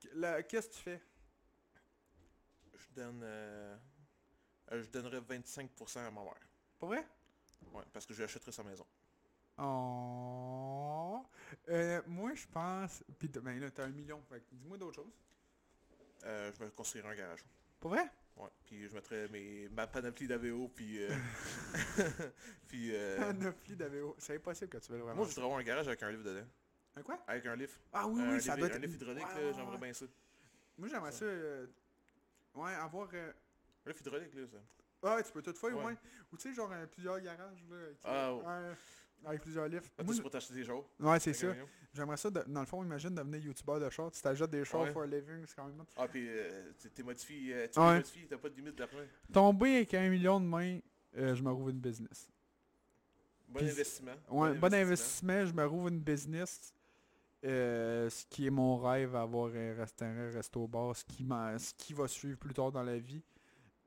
A: Qu- là, Qu'est-ce que tu fais?
B: Je donne... euh, euh, je donnerais 25% à ma mère.
A: Pour vrai?
B: Ouais, parce que je lui achèterais sa maison.
A: Oh. Euh, moi, je pense... Puis ben, là, t'as un million. Fait que dis-moi d'autres choses.
B: Euh, je me construirais un garage.
A: Pour vrai?
B: Ouais, puis je mettrais mes, ma panoplie d'AVO, puis... euh, puis... euh,
A: Ah, Panoplie d'AVO. C'est impossible que tu veuilles vraiment.
B: moi, je voudrais avoir un garage avec un livre dedans.
A: Un quoi?
B: Avec un livre.
A: Ah oui,
B: Euh, un,
A: oui,
B: livre-
A: ça doit être...
B: un livre hydraulique,
A: Ouais,
B: là,
A: ouais,
B: j'aimerais
A: ouais.
B: bien ça.
A: Moi, j'aimerais ça... euh, Ouais, avoir... euh,
B: Un livre hydraulique, là, ça.
A: Ah, tu peux tout faire,
B: Ouais.
A: ouais. Ou tu sais, genre, un plusieurs garages, là. avec,
B: Ah,
A: euh, un- Avec plusieurs livres.
B: Ah,
A: Moi,
B: tu peux t'acheter des jours.
A: ouais, c'est
B: Fait
A: ça.
B: que, euh,
A: J'aimerais ça, de- dans le fond, imagine devenir youtubeur de shorts. Si t'achètes des shorts
B: Ouais.
A: for a living, c'est quand même... hot.
B: Ah, puis euh, tu- t'es modifié, euh, tu
A: Ouais.
B: t'es modifié, t'as pas de limite d'argent.
A: Tomber avec un million de mains, euh, je me rouvre une business.
B: Bon
A: Puis-
B: investissement.
A: Ouais, bon, investissement, je me rouvre une business. euh, ce qui est mon rêve, avoir un restaurant, resto bar, ce qui, m'a- ce qui va suivre plus tard dans la vie.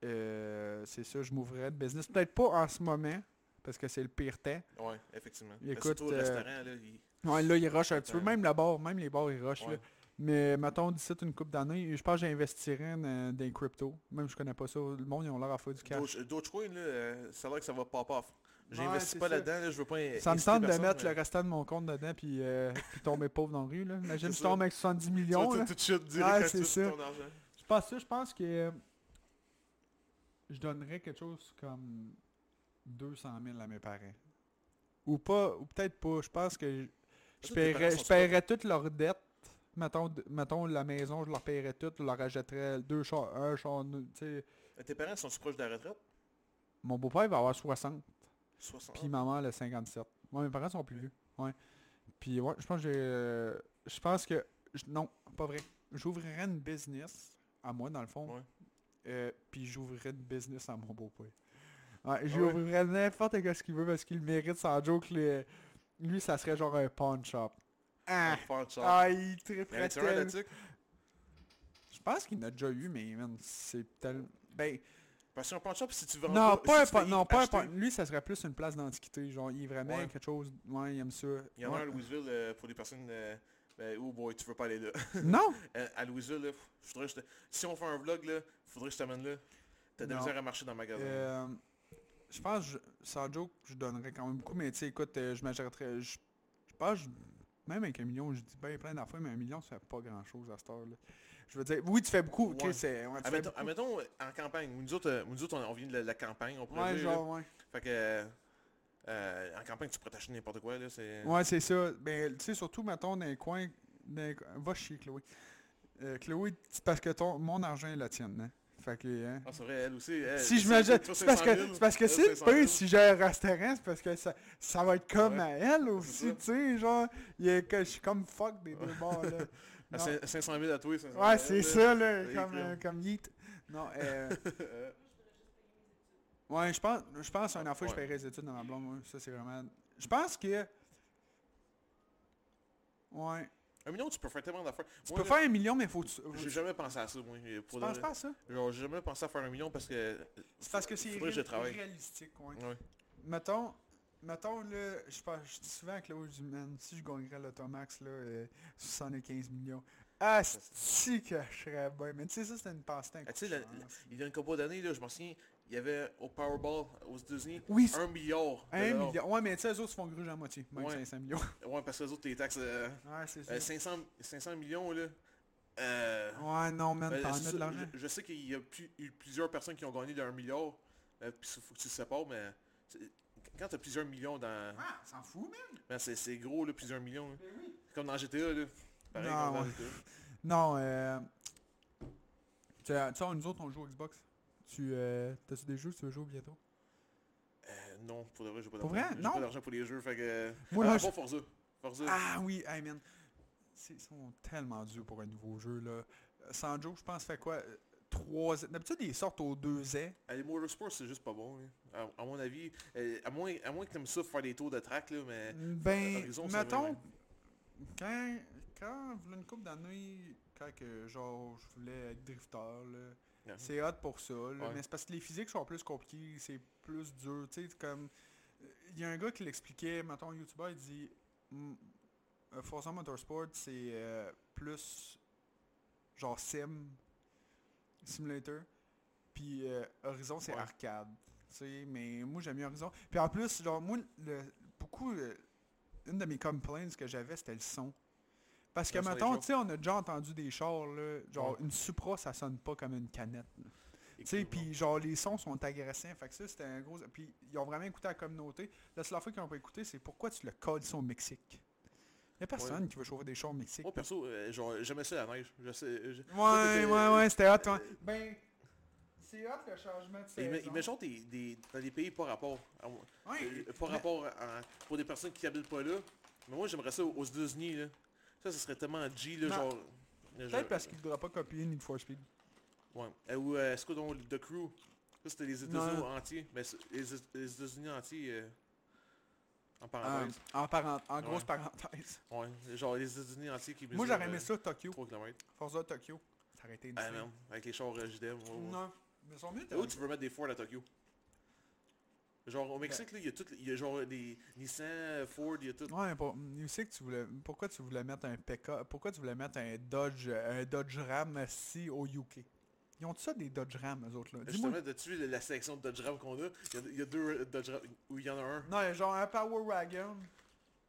A: Euh, c'est ça, je m'ouvrirais de business. Peut-être pas en ce moment, parce que c'est le pire temps.
B: Ouais, effectivement. Mais
A: Écoute,
B: surtout au
A: euh,
B: restaurant, là, il-
A: Ouais, là, ils rushent un
B: Attends.
A: petit peu. Même la barre, même les bars, ils rushent.
B: Ouais.
A: là. Mais mettons, d'ici une coupe d'années, je pense que j'investirais dans, dans les crypto. Même je connais pas ça. Le monde, ils ont l'air à faire du cash.
B: Doge- Dogecoin, là, euh, ça a l'air que ça va pop off.
A: Ouais,
B: J'investis
A: c'est
B: pas
A: ça.
B: là-dedans, là, je veux pas in-
A: Ça me
B: inciter
A: tente de
B: personne,
A: mettre
B: mais-
A: le restant de mon compte dedans puis, euh, puis tomber pauvre dans la rue. Là. Imagine,
B: C'est
A: je
B: ça.
A: tombe avec 70
B: Tu vas
A: millions.
B: tout-
A: là.
B: tout de suite dire
A: Ouais,
B: quand
A: c'est
B: tu veux sur
A: ça.
B: ton argent.
A: Je pense ça, je pense que euh, je donnerais quelque chose comme 200 000 à mes parents. Ou pas, ou peut-être pas. Je pense que je, je
B: Toi, tes
A: paierais,
B: parents
A: je
B: sont pas-
A: paierais toutes leurs dettes. Mettons, de- mettons la maison, je leur paierais toutes, je leur achèterais deux chars, un char, nou- tu sais.
B: Euh, Tes parents sont-tu proches de la retraite?
A: Mon beau-père, il va avoir 60,
B: 60.
A: puis ma mère, le 57. Moi, mes parents sont plus vieux. Ouais. Puis ouais, je pense que j'ai... euh, je pense que... je- non, pas vrai. J'ouvrirais une business, à moi, dans le fond.
B: Ouais.
A: Euh, puis j'ouvrirais une business à mon beau-père. Ouais,
B: Ah ouais?
A: j'ouvrirais n'importe quoi ce qu'il veut parce qu'il le mérite sans joke. le- Lui, ça serait genre un pawn shop. Ah,
B: Faire ça.
A: ah il
B: Y en
A: triperait
B: a-tu un
A: tellement.
B: là-dessus?
A: Je pense qu'il en a déjà eu, mais man, c'est tellement... Ben,
B: Parce qu'un pawn shop, si tu vends
A: non, pas un
B: si tu
A: pan-
B: fais
A: non, pas un
B: acheter-
A: pan- Lui, ça serait plus une place d'antiquité. Genre, il est vraiment
B: Ouais.
A: quelque chose... Ouais, il aime ça.
B: Il y en a
A: Ouais.
B: un à Louisville euh, pour des personnes... euh, ben, oh boy, tu veux pas aller là.
A: Non!
B: Euh, à Louisville, là, faudrait que je te- si on fait un vlog, là, faudrait que je t'amène là. T'as de la
A: Non.
B: misère à marcher dans le magasin.
A: Euh, je pense, que je- sans joke, je donnerais quand même beaucoup. Mais tu sais, écoute, euh, je m'achèterais... Je, je pense, que je- même avec un million, je dis bien plein d'affaires, mais un million, ça fait pas grand-chose à cette heure-là. Je veux dire, oui, tu fais beaucoup. ok,
B: Ouais.
A: c'est... ouais, tu fais
B: Admettons,
A: beaucoup.
B: admettons, euh, en campagne, nous autres, euh, nous autres, on, on vient de la, la campagne, on pourrait
A: Ouais,
B: dire, là.
A: genre, ouais.
B: Fait que, euh, euh, en campagne, tu pourrais t'acheter n'importe quoi, là, c'est...
A: Ouais, c'est ça. Ben, tu sais, surtout, mettons, dans les coins... dans les coins- Va chier, Chloé. Euh, Chloé, c'est parce que ton, mon argent est la tienne, hein? Fait que... hein,
B: Ah, c'est vrai, elle aussi. elle,
A: Si je
B: c'est-
A: m'achète,
B: toi,
A: c'est parce
B: 500 000,
A: que, c'est parce que
B: elle,
A: si le
B: 500 000.
A: prix, si j'ai un restaurant, c'est parce que ça, ça va être comme
B: Ouais.
A: à elle aussi,
B: ça.
A: tu sais, genre, il est que je suis comme fuck des deux
B: Ouais.
A: bords, là.
B: À
A: Non.
B: 500 500 000 à toi, 500 000 à
A: Ouais,
B: elle,
A: c'est
B: là.
A: ça, là,
B: les
A: comme,
B: plumes.
A: euh, comme yeet. Non, euh,
B: Euh,
A: ouais, je pense, je pense un enfant, je
B: Ouais.
A: paierais les études dans ma blonde, ouais, ça c'est vraiment... Je pense que... Ouais,
B: Un million, tu peux faire tellement d'affaires.
A: tu
B: Moi,
A: peux
B: là,
A: faire un million, mais faut... que tu- faut que
B: J'ai
A: tu
B: jamais pensé à ça, moi. Pour
A: tu
B: de
A: penses
B: vrai.
A: pas à ça?
B: Genre, j'ai jamais pensé à faire un million parce que...
A: C'est parce que c'est
B: Faudrait que je
A: irré-
B: travaille.
A: irréalistique, ouais.
B: Ouais.
A: Mettons, mettons là, je pense- je dis souvent à Claude, je dis, Man, si je gagnerais l'automax, là, euh, 75 millions. Ah, si que je serais bien. Mais tu sais, ça, c'était une passe-temps.
B: Ah, tu sais, la- la- il y a une couple d'années, là, je m'en souviens, il y avait au Powerball aux États-Unis,
A: Oui, c'est-
B: un milliard. de
A: un
B: dollars.
A: million. Ouais, mais tu sais, eux autres se font gruger à moitié. Même
B: Ouais.
A: 500 millions.
B: Ouais, parce que les autres, tes taxes... euh,
A: ouais, c'est ça.
B: euh, 500, 500 millions, là. Euh,
A: ouais, non, man,
B: ben,
A: t'en as
B: c'est
A: de
B: ça,
A: l'argent.
B: je, je sais qu'il y a plus- eu plusieurs personnes qui ont gagné d'un milliard, euh, puis il faut que tu te sépares, mais c'est- quand t'as plusieurs millions dans...
A: Ouais, Ah, s'en fout, man.
B: ben, c'est- c'est gros, là, plusieurs millions. là. Comme dans GTA, là. Pareil,
A: Ben Non,
B: comme dans
A: ouais.
B: GTA.
A: Non, euh... Tu sais, tu sais, nous autres, on joue au Xbox. Tu, euh, T'as-tu des jeux que tu veux jouer bientôt?
B: Euh, non, pour de vrai, j'ai pas
A: Pour
B: d'argent.
A: vrai?
B: J'ai
A: Non?
B: pas d'argent pour les jeux, fait que...
A: Moi,
B: ah,
A: là,
B: à
A: je-
B: part Forza. Forza.
A: Ah oui, hey man. C'est- Ils sont tellement durs pour un nouveau jeu là. Euh, Sans Joe, je pense fait quoi? euh, Trois ans. D'habitude ils sortent aux deux ans.
B: Ah, Les motorsports, c'est juste pas bon, hein. à, à mon avis. euh, à, moins, à moins que t'aimes ça pour faire des tours de track, là, mais...
A: Ben,
B: Horizon, ça va,
A: mettons,
B: ouais.
A: quand, quand voilà une couple d'années, quand que, genre je voulais être drifteur, là,
B: Ouais.
A: c'est hot pour ça. là,
B: Ouais.
A: Mais c'est parce que les physiques sont plus compliquées, c'est plus dur. Tu sais, comme. euh, Il y a un gars qui l'expliquait, mettons, un youtubeur, il dit Mm, euh, Forza Motorsport, c'est euh, plus genre sim, simulator. Puis euh, Horizon, c'est
B: Ouais.
A: arcade. Tu sais, mais moi, j'aime mieux Horizon. Puis en plus, genre, moi, le- beaucoup, euh, une de mes complaints que j'avais, c'était le son. Parce que,
B: Le son des
A: mettons,
B: chars.
A: tu sais, on a déjà entendu des chars, là, genre,
B: Ouais.
A: une Supra, ça sonne pas comme une canette. là. Tu sais,
B: Écoute,
A: puis genre, les sons sont agressants. Fait que ça, c'était un gros... Puis ils ont vraiment écouté la communauté. La seule fois qu'ils ont pas écouté, c'est pourquoi tu le colles ça au Mexique. Il a personne qui veut chauffer des chars au Mexique.
B: Moi perso, euh, genre, j'aimais ça la neige. Je sais, je-
A: Ouais,
B: t'étais-
A: ouais, ouais, c'était hot, ouais. Ben, C'est hot le changement de
B: Et
A: saison.
B: Ils, me- ils mettent des, des- dans des pays par rapport. à-
A: Ouais,
B: euh, par rapport à- pour des personnes qui habitent pas là. Mais moi j'aimerais ça aux États-Unis là. Ça, ça serait tellement G là,
A: Non.
B: genre. genre-
A: Peut-être parce qu'il ne voudra pas copier Need for Speed.
B: Ouais. Euh, ou euh, c'est quoi donc The Crew Ça c'était les États-Unis
A: Non.
B: entiers. Mais c'est- les, les États-Unis entiers. euh, en
A: Euh,
B: parenthèse.
A: en, parent- en grosse
B: Ouais.
A: parenthèse.
B: Ouais. Genre les États-Unis entiers qui
A: Moi,
B: mesurent,
A: j'aurais aimé
B: euh,
A: ça Tokyo.
B: 3 km.
A: Forza Tokyo. Ça aurait été
B: Ah
A: insane.
B: non, avec les chars euh, JDM. ouais, ouais.
A: Non. Mais ils sont mieux,
B: Et Où tu veux mettre des Ford à Tokyo Genre au Mexique, là, il y a tout, il y a genre des Nissan, Ford, il y a tout.
A: Ouais, mais pour, il sait que tu voulais. Pourquoi tu voulais mettre un PK Pourquoi tu voulais mettre un Dodge, un Dodge Ram si au UK Ils ont tout ça des Dodge Ram eux autres là. Dis-moi.
B: Justement, as-tu vu la sélection de Dodge Ram qu'on a il y, a il y a deux euh, Dodge Ram, ou il y en a un.
A: Non, genre un Power Wagon,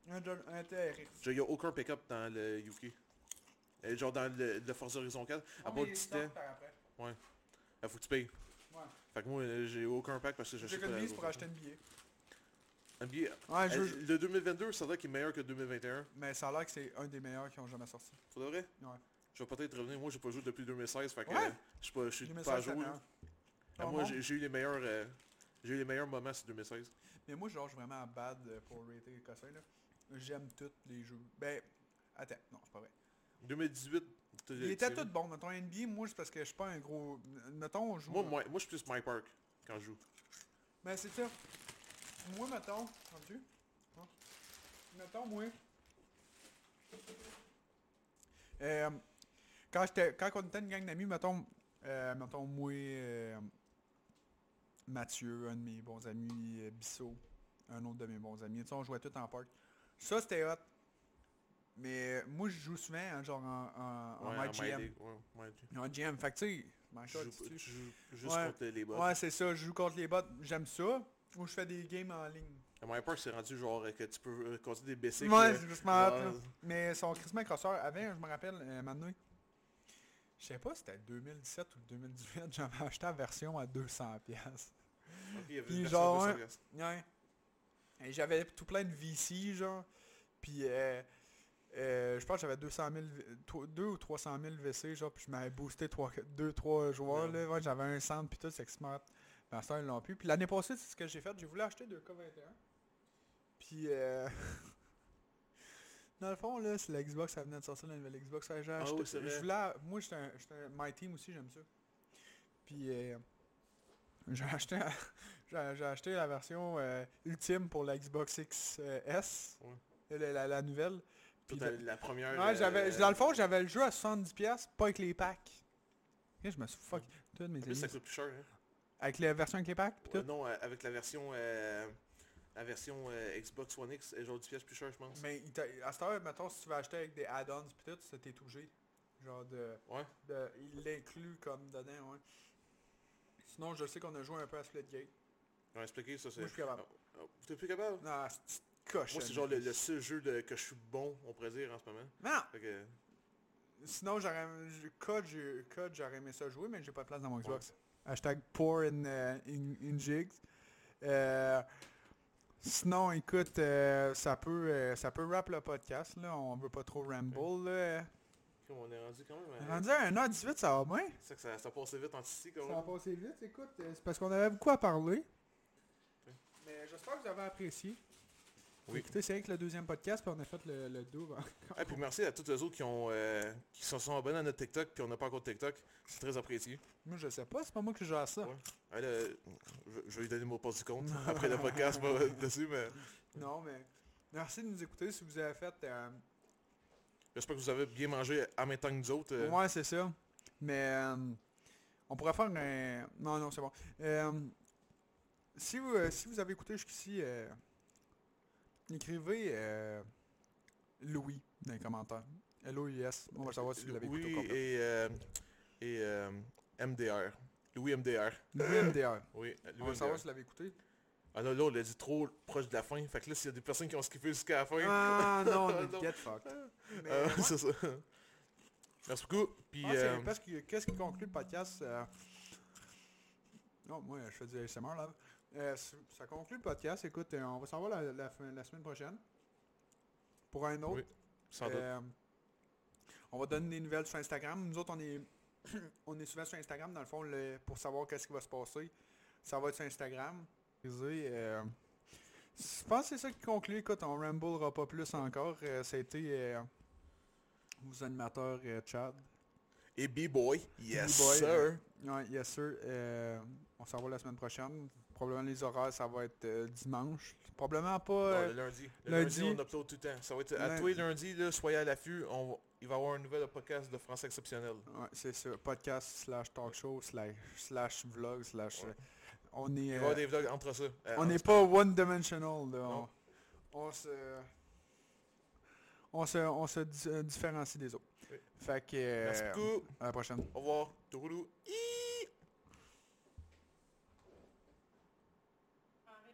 A: un, Dodge- un TRX.
B: Genre, Il n'y a aucun pick-up dans le UK. Euh, genre dans le, le Forza Horizon 4, à part Ah, le Titan, il faut que tu payes.
A: Ouais.
B: Fait que moi, euh, j'ai aucun pack parce que j'achète euh,
A: J'économise pour
B: l'autre.
A: acheter une billet.
B: Un billet.
A: Ouais, je
B: Euh,
A: veux-
B: Le 2022, ça doit être meilleur que 2021.
A: Mais ça a l'air que c'est un des meilleurs qui ont jamais sorti.
B: Pour de vrai
A: Ouais.
B: Je vais peut-être revenir. Moi, j'ai pas joué depuis 2016, fait que
A: Ouais.
B: euh, je suis pas- je suis pas à
A: 2016,
B: jour.
A: c'est
B: là.
A: meilleur.
B: Ah,
A: Ton
B: moi,
A: monde?
B: j'ai j'ai eu les meilleurs, euh, j'ai eu les meilleurs moments sur 2016.
A: Mais moi, genre, je suis vraiment bad euh, pour rater écossais, là. J'aime tous les jeux. Ben, attends, non, c'est pas vrai.
B: 2018. t'as-
A: Il était
B: t'as-
A: tout bon. Mettons NBA, moi, c'est parce que je suis pas un gros... Mettons, je joue...
B: Moi, moi, moi, je suis plus My Park quand je joue.
A: Mais c'est ça. Moi, mettons... Entends-tu? Hein? Mettons, moi... Euh, quand, j'étais- quand on était une gang d'amis, mettons... euh, mettons, moi... euh, Mathieu, un de mes bons amis, euh, Bissot, un autre de mes bons amis. Tu sais, on jouait tout en parc. Ça, c'était hot. Mais euh, moi, je joue souvent, hein, genre en, en, en
B: Ouais, en My
A: MyGM.
B: League, ouais, My League.
A: En GM, fait que tu sais, my
B: Tu
A: God, tu-
B: joues- tu
A: tu-
B: joues juste
A: Ouais.
B: contre les bots.
A: Ouais, c'est ça, je joue contre les bots, j'aime ça. Ou je fais des games en ligne.
B: Et My Park, c'est rendu genre euh, que tu peux euh, causer des BC.
A: Ouais, c'est justement hot, là. Mais son Christmas Crosser, avait, je me rappelle, euh, maintenant, je sais pas si c'était 2017 ou 2018, j'avais acheté la version à 200$. piastres. Puis genre, ouais. Ouais. Et j'avais tout plein de VC, genre. Puis, euh, euh, je pense que j'avais 200 000, v- tro- 2 ou 300 000 VC, genre, puis je m'avais boosté 2-3 joueurs, là. Ouais, j'avais un centre, puis tout, c'est que smart. Ma soeur, ils l'ont plus. Puis l'année passée, c'est ce que j'ai fait. J'ai voulu acheter 2K21. Puis, euh, dans le fond, là, c'est la Xbox, ça venait de sortir la nouvelle Xbox. ça, J'ai
B: Ah
A: acheté,
B: oui, c'est vrai.
A: je voulais, moi, j'étais un, j'étais un- My Team aussi, j'aime ça. Puis, euh, j'ai acheté, j'ai j'ai acheté la version euh, ultime pour la Xbox X euh, S,
B: Ouais.
A: la, la- la nouvelle. Puis
B: Toute la,
A: le-
B: la première.
A: Ouais, j'avais,
B: euh,
A: dans le fond, j'avais le jeu à 70$, pas avec les packs. Et je me suis fuck. Tous mes
B: en plus, ça
A: amis.
B: coûte plus cher. hein.
A: Avec la version avec les packs, pis tout.
B: Ouais, non, euh, avec la version, euh, la version euh, Xbox One X, euh, genre du pièce plus cher, je pense.
A: Mais il t'a- à cette heure, mettons, si tu veux acheter avec des add-ons pis tout, c'était obligé. Genre de,
B: Ouais.
A: de- Il l'inclut comme dedans, ouais. Sinon, je sais qu'on a joué un peu à Splitgate.
B: On va expliquer ça. c'est-
A: Moi, je suis capable.
B: Ah, T'es plus capable
A: Non, c'est une petite coche.
B: Moi, c'est genre le, le seul jeu de- que je suis bon, on pourrait dire, en ce moment.
A: Non!
B: Fait que,
A: Sinon, j'aurais... j'ai- Code, j'ai- code, j'aurais aimé ça jouer, mais j'ai pas de place dans mon Xbox. Hashtag pour in, euh, in, in jigs. Euh, sinon, écoute, euh, ça peut euh, ça peut wrap le podcast, là. On veut pas trop ramble, là.
B: comme on est rendu quand même. à-
A: Rendu à 1h18, ça va bien?
B: C'est ça que ça, ça passait vite en ici, quand
A: Ça a
B: même.
A: passé vite, écoute, euh, c'est parce qu'on avait beaucoup à parler. Mais j'espère que vous avez apprécié.
B: Oui.
A: Écoutez, c'est avec le deuxième podcast, puis on a fait le, le double.
B: Ah, puis merci à tous les autres qui ont euh, qui se sont abonnés à notre TikTok, puis on n'a pas encore de TikTok. C'est très apprécié.
A: Moi, je sais pas, c'est pas moi qui gère ça.
B: Ouais. Ah, là, je, je vais lui donner mon poste du compte après le podcast moi, dessus, mais
A: Non, mais merci de nous écouter si vous avez fait... euh,
B: j'espère que vous avez bien mangé en même temps que nous autres. euh.
A: Ouais, c'est ça. Mais euh, on pourrait faire un... Non, non, c'est bon. Euh, si, vous, euh, si vous avez écouté jusqu'ici, euh, écrivez euh, Louis dans les commentaires. L-O-U-S. On va savoir si vous l'avez écouté au
B: oui,
A: complet.
B: et, euh, et euh, MDR. Louis MDR.
A: Louis MDR.
B: Oui, euh,
A: On
B: Louis
A: va
B: MDR.
A: savoir si vous l'avez écouté.
B: Ah là, là, on l'a dit trop proche de la fin. Fait que là, s'il y a des personnes qui ont skippé jusqu'à la fin,
A: Ah non, on
B: Non.
A: est get fucked. Mais,
B: euh,
A: ouais,
B: c'est ça. Merci beaucoup. Puis,
A: je pense que
B: euh,
A: Ah, c'est parce que qu'est-ce qui conclut le podcast euh, Non, moi je fais du ASMR là. Euh, c- ça conclut le podcast. Écoute, euh, on va s'en voir la, la fin- la semaine prochaine. Pour un autre.
B: Oui, sans doute.
A: Euh, on va donner des nouvelles sur Instagram. Nous autres, on est on est souvent sur Instagram, dans le fond, le- pour savoir qu'est-ce qui va se passer. Ça va être sur Instagram. Euh, je pense que c'est ça qui conclut. Écoute, on ramblera pas plus encore. Euh, C'était euh, vos animateurs euh, Chad.
B: Et B-Boy, yes
A: B-Boy,
B: sir.
A: Ouais, yes sir. Euh, on s'en va la semaine prochaine. Probablement les horaires, ça va être euh, dimanche. Probablement pas.
B: Non,
A: euh,
B: le lundi. Le
A: lundi.
B: lundi, on upload tout le temps. Ça va être à
A: Lundi.
B: tous les lundis, là, soyez à l'affût. On va- Il va y avoir un nouvel podcast de français exceptionnel.
A: Ouais, c'est ça. Podcast slash talk show slash, slash vlog slash.
B: Ouais.
A: On est.
B: Il va y avoir
A: euh,
B: des vlogs entre ça. Euh,
A: on
B: entre-
A: n'est pas one dimensional. là. On,
B: Non.
A: on se. On se, on se di- euh, différencie des autres.
B: Oui.
A: Fait que.
B: Merci
A: euh,
B: beaucoup.
A: à la prochaine.
B: Au revoir. Touroulou. Hi.